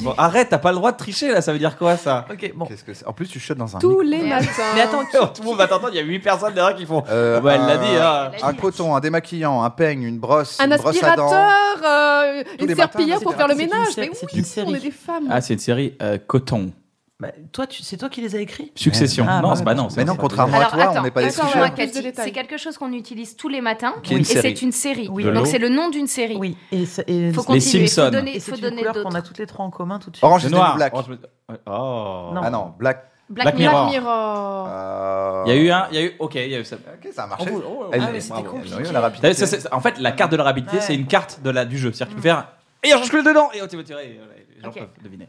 C: Bon, arrête, t'as pas le droit de tricher là, ça veut dire quoi ça
E: Ok, bon.
D: Qu'est-ce que c'est En plus, tu chutes dans un.
A: Tous les
B: Mais
A: matins.
E: Mais attends, qui-
C: Tout le monde va t'entendre, il y a 8 personnes derrière qui font.
D: Euh,
C: bah, elle
D: un-
C: l'a dit, hein.
B: Elle a
D: Un
B: dit.
D: coton, un démaquillant, un peigne, une brosse,
A: Un
D: une brosse à dents.
A: aspirateur, euh,
D: les
A: une
D: matins,
A: serpillière
E: c'est
A: pour
E: pas-
A: faire le
E: c'est une
A: ménage.
E: série-
A: Mais
E: c'est
A: oui,
E: une série.
A: on est des femmes.
C: Ah, c'est une série euh, Coton.
E: Bah, toi, tu... c'est toi qui les as écrits
C: Succession.
E: Ah,
C: non,
E: bah,
C: c'est pas
E: bah,
C: non. c'est-
D: Mais non,
C: c'est-
D: contrairement à
B: Alors,
D: toi,
B: attends,
D: on n'est pas des
A: attends,
B: Excuse-moi,
A: voilà.
D: sujets.
A: Plus de
B: Cathy,
A: détails.
B: c'est quelque chose qu'on utilise tous les matins.
D: Qui est une
B: et
D: série.
B: c'est une série.
E: Oui.
C: De l'eau.
B: Donc c'est le nom d'une série.
E: Oui, et, c'est- et-
B: Faut
C: qu'on- Les
B: continuer. Faut
C: Simpsons.
B: donner,
E: et c'est
B: faut
E: une
B: donner
E: couleur qu'on
B: d'autres.
E: a toutes les trois en commun tout de suite.
D: Orange
C: Le
D: is the new
C: noir.
D: black.
C: Orange- Oh.
E: Non.
D: Ah non, black.
B: Black,
C: Black
B: Mirror.
C: Mirror.
A: Black Mirror.
D: euh,
C: Il y a eu un. Il y a eu. Ok, il y a eu ça.
D: Ok, ça a marché.
C: Oh, oh, oh,
D: Elle-
C: ah,
E: mais c'était
D: bravo,
E: compliqué.
D: elle a eu la rapidité. Ah
C: T'as vu, ça, c'est- en fait, la carte de la rapidité,
E: Ouais.
C: c'est une carte de la, du jeu. C'est-à-dire que tu peux faire. Et on change que le dedans Et on t'y va tirer. et voilà, et Les gens
B: Ok.
C: peuvent deviner.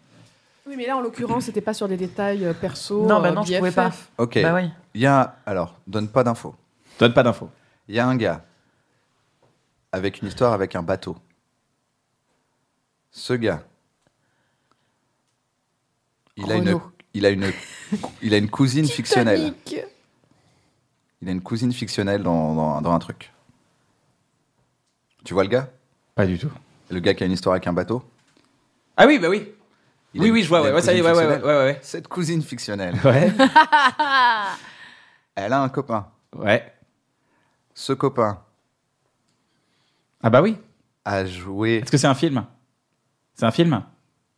A: Oui, mais là, en l'occurrence, c'était pas sur des détails euh, perso.
E: Non, bah
A: euh,
E: non, je
A: BFF.
E: pouvais pas.
D: Ok.
E: Bah oui.
D: Il y a. Alors, donne pas d'infos.
C: Donne pas d'infos.
D: Il y a un gars avec une histoire avec un bateau. Ce gars, il a une,
B: Renaud.
D: il a une, il a une cousine fictionnelle.
A: Titanic.
D: Il a une cousine fictionnelle dans, dans- dans un truc. Tu vois le gars
C: Pas du tout.
D: Le gars qui a une histoire avec un bateau
C: Ah oui, bah oui.
D: Il
C: oui,
D: a-
C: oui, je vois.
D: il a
C: Ouais,
D: une
C: ouais, ça y est, ouais,
D: cousine
C: ouais, ouais,
D: fictionnelle.
C: ouais.
D: Cette cousine fictionnelle,
C: Ouais.
D: elle a un copain.
C: ouais.
D: Ce copain
C: Ah bah oui.
D: a joué.
C: Est-ce que c'est un film C'est un film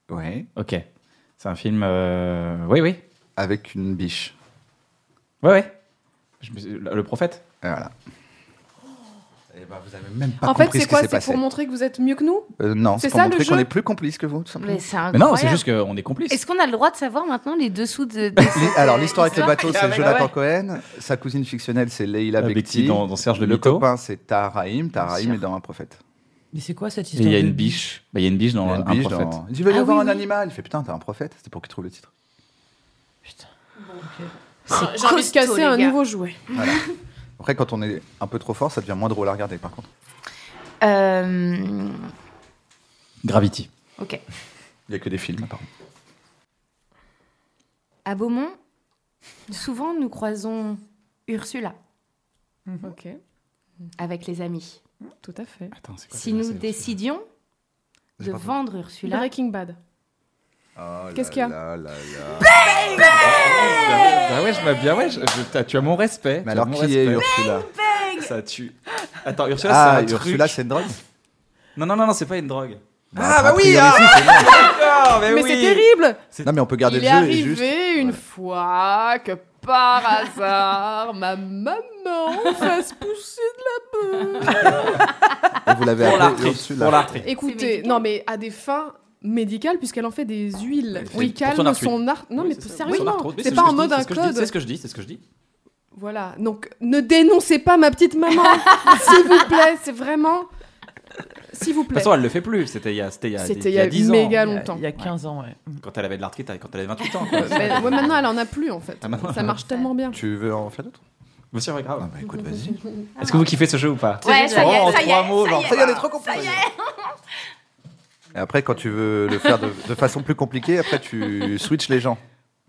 D: Ouais.
C: Ok. C'est un film. euh, Oui, oui.
D: Avec une biche.
C: Ouais, ouais. Je me suis- Le prophète
D: Et voilà. Eh ben, vous avez même pas
A: En fait,
D: compris
A: c'est
D: ce qui
A: quoi
D: s'est
A: C'est
D: passé.
A: pour montrer que vous êtes mieux que nous
D: Euh, non,
A: C'est
D: c'est pour
A: ça, le
D: montrer qu'on
A: jeu
D: est plus complices que vous, tout simplement.
B: Mais c'est
C: Mais non, c'est
B: incroyable.
C: juste qu'on est complices.
B: Est-ce qu'on a le droit de savoir maintenant les dessous de.
D: Les- Alors, l'histoire avec le bateau,
C: Ah
D: c'est
C: ouais,
D: Jonathan
C: ouais.
D: Cohen. Sa cousine fictionnelle, c'est Leila
C: Ah, Bekhti
D: Bekti.
C: dans- dans Serge le Mytho.
D: copain, c'est Taharaim. Taharaim
E: sûr.
D: est dans Un prophète.
E: Mais c'est quoi cette
C: Et
E: histoire
C: Il y a
E: de
C: une biche. Bah, Il y a une biche dans
D: il y a une
C: un
D: biche
C: prophète.
D: dans... Il dit, va y
E: Ah
D: avoir
E: oui,
D: un
E: oui.
D: animal. Il fait, putain, t'as un prophète. C'est pour qu'il trouve le titre.
E: Putain.
B: Ah,
A: J'ai envie de casser un nouveau jouet.
D: Voilà. Après, quand on est un peu trop fort, ça devient moins drôle à regarder, par contre.
B: Euh,
C: Gravity.
B: Ok.
D: Il n'y a que des films, apparemment.
B: À Beaumont, souvent nous croisons Ursula
C: Mhm.
A: Ok, Mhm,
B: avec les amis.
A: tout à fait.
C: Attends, c'est quoi
B: Si
C: ça,
B: nous
C: c'est-
B: décidions de vendre Ursula,
A: Breaking Bad.
D: Oh
A: Qu'est-ce
D: là
A: qu'il y a
D: là là là.
C: Bah ouais, je m'habille. Ouais, je- je- t'as- tu as mon respect.
D: Mais
C: tu as
D: alors,
C: mon
D: qui est
C: respect.
D: Ursula
C: Ça tue. Attends, Ursula,
D: Ah,
C: c'est un
D: Ursula,
C: truc.
D: c'est une drogue
C: Non, non, non, non, c'est pas une drogue.
D: Bah, a priori, si, c'est une drogue.
C: ah, d'accord,
A: Mais c'est terrible
D: Non, mais on peut garder
A: Il
D: le
A: est
D: jeu et
A: arrivé
D: juste.
A: une fois que par hasard, ma maman fasse pousser de la peur.
D: Et vous l'avez
C: Pour
D: appelé
C: l'arthrite,
D: Ursula.
C: pour l'arthrite.
A: Écoutez, non mais à des fins médicales puisqu'elle en fait des huiles.
C: Oui,
A: Oui,
C: pour son
A: calme
C: arthrite.
A: son art. Non mais
C: Son
A: sérieusement,
C: arthrose. Euh, Oui,
A: c'est
C: ce
A: pas
C: que
A: en
C: je
A: mode
C: dis,
A: un
C: c'est ce que je dis,
A: code.
C: C'est ce que je dis, c'est ce que je dis.
A: Voilà, donc ne dénoncez pas ma petite maman, s'il vous plaît, c'est vraiment. S'il vous
C: De toute
A: plaît.
C: façon, elle le fait plus. C'était il y a, c'était il y a,
A: C'était il y a
C: 10 ans.
A: méga longtemps.
E: Il y a 15 ans, ouais.
C: Quand elle avait de l'arthrite, quand elle avait 28 ans. quoi.
A: Mais ouais, maintenant, elle en a plus en fait.
C: Ah, maintenant,
A: Ça marche tellement Bah, bien.
D: Tu veux en faire d'autres
C: Bien sûr, ouais, grave.
D: bah, Écoute, vas-y.
C: Est-ce que vous kiffez ce jeu ou pas
B: Ouais, ça y est,
C: Oh,
B: ça y est,
C: trois mots,
B: ça y
C: genre,
B: est.
C: ça y est, elle est
D: trop compliquée. Et après, quand tu veux le faire de, de façon plus compliquée, après tu switches les gens.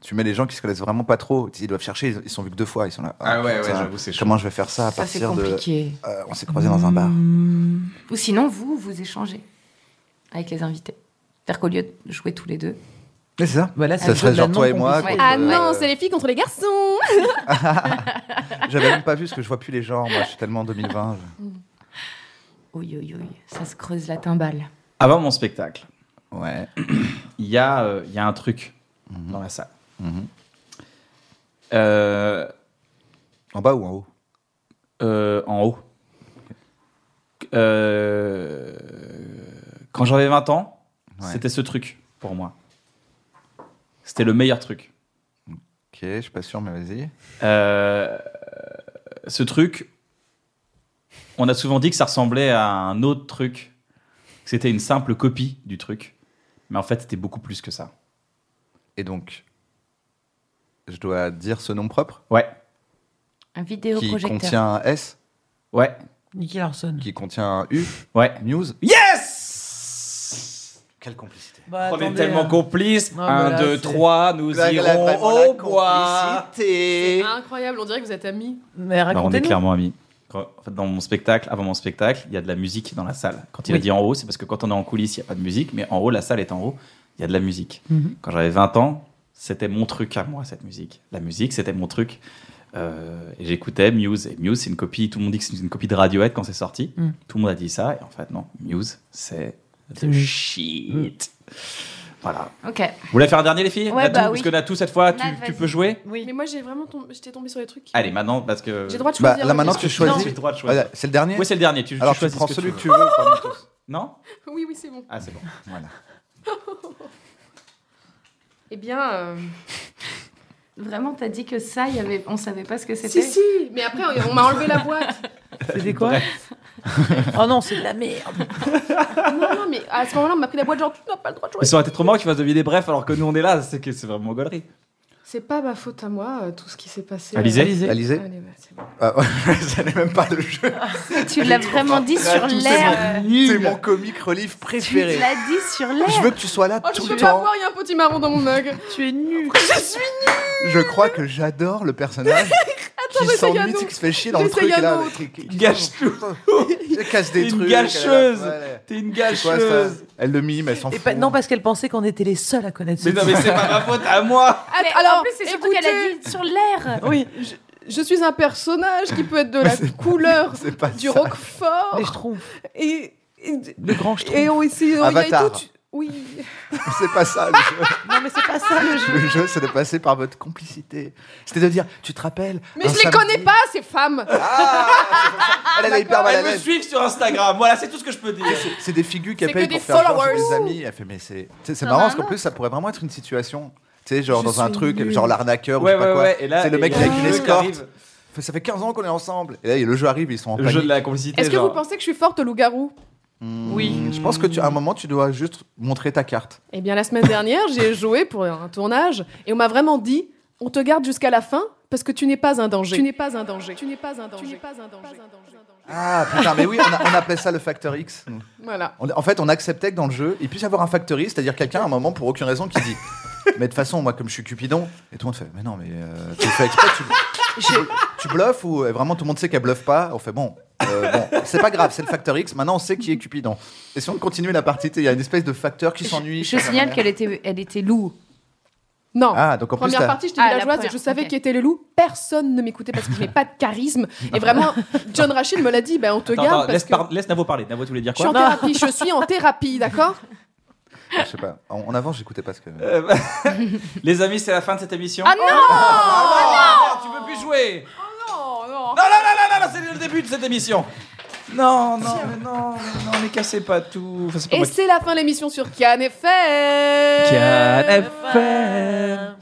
D: Tu mets les gens qui se connaissent vraiment pas trop. Ils doivent chercher, ils, ils sont vus que deux fois, ils sont là.
C: Ah ouais, ouais,
D: putain,
C: j'avoue, c'est chaud.
D: Comment je vais faire ça à
B: Ça, c'est
D: partir de.
B: compliqué.
D: Euh, on s'est croisés dans un bar.
E: Hmm.
B: Ou sinon, vous, vous échangez avec les invités. C'est-à-dire qu'au lieu de jouer tous les deux,
D: Mais c'est ça.
E: Bah là, c'est
D: ça
E: le jeu
D: serait
E: de
D: genre
E: la
D: toi et moi.
B: non-compétition.
D: contre,
A: Ah
D: euh,
A: non, c'est les filles contre les garçons
D: J'avais même pas vu parce que je vois plus les genres. Moi, je suis tellement 2020.
B: Mm. oui, oui, oui, ça se creuse la timbale.
C: Avant mon spectacle,
D: Ouais.
C: il y, a, euh, il y a un truc
D: Mhm.
C: dans la salle.
D: Mhm.
C: Euh,
D: En bas ou en haut
C: euh, en haut. Euh, quand j'avais 20 ans,
D: Ouais.
C: c'était ce truc pour moi. C'était le meilleur truc.
D: Ok, je suis pas sûr, mais vas-y.
C: Euh, ce truc, on a souvent dit que ça ressemblait à un autre truc. que C'était une simple copie du truc. Mais en fait, c'était beaucoup plus que ça.
D: Et donc, je dois dire ce nom propre
C: Ouais,
B: Un
D: qui
B: vidéoprojecteur.
D: contient un S,
C: ouais,
E: Nicky Larson.
D: qui contient un U,
C: ouais.
D: news.
C: Yes
D: Quelle complicité.
E: Bah,
C: On est
E: attendez,
C: tellement
E: euh,
C: complices.
E: Non,
C: un,
E: mais là,
C: deux,
E: c'est-
C: trois, nous irons au bois.
D: complicité.
A: Ah, Incroyable, on dirait que vous êtes amis.
E: Mais
C: Non, Bah, on est
E: racontez-nous.
C: clairement amis. Quand- en fait, dans mon spectacle, avant mon spectacle, il y a de la musique dans la salle. Quand il a
E: Oui.
C: dit en haut, c'est parce que quand on est en coulisses, il n'y a pas de musique, mais en haut, la salle est en haut, il y a de la musique.
E: Mhm.
C: Quand j'avais 20 ans, c'était mon truc à moi, cette musique. La musique, c'était mon truc. Euh, et j'écoutais Muse. Et Muse, c'est une copie, tout le monde dit que c'est une copie de Radiohead quand c'est sorti.
E: Mm.
C: Tout le monde a dit ça. Et en fait, non, Muse, c'est
E: C'est Mm.
C: de
E: mieux.
C: shit. Voilà.
B: Ok.
C: Vous voulez faire un dernier, les filles
B: Ouais,
C: Natou,
B: bah oui.
C: Parce que Natou, cette fois, tu,
B: Nat,
C: tu
B: vas-y.
C: peux jouer
A: Mais
E: Oui.
A: moi, j'ai vraiment tombé... j'étais tombée sur les trucs. qui-
C: Allez, maintenant, parce que.
A: J'ai le droit de
D: Bah,
A: choisir.
D: là
A: ouais.
D: maintenant, tu
C: Est-ce que- non,
D: choisis.
C: j'ai le droit de choisir.
D: Ah, c'est le dernier
C: Ouais, c'est le dernier. Tu,
D: Alors,
C: tu
D: tu
C: choisis
D: prends
C: ce
D: celui que
C: tu
D: tu veux. parmi tous.
C: Non
A: Oui, oui, c'est bon.
C: Ah, c'est bon.
D: Voilà.
A: Eh bien. euh,
B: Vraiment, t'as dit que ça, il y avait... on savait pas ce que c'était
A: Si, si, mais après, on on m'a enlevé la boîte.
E: C'était quoi Oh non, c'est de la merde.
A: Non, non, mais à ce moment-là, on m'a pris la boîte, genre, tu n'as pas le droit de jouer.
C: Mais ça aurait été trop marrant qu'ils fassent deviner des brefs alors que nous on est là, c'est que c'est vraiment gaulerie.
A: C'est pas ma faute à moi, euh, tout ce qui s'est passé.
C: Alizé
A: Allez,
E: Alizé.
D: Alizé
A: bah, c'est bon.
D: Ah, ouais, Ça n'est même pas le jeu.
B: Tu l'as vraiment dit sur
E: euh,
B: l'air.
D: C'est mon comique relief
B: Tu
D: préféré.
B: l'as dit sur
D: Je
B: l'air.
D: veux que tu sois là
A: Oh,
D: tout
A: je
D: le
A: peux pas
D: temps.
A: voir, il y a un petit marron dans mon mug.
E: Tu es nul.
D: Je crois que j'adore le personnage qui
A: j'essaye un
D: s'ennuie,
A: autre.
D: tu sais, qui se fait chier dans le
A: J'essaye
D: truc.
A: un
D: Là,
A: autre.
D: qui- qui- qui-
C: Gâche tout.
D: Elle casse des
C: Une
D: trucs.
C: gâcheuse.
D: elle- ouais.
C: T'es une
D: C'est quoi, ça
C: gâcheuse.
D: Elle le mime, elle s'en
E: Et
D: fout.
E: pas- non, parce qu'elle pensait qu'on était les seuls à connaître ce
C: Mais non,
E: film.
C: mais c'est pas ma faute à moi.
A: Ah,
B: Mais en
A: alors,
B: plus, c'est surtout
A: écoutez,
B: qu'elle a dit sur l'air.
E: Oui,
A: Je suis un personnage qui peut être de la couleur
D: c'est pas
A: du
D: ça.
A: roquefort.
E: les schtroumpfs.
A: Et, et,
E: Le grand schtroumpf.
A: et on essaye.
D: Avatar.
A: Oui.
D: C'est pas ça le jeu.
E: Non, mais c'est pas ça le jeu.
D: Le jeu, c'est de passer par votre complicité. C'était de dire, tu te rappelles
A: Mais
D: un
A: je les
D: samedi- Ah,
A: connais Ah, pas, ces femmes.
D: Elle avait hyper mal à
C: Elle me
D: l'aise.
C: suivent sur Instagram. Voilà, c'est tout ce que je peux dire.
D: C'est des figures
A: C'est
D: qu'elle
A: que
D: paye
A: des
D: pour faire genre, je suis
A: followers.
D: des amis. Elle fait, mais c'est. C'est c'est
B: Non,
D: marrant
B: non,
D: parce qu'en
B: non.
D: plus, ça pourrait vraiment être une situation. Tu sais, genre
A: Je
D: dans un
A: suis
D: truc,
A: nulle.
D: genre l'arnaqueur ou je sais
C: Ouais,
D: pas
C: ouais,
D: quoi.
C: ouais. Et là,
D: c'est le
C: et
D: mec
C: il y a
D: avec
C: le
D: une
C: jeu qui
D: escorte.
C: arrive.
D: Fait, Ça fait 15 ans qu'on est ensemble. Et là, le jeu arrive, ils sont en
C: Le jeu
D: panique.
C: de la complicité.
A: Est-ce que vous
C: genre.
A: pensez que je suis forte au loup-garou
D: Oui. Hmm, Je pense que tu, à un moment, tu dois juste montrer ta carte.
A: Eh bien, la semaine dernière, j'ai joué pour un tournage et on m'a vraiment dit on te garde jusqu'à la fin parce que tu n'es pas un danger. Tu n'es pas un danger. Tu n'es pas un danger. Tu n'es pas un danger.
D: Ah putain, mais oui, on, a- on appelait ça le facteur X. nous.
A: Voilà.
D: On- en fait, on acceptait que dans le jeu, il puisse y avoir un factory, c'est-à-dire quelqu'un à un moment pour aucune raison qui dit. Mais de toute façon, moi, comme je suis Cupidon, et tout le monde fait. Mais non, mais euh, tu le fais exprès, tu, tu, tu bluffes ou euh, vraiment tout le monde sait qu'elle bluffe pas On fait bon, euh, bon, c'est pas grave, c'est le facteur X. Maintenant, on sait qui est Cupidon. Et si on continue la partie, il y a une espèce de facteur qui s'ennuie.
B: Je signale qu'elle était, elle était loue.
A: Non.
D: Ah, donc en plus,
A: première
D: t'as-
A: partie, j'étais
B: Ah, la
A: villageoise,
B: première,
A: je savais
B: ok.
A: qui étaient les loups. Personne ne m'écoutait parce que je n'ai pas de charisme. Et vraiment, John Rachid me l'a dit, ben on te
C: Attends,
A: garde
C: attends,
A: parce
C: laisse,
A: que
C: par- laisse Navo parler. Navo, tu voulais dire
A: je suis
C: quoi
A: en thérapie, je suis en thérapie, d'accord
D: Je sais pas. En, en avant, j'écoutais pas ce que.
C: Euh, bah, Les amis, c'est la fin de cette émission. Oh, bah,
B: Ah non
C: Ah non, merde, Tu peux plus jouer
A: Oh non
C: Non, non, non, non, non, c'est le début de cette émission Non, non, mais non, mais non, mais cassez pas tout Enfin, c'est pas
A: Et
C: moi
A: c'est la fin de l'émission sur Cannes FM.
C: qui- Can FM.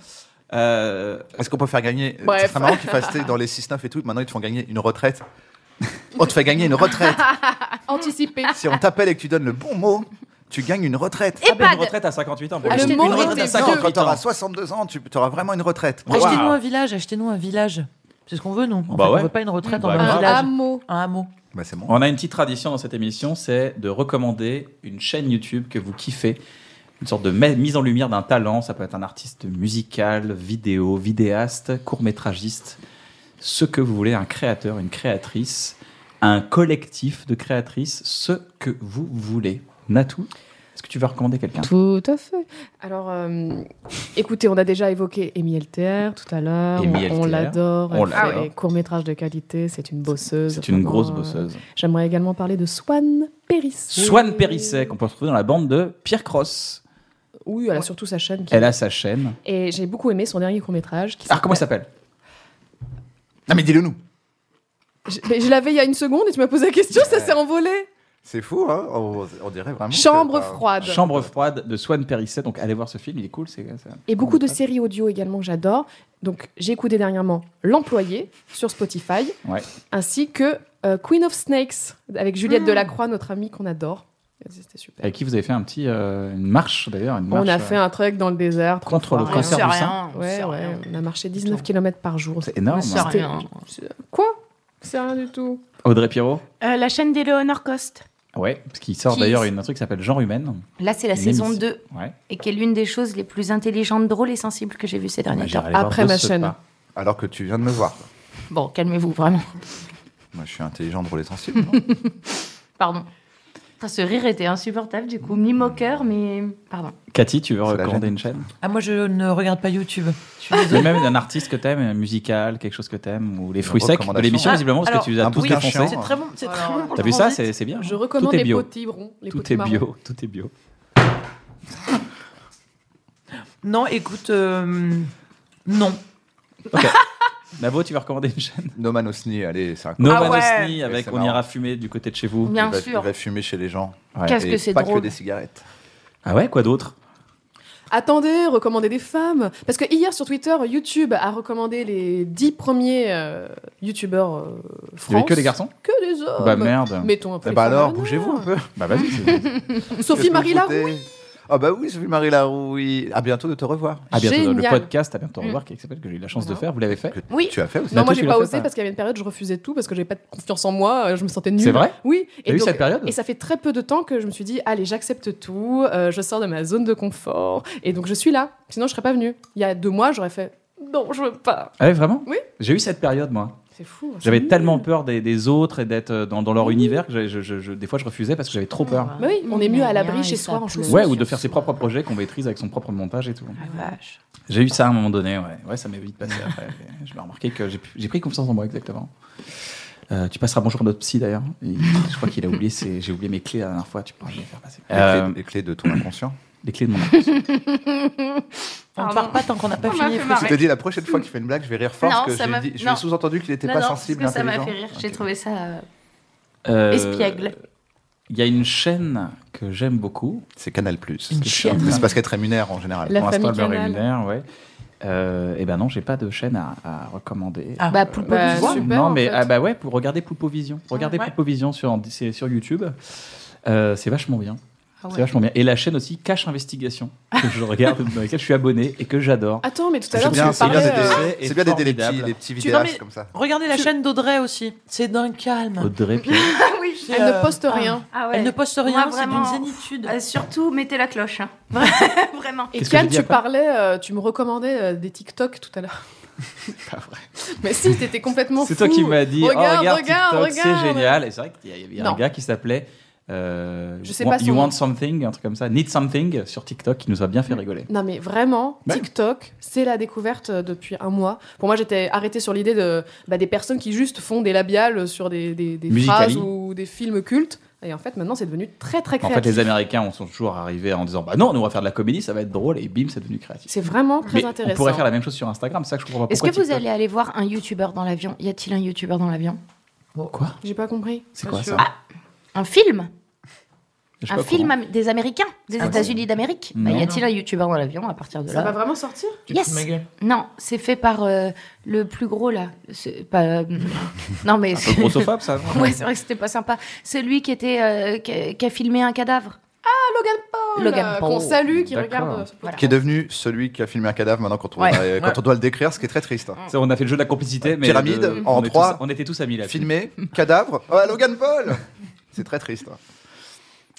C: Euh,
D: Est-ce qu'on peut faire gagner euh,
A: Bref.
D: C'est très marrant qu'ils fassent tu sais, dans les 6-9 et tout. Maintenant, ils te font gagner une retraite. on te fait gagner une retraite.
A: Anticipé.
D: Si on t'appelle et que tu donnes le bon mot, tu gagnes une retraite.
C: ah, ben, une retraite à 58 ans. pour
A: Ah,
C: le
A: le
C: coup.
A: mot
C: Une retraite
A: était
C: à
D: Quand
C: 58
D: tu
C: ans.
D: auras 62 ans, tu auras vraiment une
A: Ah,
D: retraite.
E: Achetez-nous
C: Waouh.
E: un village, achetez-nous un village. C'est ce qu'on veut, nous. En
C: Bah
E: fait,
C: ouais.
E: On veut pas une retraite
C: Bah
E: en
C: ouais.
E: un
A: Un
E: village.
A: hameau.
E: Un hameau.
D: Bah, c'est bon.
C: On a une petite tradition dans cette émission, c'est de recommander une chaîne YouTube que vous kiffez. Une sorte de me- mise en lumière d'un talent. Ça peut être un artiste musical, vidéo, vidéaste, court-métragiste, ce que vous voulez, un créateur, une créatrice, un collectif de créatrices, ce que vous voulez. Natou, est-ce que tu veux recommander quelqu'un
A: Tout à fait. Alors, euh, écoutez, on a déjà évoqué Amy Elter tout à l'heure.
C: Amy
A: On, on
C: Elter.
A: l'adore.
C: On
A: Elle
C: l'adore.
A: fait des courts-métrages de qualité. C'est une bosseuse.
C: C'est une
A: Vraiment,
C: grosse
A: euh,
C: bosseuse.
A: J'aimerais également parler de Swan Périsset.
C: Swan Périsset, qu'on peut retrouver dans la bande de Pierre Cross.
A: Oui, elle a surtout sa chaîne. qui-
C: Elle a sa chaîne.
A: Et j'ai beaucoup aimé son dernier court-métrage. qui
C: Alors, comment elle s'appelle
D: Non, mais dis-le nous.
A: Je, mais je l'avais il y a une seconde et tu m'as posé la question, ça s'est envolé.
D: C'est fou, hein on, on dirait vraiment. que
A: Chambre
D: t'as-
A: froide.
C: Chambre froide de Swan Périsset. Donc, allez voir ce film, il est cool. c'est c'est-
A: Et beaucoup de séries audio également, j'adore. Donc j'ai écouté dernièrement L'Employé sur Spotify,
C: Ouais.
A: ainsi que euh, Queen of Snakes avec Juliette
C: Ah.
A: Delacroix, notre amie qu'on adore. C'était super.
C: Avec qui vous avez fait un petit, euh, une marche d'ailleurs. une
A: On
C: marche,
A: a
C: euh,
A: fait un trek dans le désert. trois
C: Contre le
A: fois.
B: On
C: cancer
B: sait
C: du
B: rien. on
A: Ouais,
B: sait
A: ouais,
B: rien.
A: on a marché 19 km par jour.
C: C'est énorme.
B: On sait
C: hein.
A: C'était-
B: rien.
A: Quoi C'est rien du tout.
C: Audrey Pierrot
J: Euh, la chaîne d'Eleonore Coste.
C: Ouais, parce qu'il sort
B: Qui-
C: d'ailleurs une- un truc qui s'appelle Genre humaine.
B: Là, c'est la
C: Une
B: saison
C: émission.
B: 2
C: Ouais.
B: et qui est l'une des choses les plus intelligentes, drôles et sensibles que j'ai vues ces
C: Bah,
B: derniers temps.
A: Après ma chaîne.
D: Alors que tu viens de me voir.
B: Bon, calmez-vous, vraiment.
D: Moi, je suis intelligent pour les sensibles.
B: Pardon. Putain, Ce rire était insupportable, du coup, mi-moqueur, mais. Pardon.
C: Cathy, tu veux
D: C'est la
C: recommander
D: gêne.
C: une chaîne
E: Ah, moi, je ne regarde pas YouTube. Je suis
C: Mais
E: désolée.
C: même d'un artiste que t'aimes, un musical, quelque chose que t'aimes, ou les fruits secs de
D: recommandation.
C: l'émission,
D: Ah,
C: visiblement, parce que
E: alors,
C: tu les as
D: un
C: tous
D: bouquin
C: défoncés.
E: C'est très bon. C'est très bon. pour
C: T'as
E: le
C: vu ça
E: transit.
C: C'est c'est bien.
A: Je
C: hein.
A: recommande
C: Tout est
A: les
C: bio.
A: pots tibrons. Les
C: Tout
A: petits
C: est
A: marrons.
C: bio. Tout est bio.
E: Non, écoute, euh, non.
C: Navo, tu veux recommander une chaîne
D: no Man Osni, allez, c'est un
C: No
B: Ah
C: Man
B: ouais.
C: Osni avec
D: c'est
C: On
D: marrant.
C: ira fumer du côté de chez vous.
B: Bien
D: il va,
B: sûr.
D: il va fumer chez les gens.
B: Qu'est-ce
D: Et
B: que c'est
D: pas
B: drôle.
D: que des cigarettes.
C: Ah ouais, quoi d'autre
A: Attendez, recommandez des femmes. Parce que hier sur Twitter, YouTube a recommandé les 10 premiers euh, YouTubeurs euh,
C: Il y avait
A: France.
C: que des garçons
A: Que des hommes.
C: Bah merde.
A: Mettons un peu.
D: Eh
A: les
D: bah
A: femmes
D: alors,
A: en
D: bougez-vous un
A: honneur.
D: peu.
C: Bah vas-y. c'est-
A: Sophie Marie Laroux.
D: Ah bah oui, Sophie-Marie Larouille. À bientôt de te revoir.
C: À bientôt dans le
A: Génial.
C: podcast, à bientôt au
B: Mm.
C: revoir, qui s'appelle que j'ai eu la chance de
A: Voilà.
C: faire. Vous l'avez fait
D: Que
B: Oui.
D: Tu as fait aussi.
A: Non, moi
C: Nato, Bah, tu
A: j'ai
C: l'as
A: pas
C: fait,
A: osé
C: ça
A: parce qu'il y avait une période où je refusais tout parce que j'avais pas de confiance en moi, euh, je me sentais nulle.
C: C'est vrai
A: Oui.
C: T'as eu cette période
A: Et ça fait très peu de temps que je me suis dit allez j'accepte tout, euh, je sors de ma zone de confort et donc je suis là. Sinon je serais pas venue. Il y a deux mois j'aurais fait non je veux pas.
C: Ah ouais, vraiment
A: Oui.
C: J'ai eu cette période, moi.
A: C'est fou. hein, c'est
C: J'avais
A: nul.
C: tellement peur des, des autres et d'être euh, dans, dans leur univers que j'avais- je- je- je- des fois je refusais parce que j'avais trop peur.
A: Bah oui, on est mieux à l'abri
B: Rien,
A: chez
B: et
A: soi
B: ça
A: en
B: pleut.
A: chaussures.
C: Ouais, ou de faire ses propres projets qu'on maîtrise avec son propre montage et tout.
B: La
A: Ah,
B: vache.
C: J'ai eu ça à un moment donné, ouais. Ouais, ça m'est vite passé après. Je me remarqué que j'ai pu- j'ai pris confiance en moi, exactement. Euh, tu passeras bonjour à notre psy d'ailleurs. Il- Je crois qu'il a oublié ses- J'ai oublié mes clés la dernière fois. Tu pourras me les faire passer.
D: Les,
C: Euh,
D: clés, les clés de ton inconscient.
C: les clés de mon arbre.
E: On ne
B: Pardon.
E: part pas tant qu'on n'a pas
B: On m'a
E: fini.
B: fait
E: Fritz.
D: Tu te dis la prochaine fois qu'il fait une blague, je vais rire fort
B: Non,
D: parce
B: ça
D: que je
B: m'a-
D: lui ai dit- je lui
B: non.
D: ai sous-entendu qu'il n'était
B: Non,
D: pas
B: non,
D: sensible.
B: parce que ça m'a fait
D: intelligent.
B: rire. J'ai
D: Ok.
B: trouvé ça euh,
C: Euh,
B: espiègle.
C: Il y a une chaîne que j'aime beaucoup.
D: C'est Canal+.
C: Une chaîne.
D: Mais C'est parce qu'elle te rémunère en général.
A: La
C: Pour l'instant, elle
A: famille
C: me
A: Canal.
C: rémunère, ouais. Euh, et ben non, j'ai pas de chaîne à, à recommander. Euh,
E: Ah.
B: Bah, pour le
A: Bah, super,
C: non,
A: en
C: mais
A: fait. Ah,
C: ah bah ouais, pour regarder Poupo Vision. Regardez
E: Ouais.
C: Poupo Vision sur, c'est sur YouTube. Euh, c'est vachement bien.
B: Ah ouais.
C: C'est vachement bien. Et la chaîne aussi Cache Investigation, que je regarde, dans laquelle je suis abonné et que j'adore.
A: Attends, mais tout
D: C'est
A: à l'heure, tu
D: bien,
A: me
D: c'est
A: parlais. Ah,
D: bien
C: euh,
D: d'aider-
C: est
D: c'est bien d'aider les
C: formidable.
D: petits, les petits
E: Tu- non, mais-
D: vidéastes comme ça.
E: Regardez la chaîne d'Audrey aussi. C'est d'un calme.
C: Audrey Pierre.
B: oui.
E: C'est,
A: Elle
E: euh,
A: ne poste rien.
B: Ah ouais.
E: Elle ne poste
B: Moi,
E: rien. C'est d'une
B: vraiment.
E: zénitude.
B: Euh, surtout, mettez la cloche. hein. vraiment.
A: Et
C: Qu'est-ce que
A: Kian,
C: j'ai dit
A: tu
C: après
A: parlais, euh, tu me recommandais euh, des TikTok tout à l'heure.
C: Pas vrai.
A: Mais si, t'étais complètement
C: C'est
A: fou.
C: toi qui m'as dit oh,
A: Regarde,
C: regarde,
A: regarde,
C: TikTok,
A: regarde.
C: c'est génial. Et c'est vrai qu'il y a- il y a un
A: Non.
C: gars qui s'appelait. euh,
A: Je sais
C: Want-
A: pas son
C: You
A: nom.
C: want something, un truc comme ça, need something sur TikTok qui nous a bien fait rigoler.
A: Non mais vraiment,
C: Ouais.
A: TikTok, c'est la découverte euh, depuis un mois. Pour moi, j'étais arrêtée sur l'idée de bah, des personnes qui juste font des labiales sur des, des, des
C: Musical.ly.
A: phrases ou des films cultes. Et en fait, maintenant, c'est devenu très, très
C: En
A: créatif.
C: fait, les Américains on sont toujours arrivés en disant Bah non, nous on va faire de la comédie, ça va être drôle, et bim, c'est devenu créatif.
A: C'est vraiment très
C: Mais
A: intéressant.
C: On pourrait faire la même chose sur Instagram, c'est ça que je comprends pas.
B: Est-ce que
C: Pourquoi
B: vous
C: TikTok
B: allez aller voir un youtubeur dans l'avion Y a-t-il un youtubeur dans l'avion
C: Quoi
A: Oh, J'ai pas compris.
C: C'est quoi ça
B: Ah, Un film
C: Je suis
B: Un
C: pas
B: film
C: courant.
B: am- des Américains, des
C: Ah ouais.
B: États-Unis d'Amérique Bah,
C: Non.
B: Y a-t-il un youtubeur dans l'avion à partir de
A: Ça
B: là
A: va vraiment sortir
B: Yes. Non, c'est fait par euh, le plus gros là. C'est Pas, euh, non mais
C: Un peu grossophobe, ça.
B: ouais, c'est vrai que c'était pas sympa. Celui qui était euh, qui, a, qui a filmé un cadavre.
A: Ah, Logan Paul
B: Logan
A: euh,
B: Paul.
A: Qu'on salue, qui
C: D'accord.
A: regarde. euh, ce podcast.
D: Qui est devenu celui qui a filmé un cadavre maintenant quand on,
B: Ouais.
D: euh, quand
C: Ouais.
D: on doit le décrire, ce qui est très
A: Mm.
D: triste.
C: C'est- On a fait le jeu de la complicité, mais.
D: Pyramide,
C: de-
D: en
C: on est
D: trois.
C: tous- On était tous amis là.
D: Filmé, cadavre, oh, Logan Paul C'est très triste.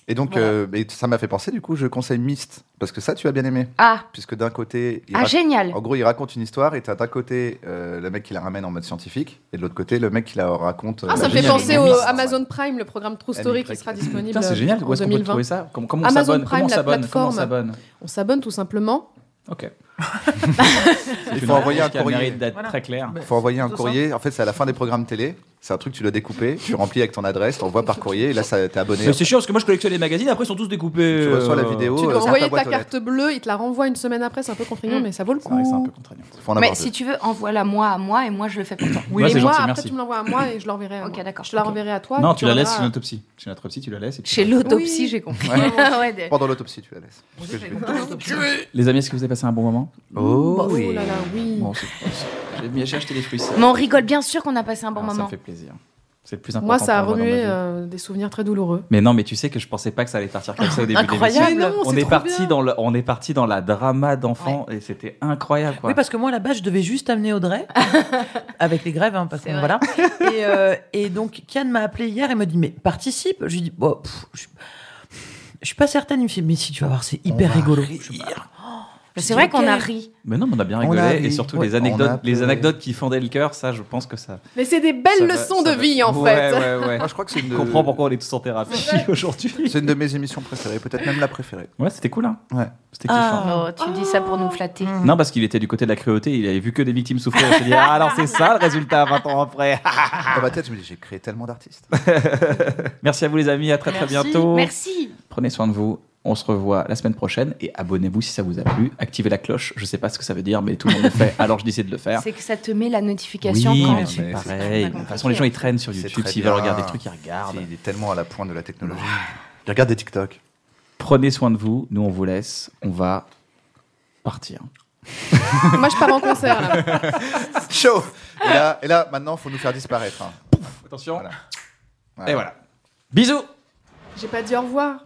D: Et donc, euh, mais ça m'a fait penser, du coup, je conseille Myst, parce que ça, tu as bien aimé.
B: Ah.
D: Puisque d'un côté. il
B: Ah,
D: rac-
B: génial.
D: En gros, il raconte une histoire, et t'as d'un côté euh, le mec qui la ramène en mode scientifique, et de l'autre côté, le mec qui la raconte.
A: Ah,
D: euh,
A: ça me fait
D: génial.
A: penser au
D: Myst.
A: Amazon Prime, le programme True Story qui sera disponible. euh,
C: Putain, c'est génial.
A: en
C: Où est-ce qu'on peut
A: 2020.
C: trouver ça Comment, comment on
A: Amazon
C: s'abonne
A: Prime,
C: Comment on
A: la
C: s'abonne Comment on
A: plateforme.
C: s'abonne
A: On s'abonne tout simplement.
C: Ok.
D: Il faut envoyer un
C: Qui a le
D: courrier.
C: mérite d'être très clair.
D: Il faut envoyer un
C: Tout
D: courrier. En fait, Bah, c'est à la fin des programmes télé. C'est un truc, tu dois découper, tu remplis avec ton adresse, t'envoies par courrier, et là, ça- t'es abonné.
C: Mais c'est chiant parce que moi je collectionne les magazines, après ils sont tous découpés.
D: Tu reçois la
C: euh,
D: vidéo,
A: Tu
D: euh,
A: dois
D: sur
A: envoyer ta
D: boîte aux lettres.
A: carte bleue, il te la renvoie une semaine après, c'est un peu
C: Mm.
A: contraignant, mais ça vaut le coup.
D: Faut en avoir
B: Mais
D: deux.
B: si tu veux, envoie-la moi à moi et moi je le fais pour toi.
C: Oui,
A: et
C: c'est
A: moi,
C: gentil,
A: après,
C: merci.
A: tu me l'envoies à moi et je l'enverrai à moi.
B: d'accord.
A: Je te la renverrai à toi.
C: Non,
A: et
C: tu la laisses chez
A: l'enverras à-
C: l'autopsie. Chez l'autopsie, tu la laisses. et puis-
B: Chez l'autopsie, j'ai compris.
D: Ouais.
B: Ouais, des-
D: Pendant l'autopsie, tu la laisses. Parce que je vais-
C: Les amis, est-ce que vous avez passé un bon moment
D: Oh,
A: Oh là là, oui.
C: Bon, c'est- c'est- J'ai bien j'ai acheté des fruits.
B: Mais on rigole bien sûr qu'on a passé un bon
C: Ah, Ça
B: moment.
C: me fait plaisir. C'est le plus important.
A: Moi, ça a
C: pour dans ma
A: remué
C: vie.
A: euh, des souvenirs très douloureux.
C: Mais non, mais tu sais que je pensais pas que ça allait partir comme ça au début de
E: Incroyable.
C: l'émission.
E: Mais non,
C: On
E: c'est
C: est
E: trop
C: parti
E: bien.
C: dans le- on est parti dans la drama d'enfant et c'était incroyable quoi.
E: Oui, parce que moi, là-bas, je devais juste amener Audrey, avec les grèves, hein, parce que voilà. Et, euh, et donc, Kian m'a appelé hier et me dit Mais participe Je lui dis Bon, pff, je suis- je suis pas certaine. Il me fait Mais si tu vas voir, c'est hyper rigolo. Je bah, dis,
B: Mais C'est vrai qu'on a
E: Ok.
B: ri.
C: Mais non, mais on a bien
D: On
C: rigolé
D: a
C: et
D: ri.
C: surtout
D: Ouais,
C: les anecdotes,
D: on a
C: les
D: pleuré.
C: anecdotes qui fendaient le cœur, ça, je pense que ça.
A: Mais c'est des
C: ça
A: belles
C: va-
A: leçons
C: ça
A: de
C: va-
A: vie, en
C: Ouais,
A: fait.
C: Ouais, ouais,
D: Moi, Ah, je crois que c'est une,
C: Je
D: de...
C: comprends pourquoi on est tous en thérapie aujourd'hui.
D: c'est une de mes émissions préférées, peut-être même la préférée.
C: Ouais, c'était cool, hein.
D: Ouais.
C: C'était kiffant.
E: Ah.
B: Oh, tu dis ça pour nous flatter.
C: hein. Ah. Non, parce qu'il était du côté de la cruauté, il avait vu que des victimes souffrir. Il s'est dit, ah alors c'est ça le résultat 20 ans après. Bah
D: Dans ma tête, je me dis, j'ai créé tellement d'artistes.
C: Merci à vous les amis, à très très
B: Merci.
C: bientôt.
B: Merci.
C: Prenez soin de vous. On se revoit la semaine prochaine et abonnez-vous si ça vous a plu. Activez la cloche. Je sais pas ce que ça veut dire, mais tout le monde le fait. Alors je décide de le faire.
B: C'est que ça te met la notification
C: Oui,
B: quand
C: mais
D: mais
C: c'est
D: c'est
C: pareil. De toute
B: compliqué.
C: façon, les gens ils traînent sur
D: C'est
C: YouTube.
D: très
C: S'ils veulent
D: bien.
C: regarder des trucs, ils regardent.
D: Il est tellement à la pointe de la technologie. Il regarde des TikTok.
C: Prenez soin de vous. Nous, on vous laisse. On va partir.
A: Moi, je pars en concert, là.
D: Show et là, et là, maintenant, faut nous faire disparaître. hein.
C: Attention.
D: Voilà.
C: Et voilà. Bisous.
A: J'ai pas dit au revoir.